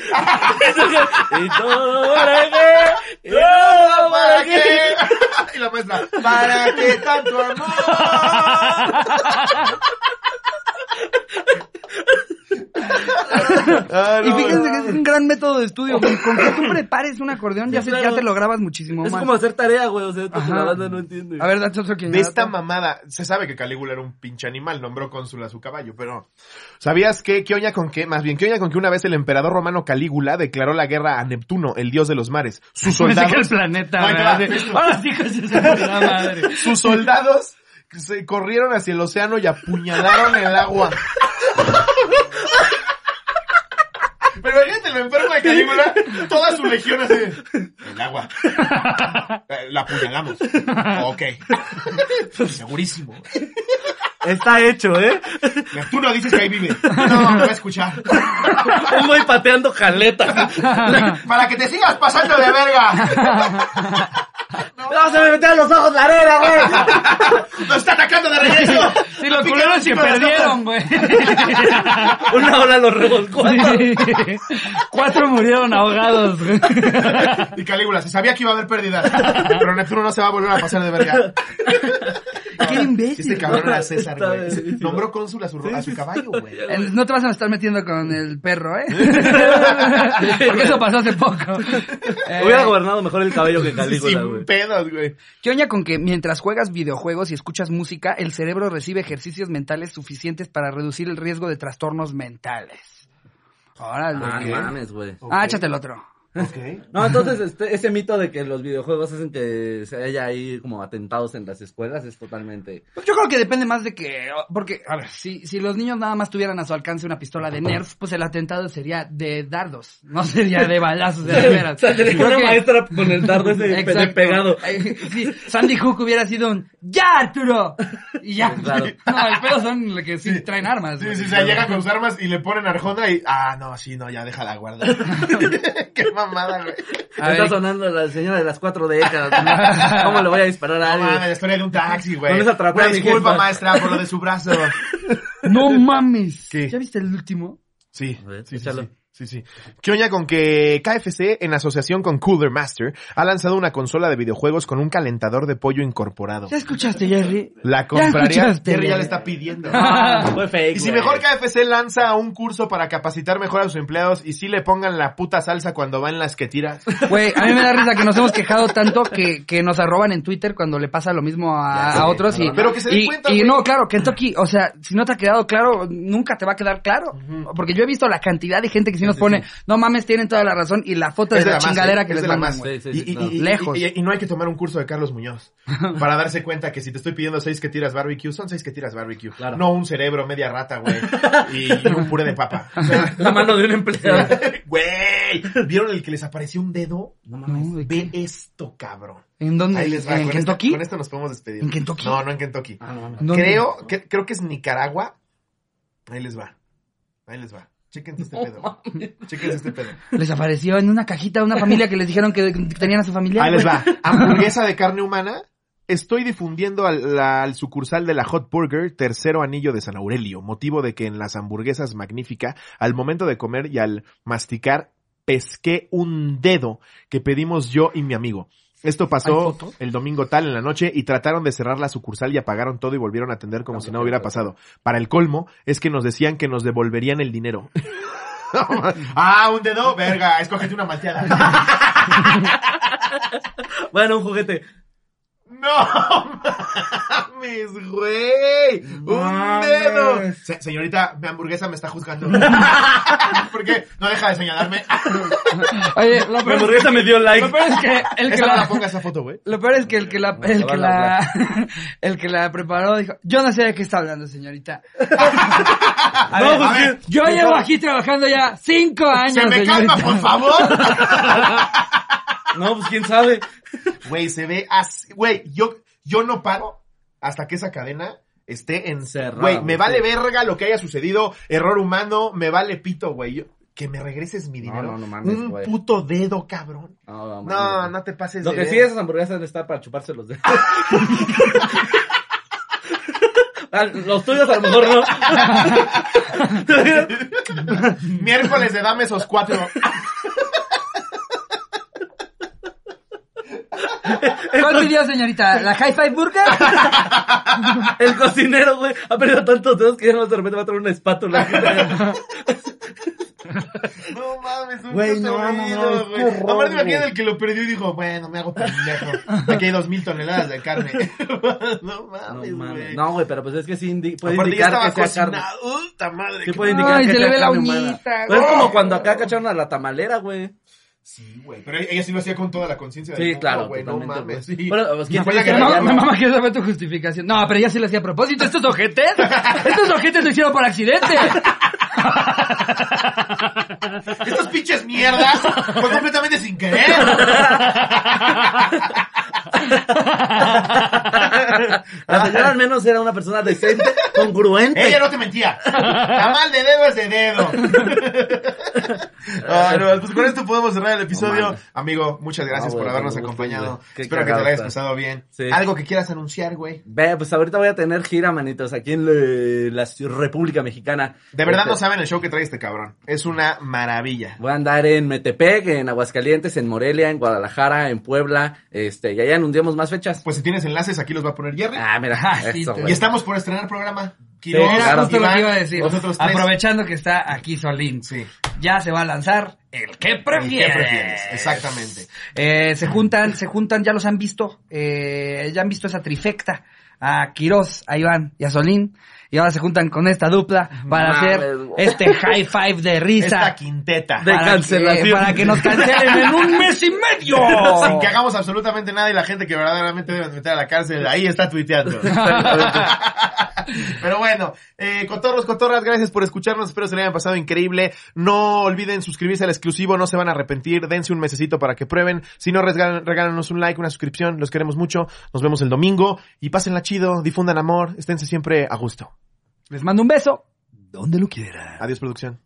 Speaker 3: ¿Y todo para qué? ¿Y todo
Speaker 1: ¿Para qué? Y la maestra, ¿para qué tanto amor? Ah,
Speaker 2: Y fíjense que es un gran método de estudio. Con, con que tú prepares un acordeón, ya,
Speaker 3: Sí,
Speaker 2: se-
Speaker 3: claro.
Speaker 2: ya te lo grabas muchísimo
Speaker 3: Es
Speaker 2: más.
Speaker 3: como hacer tarea, güey. O sea, esto que
Speaker 2: Ajá.
Speaker 3: la banda no entiende.
Speaker 2: A ver, date otro que
Speaker 1: De esta mamada, se sabe que Calígula era un pinche animal, nombró cónsul a su caballo, pero ¿sabías que qué oña con qué? Más bien, qué oña con que una vez el emperador romano Calígula declaró la guerra a Neptuno, el dios de los mares. Sus
Speaker 2: Pensé que el
Speaker 1: soldados,
Speaker 2: planeta,
Speaker 1: Ahí te
Speaker 2: ¿verdad?
Speaker 1: va.
Speaker 2: Sí. Ahora sí, coño, se fue la madre.
Speaker 1: sus soldados se corrieron hacia el océano y apuñalaron el agua. Pero imagínate el enfermo de Calígula, toda su legión así, el agua, Eh, la apuñalamos, ok, segurísimo.
Speaker 3: Está hecho, ¿eh?
Speaker 1: Neptuno dices que ahí vive. No, no va a escuchar.
Speaker 3: Un güey pateando caleta.
Speaker 1: Para que te sigas pasando de verga.
Speaker 3: ¡No, se me metían los ojos la arena, güey!
Speaker 1: Nos está atacando de regreso.
Speaker 2: Sí, los culeros se perdieron, güey.
Speaker 3: Una hora los revolcó.
Speaker 2: Sí. Cuatro murieron ahogados, güey.
Speaker 1: Y Calígula, se sabía que iba a haber pérdidas. Pero Neptuno no se va a volver a pasar de verga.
Speaker 2: Qué imbécil.
Speaker 1: Este cabrón era César,
Speaker 3: Está
Speaker 1: güey.
Speaker 3: bien.
Speaker 1: Nombró cónsul a su, a su caballo, güey.
Speaker 2: El- No te vas a estar metiendo con el perro, ¿eh? Porque eso pasó hace poco. Eh,
Speaker 3: Hubiera gobernado mejor el cabello que Calígula, güey.
Speaker 1: Sin pedos, güey.
Speaker 2: ¿Qué oña con que mientras juegas videojuegos y escuchas música, el cerebro recibe ejercicios mentales suficientes para reducir el riesgo de trastornos mentales? Órale.
Speaker 3: Ah,
Speaker 2: ¿qué?
Speaker 3: no mames, güey.
Speaker 2: Ah, échate el otro.
Speaker 1: Ok.
Speaker 3: No, entonces este, ese mito de que los videojuegos hacen que se haya ahí como atentados en las escuelas es totalmente...
Speaker 2: Pues Yo creo que depende más de que, porque, a ver, si, si los niños nada más tuvieran a su alcance una pistola de Nerf, pues el atentado sería de dardos, no sería de balazos, de veras.
Speaker 3: Saldría
Speaker 2: Creo
Speaker 3: una
Speaker 2: que-
Speaker 3: maestra con el dardo ese de- de
Speaker 2: Exacto.
Speaker 3: pegado.
Speaker 2: Ay, sí, Sandy Hook hubiera sido un ¡Ya, Arturo! Y ya.
Speaker 3: Sí, claro.
Speaker 2: No, el pedo son los que sí, traen armas.
Speaker 1: Sí,
Speaker 2: güey.
Speaker 1: sí, o sea, llega con sus armas y le ponen Arjona y... Ah, no, sí, no, ya déjala guarda. Qué mamada, güey.
Speaker 2: A
Speaker 3: Está
Speaker 2: ver.
Speaker 3: sonando la señora de las cuatro décadas. ¿Cómo le voy a disparar a
Speaker 1: No
Speaker 3: alguien?
Speaker 1: mames, la historia de un taxi, güey.
Speaker 3: No les atrapé
Speaker 1: Una
Speaker 3: a mi
Speaker 1: disculpa,
Speaker 3: jefa.
Speaker 1: maestra, por lo de su brazo.
Speaker 2: No mames.
Speaker 1: ¿Qué?
Speaker 2: ¿Ya viste el último?
Speaker 1: Sí,
Speaker 3: A ver,
Speaker 1: sí, sí,
Speaker 3: échalo.
Speaker 1: sí. Sí, sí. ¿Qué oña con que KFC, en asociación con Cooler Master, ha lanzado una consola de videojuegos con un calentador de pollo incorporado?
Speaker 2: ¿Ya escuchaste, Jerry?
Speaker 1: La
Speaker 2: ¿Ya
Speaker 1: compraría.
Speaker 2: escuchaste?
Speaker 1: Jerry ya le está pidiendo.
Speaker 3: Ah, fue fake,
Speaker 1: Y si
Speaker 3: güey.
Speaker 1: mejor KFC lanza un curso para capacitar mejor a sus empleados y sí le pongan la puta salsa cuando van las que tiras.
Speaker 2: Güey, a mí me da risa que nos hemos quejado tanto que, que nos arroban en Twitter cuando le pasa lo mismo a,
Speaker 3: Ya sé,
Speaker 2: a otros y...
Speaker 3: cabrón.
Speaker 1: Pero que se den
Speaker 2: y-
Speaker 1: cuenta,
Speaker 2: Y
Speaker 1: güey.
Speaker 2: no, claro, Kentucky, o sea, si no te ha quedado claro, nunca te va a quedar claro. Porque yo he visto la cantidad de gente que sí nos pone, no mames, tienen toda la razón, y la foto de,
Speaker 1: Es de
Speaker 2: la,
Speaker 1: la más,
Speaker 2: chingadera
Speaker 1: eh,
Speaker 2: que
Speaker 1: es
Speaker 2: les
Speaker 1: de la
Speaker 2: mandan,
Speaker 1: más,
Speaker 2: güey.
Speaker 3: Sí, sí,
Speaker 1: Y,
Speaker 3: sí,
Speaker 1: y-
Speaker 3: no.
Speaker 1: y- y-
Speaker 2: Lejos.
Speaker 1: y- y no hay que tomar un curso de Carlos Muñoz para darse cuenta que si te estoy pidiendo seis que tiras barbecue, son seis que tiras barbecue.
Speaker 3: Claro.
Speaker 1: No un cerebro, media rata, güey. Y, y un puré de papa. O sea,
Speaker 3: La mano de un empleado.
Speaker 1: Güey, ¿vieron el que les apareció un dedo?
Speaker 3: No
Speaker 2: No, ¿de
Speaker 1: Ve
Speaker 2: qué?
Speaker 1: esto, cabrón.
Speaker 2: ¿En dónde?
Speaker 1: Ahí les va.
Speaker 2: ¿En
Speaker 1: con esto-
Speaker 2: Kentucky?
Speaker 1: con esto nos podemos despedir.
Speaker 2: ¿En Kentucky?
Speaker 1: No, no en Kentucky.
Speaker 3: Ah, no, no.
Speaker 2: ¿Dónde?
Speaker 1: Creo, que, creo que es Nicaragua. Ahí les va. Ahí les va. Chéquense este pedo. Chéquense este pedo.
Speaker 2: Les apareció en una cajita una familia que les dijeron que que tenían a su familia.
Speaker 1: Ahí
Speaker 2: güey.
Speaker 1: les va. Hamburguesa de carne humana. Estoy difundiendo al, la- al sucursal de la Hot Burger Tercero Anillo de San Aurelio, motivo de que en las hamburguesas magnífica, al momento de comer y al masticar, pesqué un dedo que pedimos yo y mi amigo. Esto
Speaker 2: ¿Hay
Speaker 1: pasó
Speaker 2: foto?
Speaker 1: el domingo tal en la noche y trataron de cerrar la sucursal y apagaron todo y volvieron a atender como si no hubiera pasado. Para el colmo es que nos decían que nos devolverían el dinero. ah, un dedo, verga, escógete una malteada.
Speaker 3: Bueno, un juguete.
Speaker 1: ¡No mames, güey! ¡Un
Speaker 2: Mames.
Speaker 1: dedo! Se- señorita, mi hamburguesa me está juzgando. ¿Por qué? No deja de señalarme.
Speaker 2: Oye, lo
Speaker 3: Mi
Speaker 2: peor, es,
Speaker 3: hamburguesa me dio like.
Speaker 2: lo peor es que el que
Speaker 1: Esa no la
Speaker 2: la...
Speaker 1: ponga esa foto, güey.
Speaker 2: Lo peor es que el que la, el que la, el que la preparó dijo, yo no sé de qué está hablando señorita. A
Speaker 3: No,
Speaker 2: ver,
Speaker 3: pues
Speaker 2: a ver,
Speaker 3: que-
Speaker 2: yo llevo aquí trabajando ya cinco años.
Speaker 1: ¡Se me calma,
Speaker 2: señorita.
Speaker 1: por favor!
Speaker 3: No, pues quién sabe.
Speaker 1: Güey, se ve así. Güey, yo, yo no paro hasta que esa cadena esté encerrada.
Speaker 3: Cerrada,
Speaker 1: Güey, me
Speaker 3: güey.
Speaker 1: vale verga lo que haya sucedido. Error humano, me vale pito, güey. Yo- Que me regreses mi
Speaker 3: No,
Speaker 1: dinero.
Speaker 3: no, no mames,
Speaker 1: Un
Speaker 3: güey.
Speaker 1: puto dedo, cabrón.
Speaker 3: No, no,
Speaker 1: No, no te pases
Speaker 3: Lo
Speaker 1: de
Speaker 3: que sí,
Speaker 1: verga.
Speaker 3: esas hamburguesas están para chuparse los dedos. Ah, los tuyos a lo mejor no.
Speaker 1: Miércoles de dame esos cuatro.
Speaker 2: ¿Cuál pidió señorita? ¿La High Five Burger?
Speaker 3: El cocinero, güey, ha perdido tantos dedos que ya no de repente va a traer una espátula.
Speaker 1: No mames, un
Speaker 3: Güey,
Speaker 1: güey,
Speaker 3: no, no, no, es
Speaker 1: güey.
Speaker 3: horror,
Speaker 1: Aparte imagínate
Speaker 3: güey.
Speaker 1: el que lo perdió y dijo, bueno, me hago pendejo. Aquí hay dos mil toneladas de carne. no mames,
Speaker 3: No, mames.
Speaker 1: güey.
Speaker 3: No, güey, pero pues es que sí indi- puede
Speaker 1: Aparte ya
Speaker 3: indicar
Speaker 1: estaba
Speaker 3: que sea carne.
Speaker 1: cocinado. Puta madre.
Speaker 3: Sí
Speaker 1: qué-
Speaker 3: puede indicar
Speaker 2: Ay,
Speaker 3: que
Speaker 2: se
Speaker 3: sea
Speaker 2: le ve la
Speaker 3: carne humana.
Speaker 2: uñita,
Speaker 3: No es
Speaker 2: güey.
Speaker 3: como cuando acá cacharon a la tamalera, güey.
Speaker 1: Sí, güey. Pero ella sí lo hacía con toda la conciencia del
Speaker 3: Sí,
Speaker 1: mundo,
Speaker 3: claro,
Speaker 1: güey. No
Speaker 3: totalmente,
Speaker 1: mames,
Speaker 3: güey.
Speaker 1: sí.
Speaker 3: Pero, pues, ¿quién
Speaker 1: Fue
Speaker 3: te
Speaker 1: la
Speaker 3: dice
Speaker 1: que
Speaker 2: Me
Speaker 3: que
Speaker 1: la
Speaker 2: mama, me
Speaker 3: no?
Speaker 2: mama que esa fue tu justificación. No, pero ella sí lo hacía a propósito. ¿Estos ojetes? ¿Estos ojetes lo hicieron por accidente?
Speaker 1: Estas pinches mierdas fue completamente sin querer.
Speaker 3: La señora al menos era una persona decente, congruente.
Speaker 1: Ella no te mentía. Tamal de dedo es de dedo. Ay, no, pues con esto podemos cerrar el episodio.
Speaker 3: No mames.
Speaker 1: Amigo, muchas gracias
Speaker 3: No,
Speaker 1: por
Speaker 3: güey,
Speaker 1: habernos
Speaker 3: con gusto,
Speaker 1: acompañado.
Speaker 3: güey. Qué
Speaker 1: Espero que te
Speaker 3: cagado
Speaker 1: lo hayas
Speaker 3: está.
Speaker 1: pasado bien.
Speaker 3: Sí.
Speaker 1: Algo que quieras anunciar, güey.
Speaker 3: Ve, pues ahorita voy a tener gira, manitos, aquí en le- la Ci- República Mexicana.
Speaker 1: De verdad
Speaker 3: Este,
Speaker 1: no saben el show que trae este cabrón. Es una maravilla.
Speaker 3: Voy a andar en Metepec, en Aguascalientes, en Morelia, en Guadalajara, en Puebla, este, y ahí anunciamos más fechas.
Speaker 1: Pues si tienes enlaces, aquí los va a poner Jerry.
Speaker 3: Ah, mira,
Speaker 2: sí,
Speaker 3: eso,
Speaker 2: te-
Speaker 1: y
Speaker 3: güey.
Speaker 1: estamos por estrenar programa. Quiroz,
Speaker 2: Era
Speaker 3: claro.
Speaker 2: justo lo
Speaker 1: Iván,
Speaker 2: que iba a decir.
Speaker 1: Nosotros tres.
Speaker 2: Aprovechando que está aquí Solín.
Speaker 1: Sí.
Speaker 2: Ya se va a lanzar el que prefieres.
Speaker 1: ¿Qué prefieres? Exactamente.
Speaker 2: Eh, se juntan, se juntan, ya los han visto, eh, ya han visto esa trifecta a Quirós, a Iván y a Solín, y ahora se juntan con esta dupla para
Speaker 3: Mames,
Speaker 2: hacer
Speaker 3: güey.
Speaker 2: este high five de
Speaker 1: Esta
Speaker 2: risa.
Speaker 1: quinteta.
Speaker 3: De
Speaker 2: para
Speaker 3: cancelación.
Speaker 2: Que, para que nos cancelen en un mes y medio.
Speaker 1: Sin que hagamos absolutamente nada y la gente que verdaderamente debe meter a la cárcel, ahí está tuiteando. Pero bueno, eh, cotorros, cotorras, gracias por escucharnos, espero se le hayan pasado increíble. No olviden suscribirse al exclusivo, no se van a arrepentir, dense un mesecito para que prueben. Si no, resgalan- regálanos un like, una suscripción, los queremos mucho. Nos vemos el domingo y pásenla chido, difundan amor, esténse siempre a gusto.
Speaker 2: Les mando un beso. Donde lo quieran.
Speaker 1: Adiós producción.